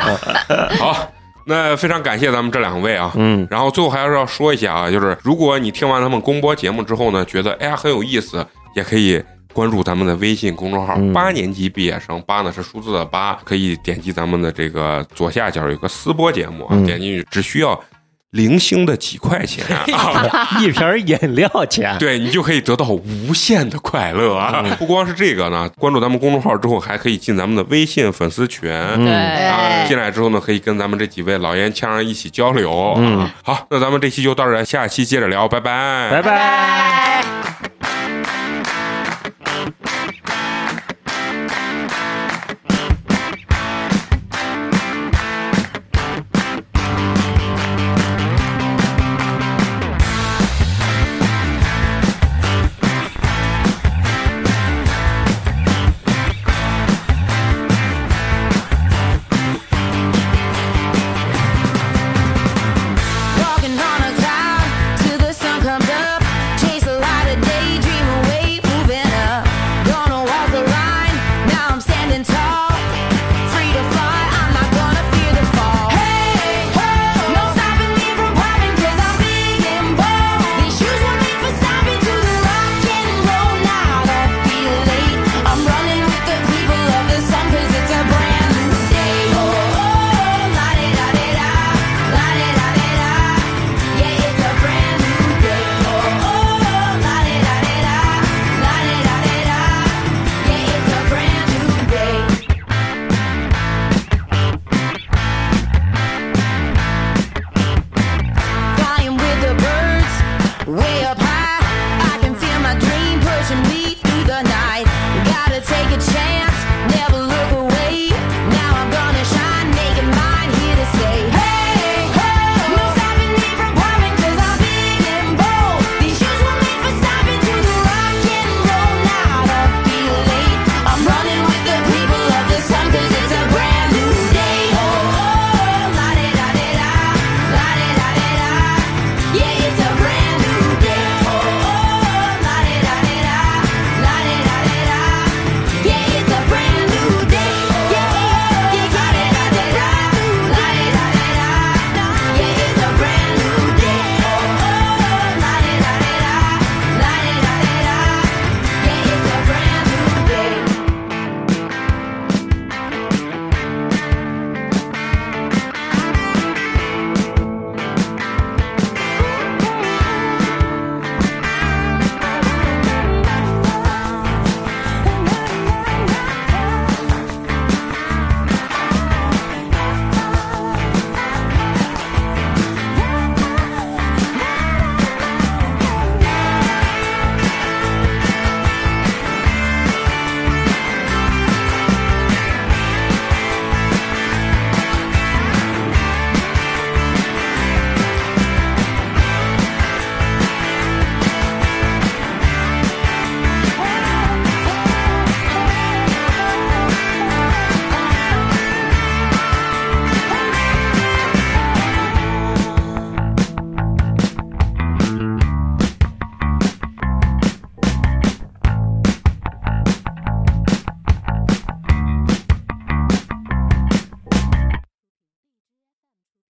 Speaker 1: 好，那非常感谢咱们这两位啊。
Speaker 6: 嗯，
Speaker 1: 然后最后还是要说一下啊，就是如果你听完他们公播节目之后呢，觉得哎呀很有意思，也可以关注咱们的微信公众号“
Speaker 6: 嗯
Speaker 1: 八年级毕业生”，八呢是数字的八，可以点击咱们的这个左下角有个私播节目啊，
Speaker 6: 嗯
Speaker 1: 点进去只需要零星的几块钱 啊，
Speaker 6: 一瓶饮料钱，
Speaker 1: 对你就可以得到无限的快乐啊！
Speaker 6: 嗯
Speaker 1: 不光是这个呢，关注咱们公众号之后，还可以进咱们的微信粉丝群。
Speaker 6: 嗯，
Speaker 1: 啊，
Speaker 5: 哎
Speaker 1: 进来之后呢，可以跟咱们这几位老烟枪一起交流。
Speaker 6: 嗯
Speaker 1: 啊，好，那咱们这期就到这儿，下期接着聊，拜拜，
Speaker 6: 拜拜。
Speaker 5: 拜。